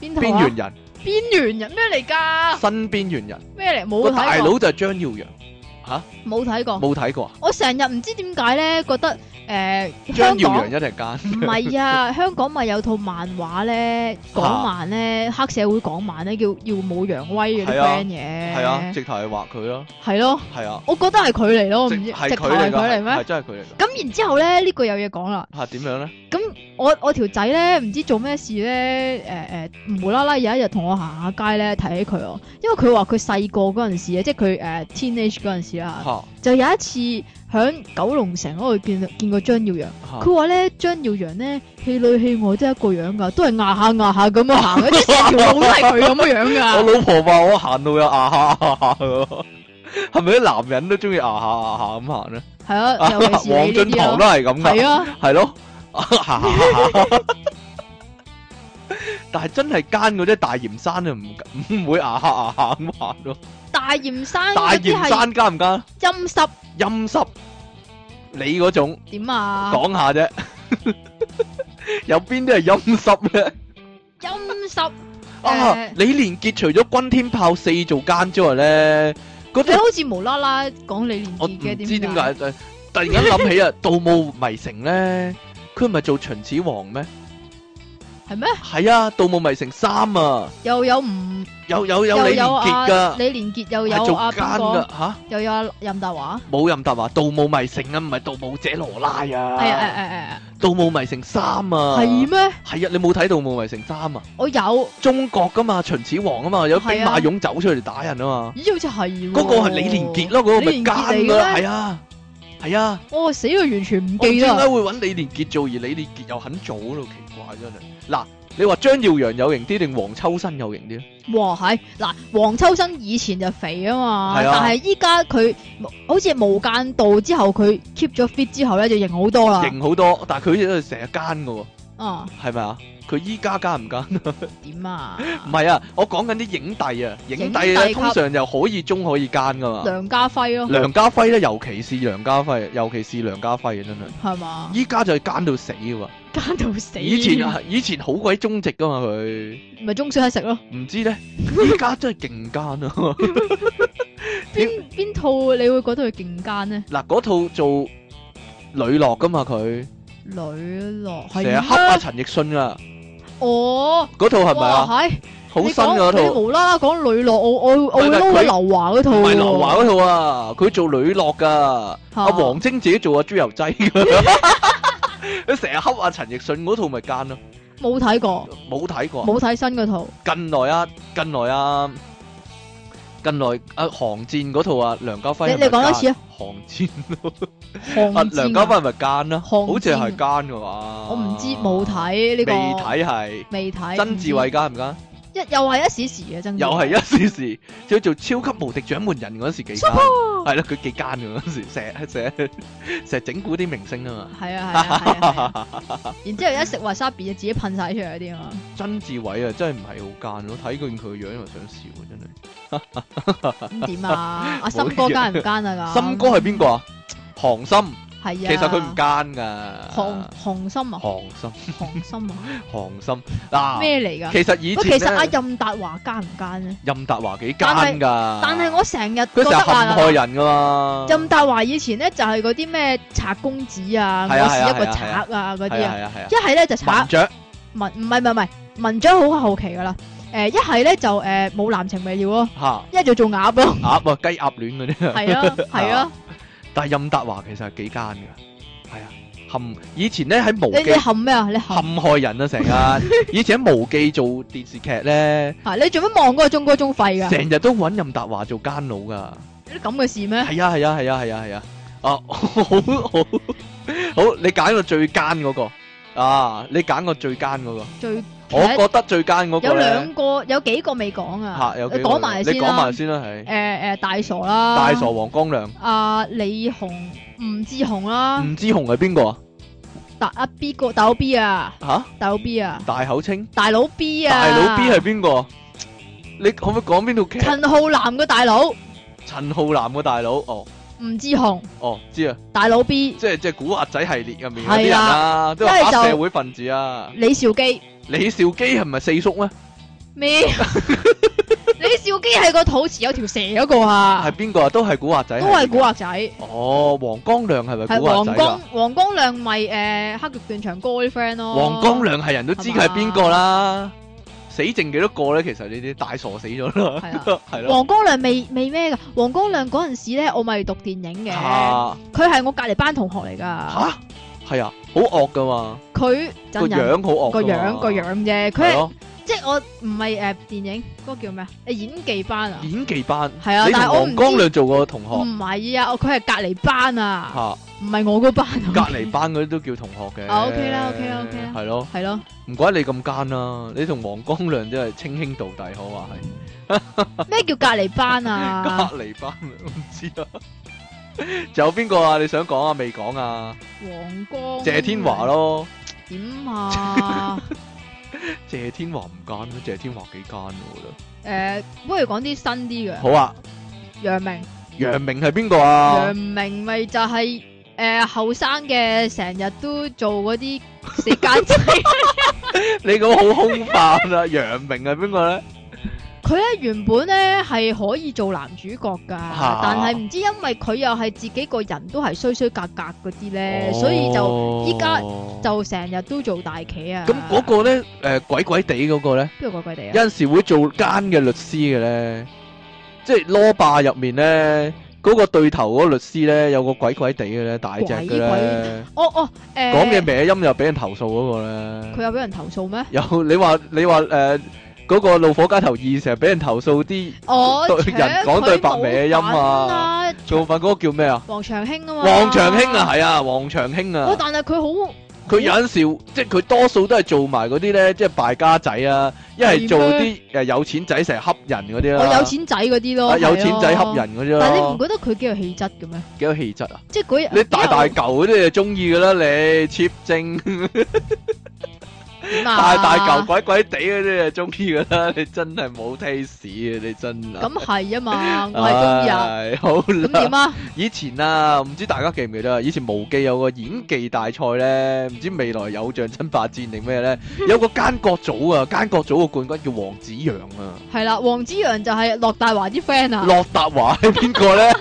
A: 邊套
B: 邊
A: 啊？
B: 緣人，
A: 邊緣人咩嚟㗎？
B: 新邊緣人，
A: 咩嚟？
B: 個
A: 冇
B: 大
A: 睇過，
B: 佬就係張耀揚，
A: 冇睇過。
B: 冇睇過啊？
A: 我成日唔知點解咧，覺得诶、香
B: 張耀
A: 港
B: 揚一定奸，
A: 唔係啊， 香港咪有套漫畫咧，港漫咧，黑社會港漫咧，叫耀武揚威嗰啲
B: 係啊
A: friend 嘅，
B: 係啊，直頭係畫佢咯，
A: 係咯，
B: 係啊，
A: 我覺得係佢嚟咯，我唔
B: 直
A: 知
B: 係
A: 直頭
B: 佢
A: 係
B: 嚟㗎，
A: 佢嚟
B: 係係
A: 咩？
B: 真係佢嚟㗎。
A: 咁然之後咧，呢句有嘢講啦。
B: 嚇點樣咧？
A: 我我條仔咧唔知做咩事咧，誒、呃、誒，無啦啦有一日同我行下街咧，提起佢喎，因為佢話佢細個嗰陣時咧，啊即係佢誒 teenage 嗰陣時啦，
B: 嚇
A: 就有一次喺九龍城嗰度見到見過張耀揚，
B: 嚇
A: 佢話咧張耀揚咧氣裏氣外都係一個樣噶，都係壓下壓下咁樣行嘅，即係成條路都係佢咁樣樣噶。
B: 我老婆話我行路有牙下牙下㗎，係咪啲男人都中意牙下牙下咁行咧？
A: 係啊，尤其是
B: 黃
A: 你呢
B: 俊
A: 啲
B: 堂
A: 咯
B: 都，係咁㗎。
A: 係啊，
B: 系咯， 但系真系奸嗰啲大鹽山就唔唔會牙下牙下咁行咯。
A: 大鹽山
B: 大
A: 嗰啲
B: 鹽
A: 係
B: 山奸唔奸？
A: 陰濕
B: 陰濕，你嗰種
A: 點啊？
B: 講下啫， 有邊啲係陰濕咧？
A: 陰濕
B: 啊
A: 誒，
B: 李連杰除咗軍天炮四做奸之外咧，嗰
A: 你
B: 套
A: 好似無啦啦講李連
B: 我
A: 杰
B: 唔
A: 嘅，
B: 知
A: 點
B: 點
A: 解？
B: 解，就突然間 諗起啊，《盜墓迷城》咧，佢唔係做秦始皇咩？
A: 係咩？
B: 係啊，《盜墓迷城三》啊。
A: 又有吳，
B: 有有
A: 又
B: 有李連
A: 有
B: 杰
A: 啊
B: 噶，
A: 李連杰，又
B: 係
A: 有
B: 做
A: 啊
B: 奸
A: 邊個
B: 噶？吓，
A: 又有啊任達華。
B: 冇任達華，《盜墓迷城》啊，唔係《盜墓者羅拉》
A: 係
B: 啊，
A: 啊
B: 《盜墓迷城三》
A: 誒誒誒，
B: 啊，
A: 係咩？
B: 係啊，你冇睇《盜墓迷城三》啊？
A: 我有，
B: 中國噶嘛，秦始皇啊嘛，有兵
A: 係啊
B: 馬俑走出嚟打人啊嘛，
A: 咦？好似係喎
B: 嗰個係李連杰咯，嗰個
A: 李
B: 咪
A: 連
B: 奸
A: 杰嚟嘅
B: 咯，
A: 咩
B: 係啊，係啊，
A: 我哦死，我完全唔
B: 我唔知
A: 記得
B: 點解
A: 啦。
B: 會揾李連杰做，而李連杰又肯做嗰度奇怪真係。嗱，你話張耀揚有型啲定黃秋生有型啲啊？
A: 哇，係嗱，黃秋生以前就肥啊嘛，
B: 係啊
A: 但係依家佢好似無間道之後，佢 keep 咗 fit 之後咧，就型好多啦。
B: 型好多，但係佢都係成日奸噶喎，
A: 啊，
B: 係咪啊？佢依家奸唔奸？
A: 點啊？
B: 唔 係啊，我講緊啲影帝啊，影帝
A: 影帝
B: 咧
A: 級
B: 通常又可以中可以奸噶嘛。
A: 梁家輝咯，
B: 梁家輝咧，尤其是梁家輝，尤其是梁家輝啊，真係
A: 係嘛？
B: 依家就係奸到死噶嘛。
A: 奸到死。
B: 以 前啊，以前好鬼忠直噶嘛佢，
A: 咪中小乞食咯。
B: 唔知咧，依家真係勁奸啊！
A: 邊邊套你會覺得佢勁奸呢？
B: 嗱，嗰套做女落噶嘛佢，
A: 女落
B: 成
A: 係
B: 日恰阿
A: 咩？
B: 陳奕迅啊，
A: 哦，
B: 嗰套係咪啊？
A: 哇？係
B: 好
A: 你
B: 新㗎
A: 講
B: 嗰
A: 你
B: 套，
A: 無啦啦講女落，我我我
B: 唔係
A: 會
B: 但
A: 撈
B: 係佢
A: 起劉華嗰套喎。
B: 唔係劉華嗰套啊，佢做女落噶。
A: 嚇
B: 阿王晶自己做阿豬油 仔㗎，佢成日恰阿陳奕迅嗰套咪奸咯，
A: 冇睇過，
B: 冇睇過。
A: 冇睇新嗰套。
B: 近來啊，近來啊，近來啊，韓戰嗰套啊，梁家輝
A: 你
B: 係咪
A: 你講多
B: 奸
A: 次啊！
B: 韓戰
A: 韓
B: 啊，
A: 戰
B: 梁家輝係咪奸啦？
A: 韓戰
B: 好似係奸噶嘛？
A: 我唔知冇，睇呢
B: 未
A: 個，
B: 睇係。
A: 未睇。
B: 曾志偉奸唔奸？
A: 一又係一時時嘅曾志
B: 又
A: 偉，
B: 係一時時，叫做超級無敵掌門人嗰時幾奸，係咯，佢幾奸㗎嗰時，成日成日成日整蠱啲明星啊
A: 係啊係啊係啊係啊。 然之後一食 wasabi 就自己噴晒出嚟嗰啲啊嘛。
B: 曾志偉啊，真係唔係好奸咯，睇見佢個樣又想笑啊，真係。
A: 咁點 啊？阿森
B: 冇
A: 哥
B: 嘢
A: 奸唔奸啊？咁
B: 森哥係邊個啊？韓森，
A: 係
B: 其
A: 啊。
B: 實佢唔奸啊噶。
A: 韓韓心啊，
B: 韓森，
A: 韓心啊，
B: 韓森嗱，
A: 咩嚟㗎？
B: 其實以
A: 喂，
B: 前
A: 其實阿
B: 咧，
A: 任達華奸唔奸咧？
B: 任達華幾奸噶。
A: 但係我成日覺
B: 佢
A: 得
B: 成日
A: 話
B: 陷害人噶嘛。
A: 任達華以前咧就係嗰啲咩賊公子啊，我
B: 係啊係啊
A: 是一個
B: 係啊
A: 賊啊嗰
B: 係
A: 啲啊，
B: 啊係啊係啊
A: 一係咧就。賊
B: 文雀
A: 文，唔係唔係唔係文章好後期噶啦，誒一係咧就誒冇男情未了咯，
B: 嚇
A: 一係就做鴨 咯，
B: 鴨啊雞鴨戀嗰啲啊。
A: 係啊係啊，
B: 但係任達華其實係幾奸㗎，係啊陷以前咧喺無
A: 你
B: 記
A: 你冚咩啊？你冚
B: 陷害人啊成日，以前喺無記做電視劇咧。
A: 啊？你做乜望嗰個鐘哥鐘廢㗎？
B: 成日都揾任達華做奸佬噶，
A: 有啲咁嘅事咩？
B: 係啊係啊係啊係啊係啊，啊好好好，你揀個最奸嗰、個啊，你揀個最奸嗰、個，
A: 最
B: 我覺得最奸嗰
A: 啊有
B: 個咧
A: 兩個有幾個未講
B: 嚇、
A: 啊？
B: 有
A: 你
B: 幾個
A: 講埋先
B: 你講
A: 啦
B: 埋。先啦，係、
A: 誒誒大傻啦，
B: 大傻黃光亮，
A: 阿李紅、吳志雄啦，
B: 吳志雄係邊個啊？
A: 大阿 B 個大佬 B 啊，
B: 嚇、
A: 大佬 B 啊，
B: 大口清，
A: 大佬 B 啊，
B: 大佬 B 係邊個？你可唔可以講邊套劇？
A: 陳浩南個大佬
B: 陳浩南個大佬，哦
A: 吳志雄，
B: 哦，知啊，
A: 大佬 B
B: 即係即係古惑仔系列入面
A: 係
B: 嗰啲人
A: 啦
B: 啊，都
A: 一係
B: 係黑
A: 就
B: 社會分子啊。
A: 李兆基
B: 李兆基係咪四叔咩？
A: 咩？李兆基係個肚臍有條蛇嗰個啊，
B: 係邊個啊？都係古惑仔，
A: 都係古。惑仔，係
B: 哦，黃光亮係咪古
A: 黃
B: 惑仔
A: 光哦
B: 啊？
A: 黃光亮咪诶黑極斷腸歌啲 friend 咯，
B: 黃光亮係人都知佢係邊個啦。死剩幾多個咧？其實呢啲大傻死咗啦，
A: 係啊
B: 係咯。
A: 黃光亮未未咩噶，黃光亮嗰陣時咧，我咪讀電影嘅，
B: 嚇
A: 佢係我隔離班同學嚟㗎，
B: 啊吓係啊，好惡噶嘛，
A: 佢真
B: 個
A: 人
B: 樣好惡㗎嘛。
A: 個樣個樣啫，佢
B: 係
A: 係
B: 咯。
A: 即係我唔係诶電影嗰個叫咩啊？誒演技班啊？
B: 演技班，
A: 係啊
B: 你同
A: 但係我唔
B: 黃光亮做過同
A: 唔
B: 學
A: 係啊，佢係隔離班啊，
B: 嚇，
A: 唔係我嗰班啊。
B: 隔離班嗰啲都叫同學嘅。
A: 啊，OK 啦，OK 啦，OK 啦
B: 係咯，
A: 係咯，
B: 唔怪你咁奸啦，你同黃光亮真係稱兄道弟，可話係。
A: 咩叫隔離班啊？
B: 隔離班啊 唔知啊。仲有邊個啊？你想講啊？未講啊？
A: 黃光啊
B: 謝天華，咯，
A: 點啊？
B: 謝天華唔奸咩？謝天華幾奸啊我覺得。
A: 诶，不如講啲新啲嘅，
B: 好啊，
A: 楊明。
B: 楊明係邊個啊
A: 杨？明咪就系诶后生嘅，成日都做嗰啲死奸仔。
B: 你咁好空泛啊！ 楊明係邊個咧？
A: 佢咧原本咧系可以做男主角噶，但系唔知因为佢又系自己個人都係衰衰格格嗰啲咧，
B: 哦
A: 所以就依家
B: 就
A: 就成日都做大企啊。
B: 咁嗰個咧，誒鬼鬼地嗰個咧。
A: 邊個鬼鬼地
B: 有
A: 啊？
B: 阵时会做奸嘅律師嘅咧，即係羅霸入面咧，嗰、個對頭嗰個律師咧，有個鬼鬼地嘅咧，大隻嘅
A: 鬼
B: 咧
A: 鬼，哦哦，诶，
B: 講嘅歪音又俾人投訴嗰個咧，
A: 佢有俾人投訴 咩？
B: 有你話你話诶嗰個怒火街頭二成日俾人投訴啲
A: 我
B: 對人講對白歪音啊！做份嗰個叫咩啊？
A: 黃長興啊嘛，
B: 黃長興啊，。係啊，黃長興啊
A: 哦，。但係佢好
B: 佢有陣時即係佢多數都係做埋嗰啲咧，即係敗家仔啊，一係做
A: 係哦
B: 啲誒有錢仔成日恰人嗰啲啦。
A: 我有錢仔嗰啲咯，
B: 啊，有
A: 係
B: 錢仔恰
A: 咯
B: 人嗰啲
A: 但系你唔
B: 咯，
A: 覺得佢幾有氣質嘅咩？
B: 幾有氣質啊！
A: 即係嗰日
B: 你大大嚿嗰啲就中意噶啦，你 cheap 精，
A: 點啊
B: 大大嚿鬼鬼地嗰啲就中意噶啦，你真係冇 taste 啊！你真啊，
A: 咁係啊 嘛，我係中意啊。
B: 唉好
A: 咁
B: 啦，
A: 點啊？
B: 以前啊，唔知大家記唔記得啊？以前無記有個演技大賽咧，唔知未來有像爭霸戰定咩 咧，有個奸角組啊，奸角組個冠軍叫黃子陽啊。
A: 係啦，黃子陽就係駱大華啲 friend 啊。
B: 洛達華係邊 個咧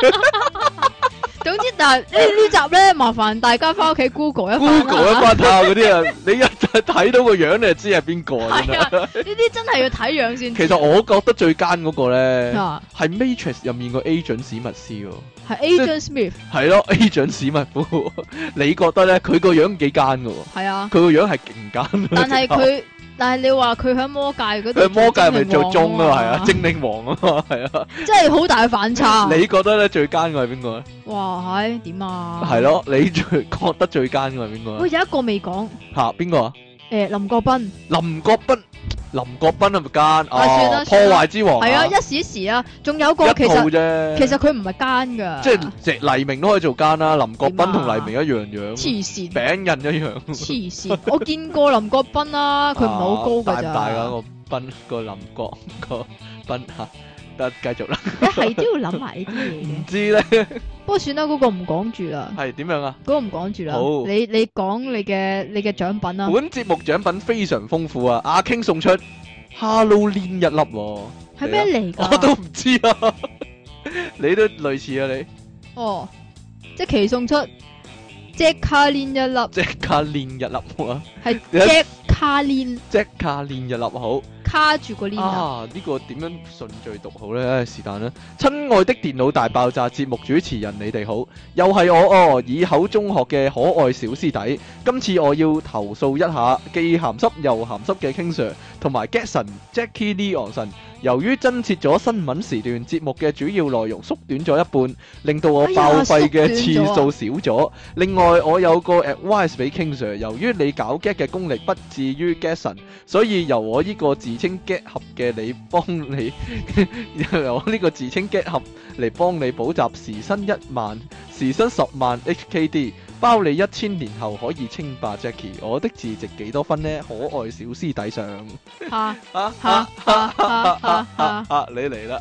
A: 總之，但係呢呢集咧，麻煩大家翻屋企 Google 一番
B: ？Google 一
A: 啦。
B: 翻睇下嗰啲啊，你一睇到個樣你就知係邊個啊真
A: 係
B: 係
A: 啊， 呢啲真係要睇樣先
B: 其
A: 知。
B: 實我覺得最奸嗰個咧，
A: 啊，
B: 係 Matrix 入面個 agent 史密斯喎，
A: 係 Agent Smith，
B: 係咯 agent 史密夫， 你覺得咧佢個樣幾奸嘅喎？
A: 係啊
B: 佢，個樣係勁奸，
A: 但係佢，但係你話佢喺魔界嗰
B: 啊佢
A: 度，
B: 魔界係咪做中啊？ 係啊，
A: 即
B: 精靈王啊嘛，係啊。
A: 係好大嘅反差。
B: 你覺得咧最奸嘅係邊個咧？
A: 哇，係點啊？
B: 係。咯，你最覺得最奸嘅係邊個
A: 喂，
B: 咧？
A: 有一個未講，
B: 嚇邊個啊？
A: 誒林國斌。
B: 林國斌，林國斌係咪奸？
A: 算
B: 哦
A: 啦，
B: 破
A: 算啦
B: 壞之王
A: 係啊，
B: 一
A: 一時一時啊，仲有個其
B: 套
A: 實
B: 啫。
A: 其實佢唔係奸噶，
B: 即係直黎明都可以做奸啦，林國斌同
A: 點啊
B: 黎明一樣樣。
A: 黐線
B: 餅印一樣，
A: 黐線，我見過林國斌 啦，佢唔係好高
B: 啊
A: 噶
B: 大唔大
A: 咋，
B: 噶個賓個林國個賓嚇，得繼續啦。
A: 一係都要諗埋呢啲嘢
B: 唔
A: 嘅。
B: 知咧
A: 不過算啦，嗰個唔講住啦，
B: 係點樣啊？
A: 嗰個唔講住啦
B: 好。啊
A: 你你講你嘅你嘅獎品啦，
B: 本節目獎品非常豐富啊！阿 King 送出 Halloween 一粒喎，我
A: 係咩嚟
B: 都
A: 㗎？
B: 唔知啊！ 你都類似啊你，
A: 哦，即期送出 Jack 卡 n 一粒，
B: 即刻練一粒好啊！
A: 係 Jack 卡 n
B: 即刻練一粒好
A: 卡住個 n 啊，
B: 啊！呢個點樣順序讀好咧？唉是但啦。親愛的電腦大爆炸節目主持人，你哋好，又係我哦，以口中學嘅可愛小師弟。今次我要投訴一下，既鹹濕又鹹濕嘅 King Sir 同埋 Gason Jackie Leonson，由於增設咗新聞時段，節目嘅主要內容縮短咗一半，令到我
A: 哎呀
B: 爆費嘅次
A: 縮短咗
B: 數少咗。另外，我有個 advice 俾 King Sir，由於你搞 get 嘅功力不至於 Gason，所以由我呢個自稱 get 合嘅你幫你， 由我呢個自稱 get 合嚟幫你補習時薪一萬，時薪十萬 HKD。包你一千年後可以稱霸 Jackie，我的字值幾多分呢？可愛小師弟上，
A: 嚇
B: 啊
A: 嚇嚇嚇嚇嚇，
B: 啊你嚟啦！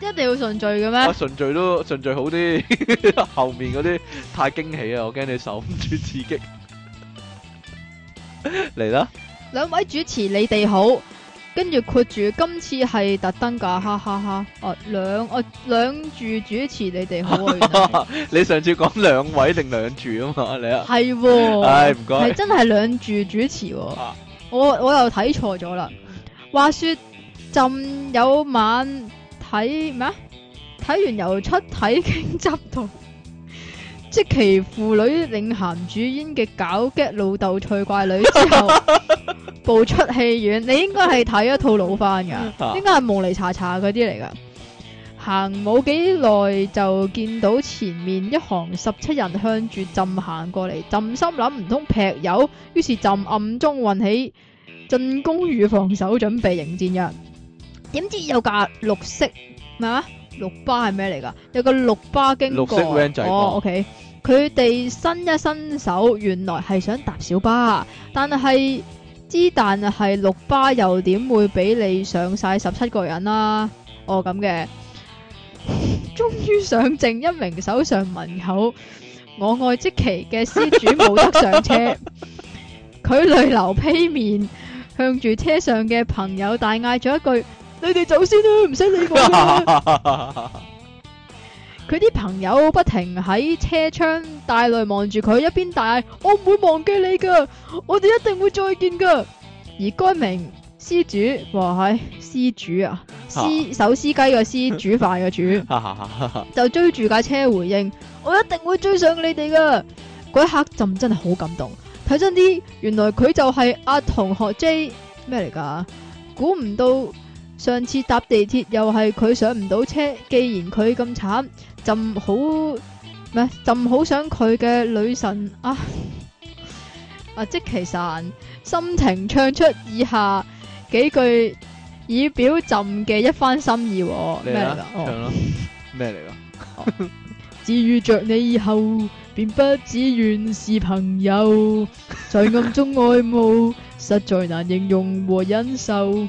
A: 一定要順序嘅
B: 我
A: 咩？
B: 順序都順序好啲，後面嗰啲太驚喜啊！我驚你受唔住刺激。嚟啦！
A: 兩位主持，你哋好。跟住括住今次係特登㗎，哈哈哈！哦，兩哦兩住主持你哋好啊，原來
B: 你上次講兩位定兩住啊嘛，你啊，
A: 係喎，
B: 唉唔該
A: 係真係兩住主持喎
B: 啊。
A: 我我又睇錯咗啦。話說朕有晚睇咩啊？睇完由出體經執到， 即其父女領鹹主演嘅搞激老豆趣怪女之後， 步出戲院。你應該係睇一套老番㗎。
B: 啊
A: 應該係蒙尼查查嗰啲嚟噶。行冇幾耐就見到前面一行十七人向住朕行過嚟，朕心諗唔通劈友，於是朕暗中運起進攻與防守，準備迎戰嘅。點知有架綠色咩啊？綠巴係咩嚟㗎？有個綠巴經過。
B: 綠色 van 仔
A: 哦，OK。佢哋伸一伸手，原來係想搭小巴，但係之但係綠巴又點會俾你上晒十七個人啦、哦咁嘅，終於上正一名首相文口，我愛即奇嘅施主冇得上車，佢淚流披面，向住車上嘅朋友大嗌咗一句：你哋走先啦，唔使理我啦。佢啲朋友不停喺車窗帶淚望住佢，一邊大嗌：我唔會忘記你噶，我哋一定會再見噶。而該名施主，哇係施主啊，施手撕雞嘅施，煮飯嘅煮。就追住架車回應，我一定會追上你哋噶。嗰一刻朕真係好感動，睇真啲，原來佢就係阿同學 J 咩嚟噶？估唔到上次搭地鐵又係佢上唔到車，既然佢咁慘，朕好咩？朕好想佢嘅女神啊！啊，即其神心情唱出以下幾句，以表朕嘅一番心意喎。
B: 你
A: 咩嚟
B: 啊
A: 噶？，哦
B: 唱啦，咩嚟噶？
A: 只遇着你以後，便不只願是朋 友，在暗中愛慕，實在難形容和忍受。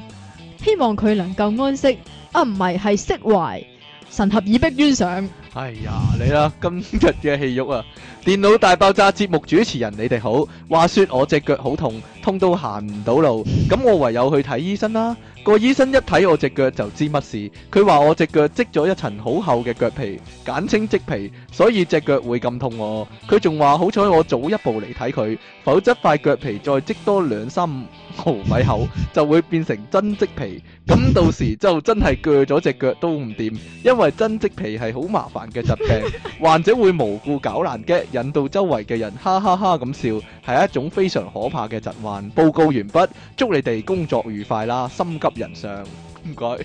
A: 希望佢能夠安息，啊唔係係釋懷，神合以逼冤上。
B: 哎呀，你啦，今日嘅戲肉啊！電腦大爆炸節目主持人，你哋好。話說我隻腳好痛，痛到行唔到路，咁我唯有去睇醫生啦。個醫生一睇我隻腳就知乜事，佢話我隻腳積咗一層好厚嘅腳皮，簡稱積皮，所以隻腳會咁痛喎、佢仲話好彩我早一步嚟睇佢，否則塊腳皮再積多兩三毫米厚，就會變成真積皮。咁到時就真係鋸咗隻腳都唔掂。因為真積皮係好麻煩嘅疾 病，患者會無故搞爛嘅，引到周圍嘅人哈哈哈咁笑，係一種非常可怕嘅疾患。報告完畢，祝你哋工作愉快啦，心急人上，唔該。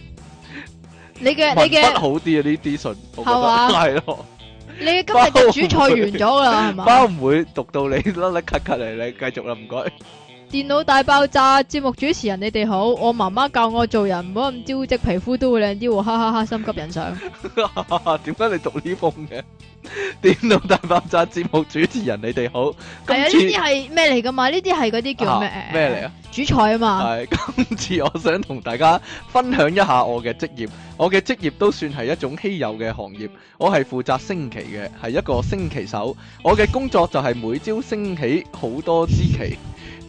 A: 你嘅
B: 文
A: 你
B: 筆
A: 嘅
B: 好啲啊，呢啲信我覺
A: 係嘛
B: 得係咯，
A: 你嘅今日嘅主菜完咗啦，係嘛？
B: 包唔會讀到你甩甩咳咳嚟，你繼續啦，唔 該。
A: 電腦大爆炸節目主持人，你哋好。我媽媽教我做人唔好咁招積，皮膚都會靚啲喎，哈哈哈！心急人上。
B: 點解你讀呢封嘅？ 電腦大爆炸節目主持人，你哋好。
A: 係啊，呢
B: 今
A: 啲
B: 次
A: 係咩嚟噶嘛？呢啲係嗰啲叫咩？
B: 啊咩嚟啊？
A: 主菜啊嘛。
B: 係，今次我想同大家分享一下我嘅職業。我嘅職業都算係一種稀有嘅行業。我係負責升旗嘅，係一個升旗手。我嘅工作就係每朝升起好多支旗，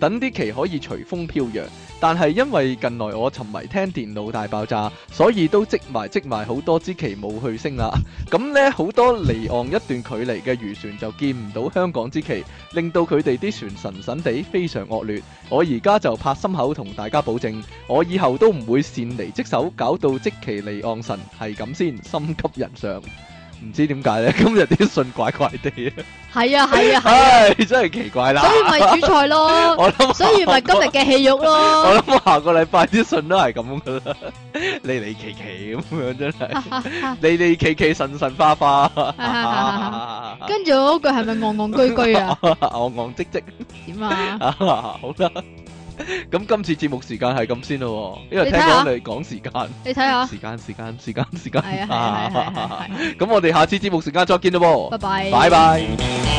B: 等啲旗可以隨風飄揚。但係因為近來我沉迷聽電腦大爆炸，所以都積埋積埋好多支旗冇去升啦。咁呢，好多離岸一段距離嘅漁船就見唔到香港支旗，令到佢哋啲船神神地非常惡劣。我而家就拍心口同大家保證，我以後都唔會擅離職守，搞到即其離岸神，係咁先，心急人上。唔知點解呢？ 今日啲信怪怪地啊，
A: 系啊系啊，
B: 唉，真係奇怪啦。
A: 所以咪主菜咯，
B: 我諗，
A: 所以咪今日嘅戲肉
B: 我
A: 咯。
B: 諗下個禮拜啲信都係咁噶啦， 離離奇奇咁樣真係，離離奇奇神神化化， 戇
A: 跟住嗰句係咪戇戇居居 啊？
B: 戇積積。
A: 點啊？
B: 啊， 好啦，咁今次節目時間係咁先咯喎，因為
A: 你
B: 聽
A: 睇下
B: 講你講時間。
A: 你睇下，
B: 時間時間時間時間
A: 啊係啊係啊係啊係啊係啊，
B: 咁我哋下次節目時間再見咯
A: 拜拜
B: 喎，拜拜。
C: Hãy subscribe cho kênh Ghiền Mì Gõ Để không bỏ lỡ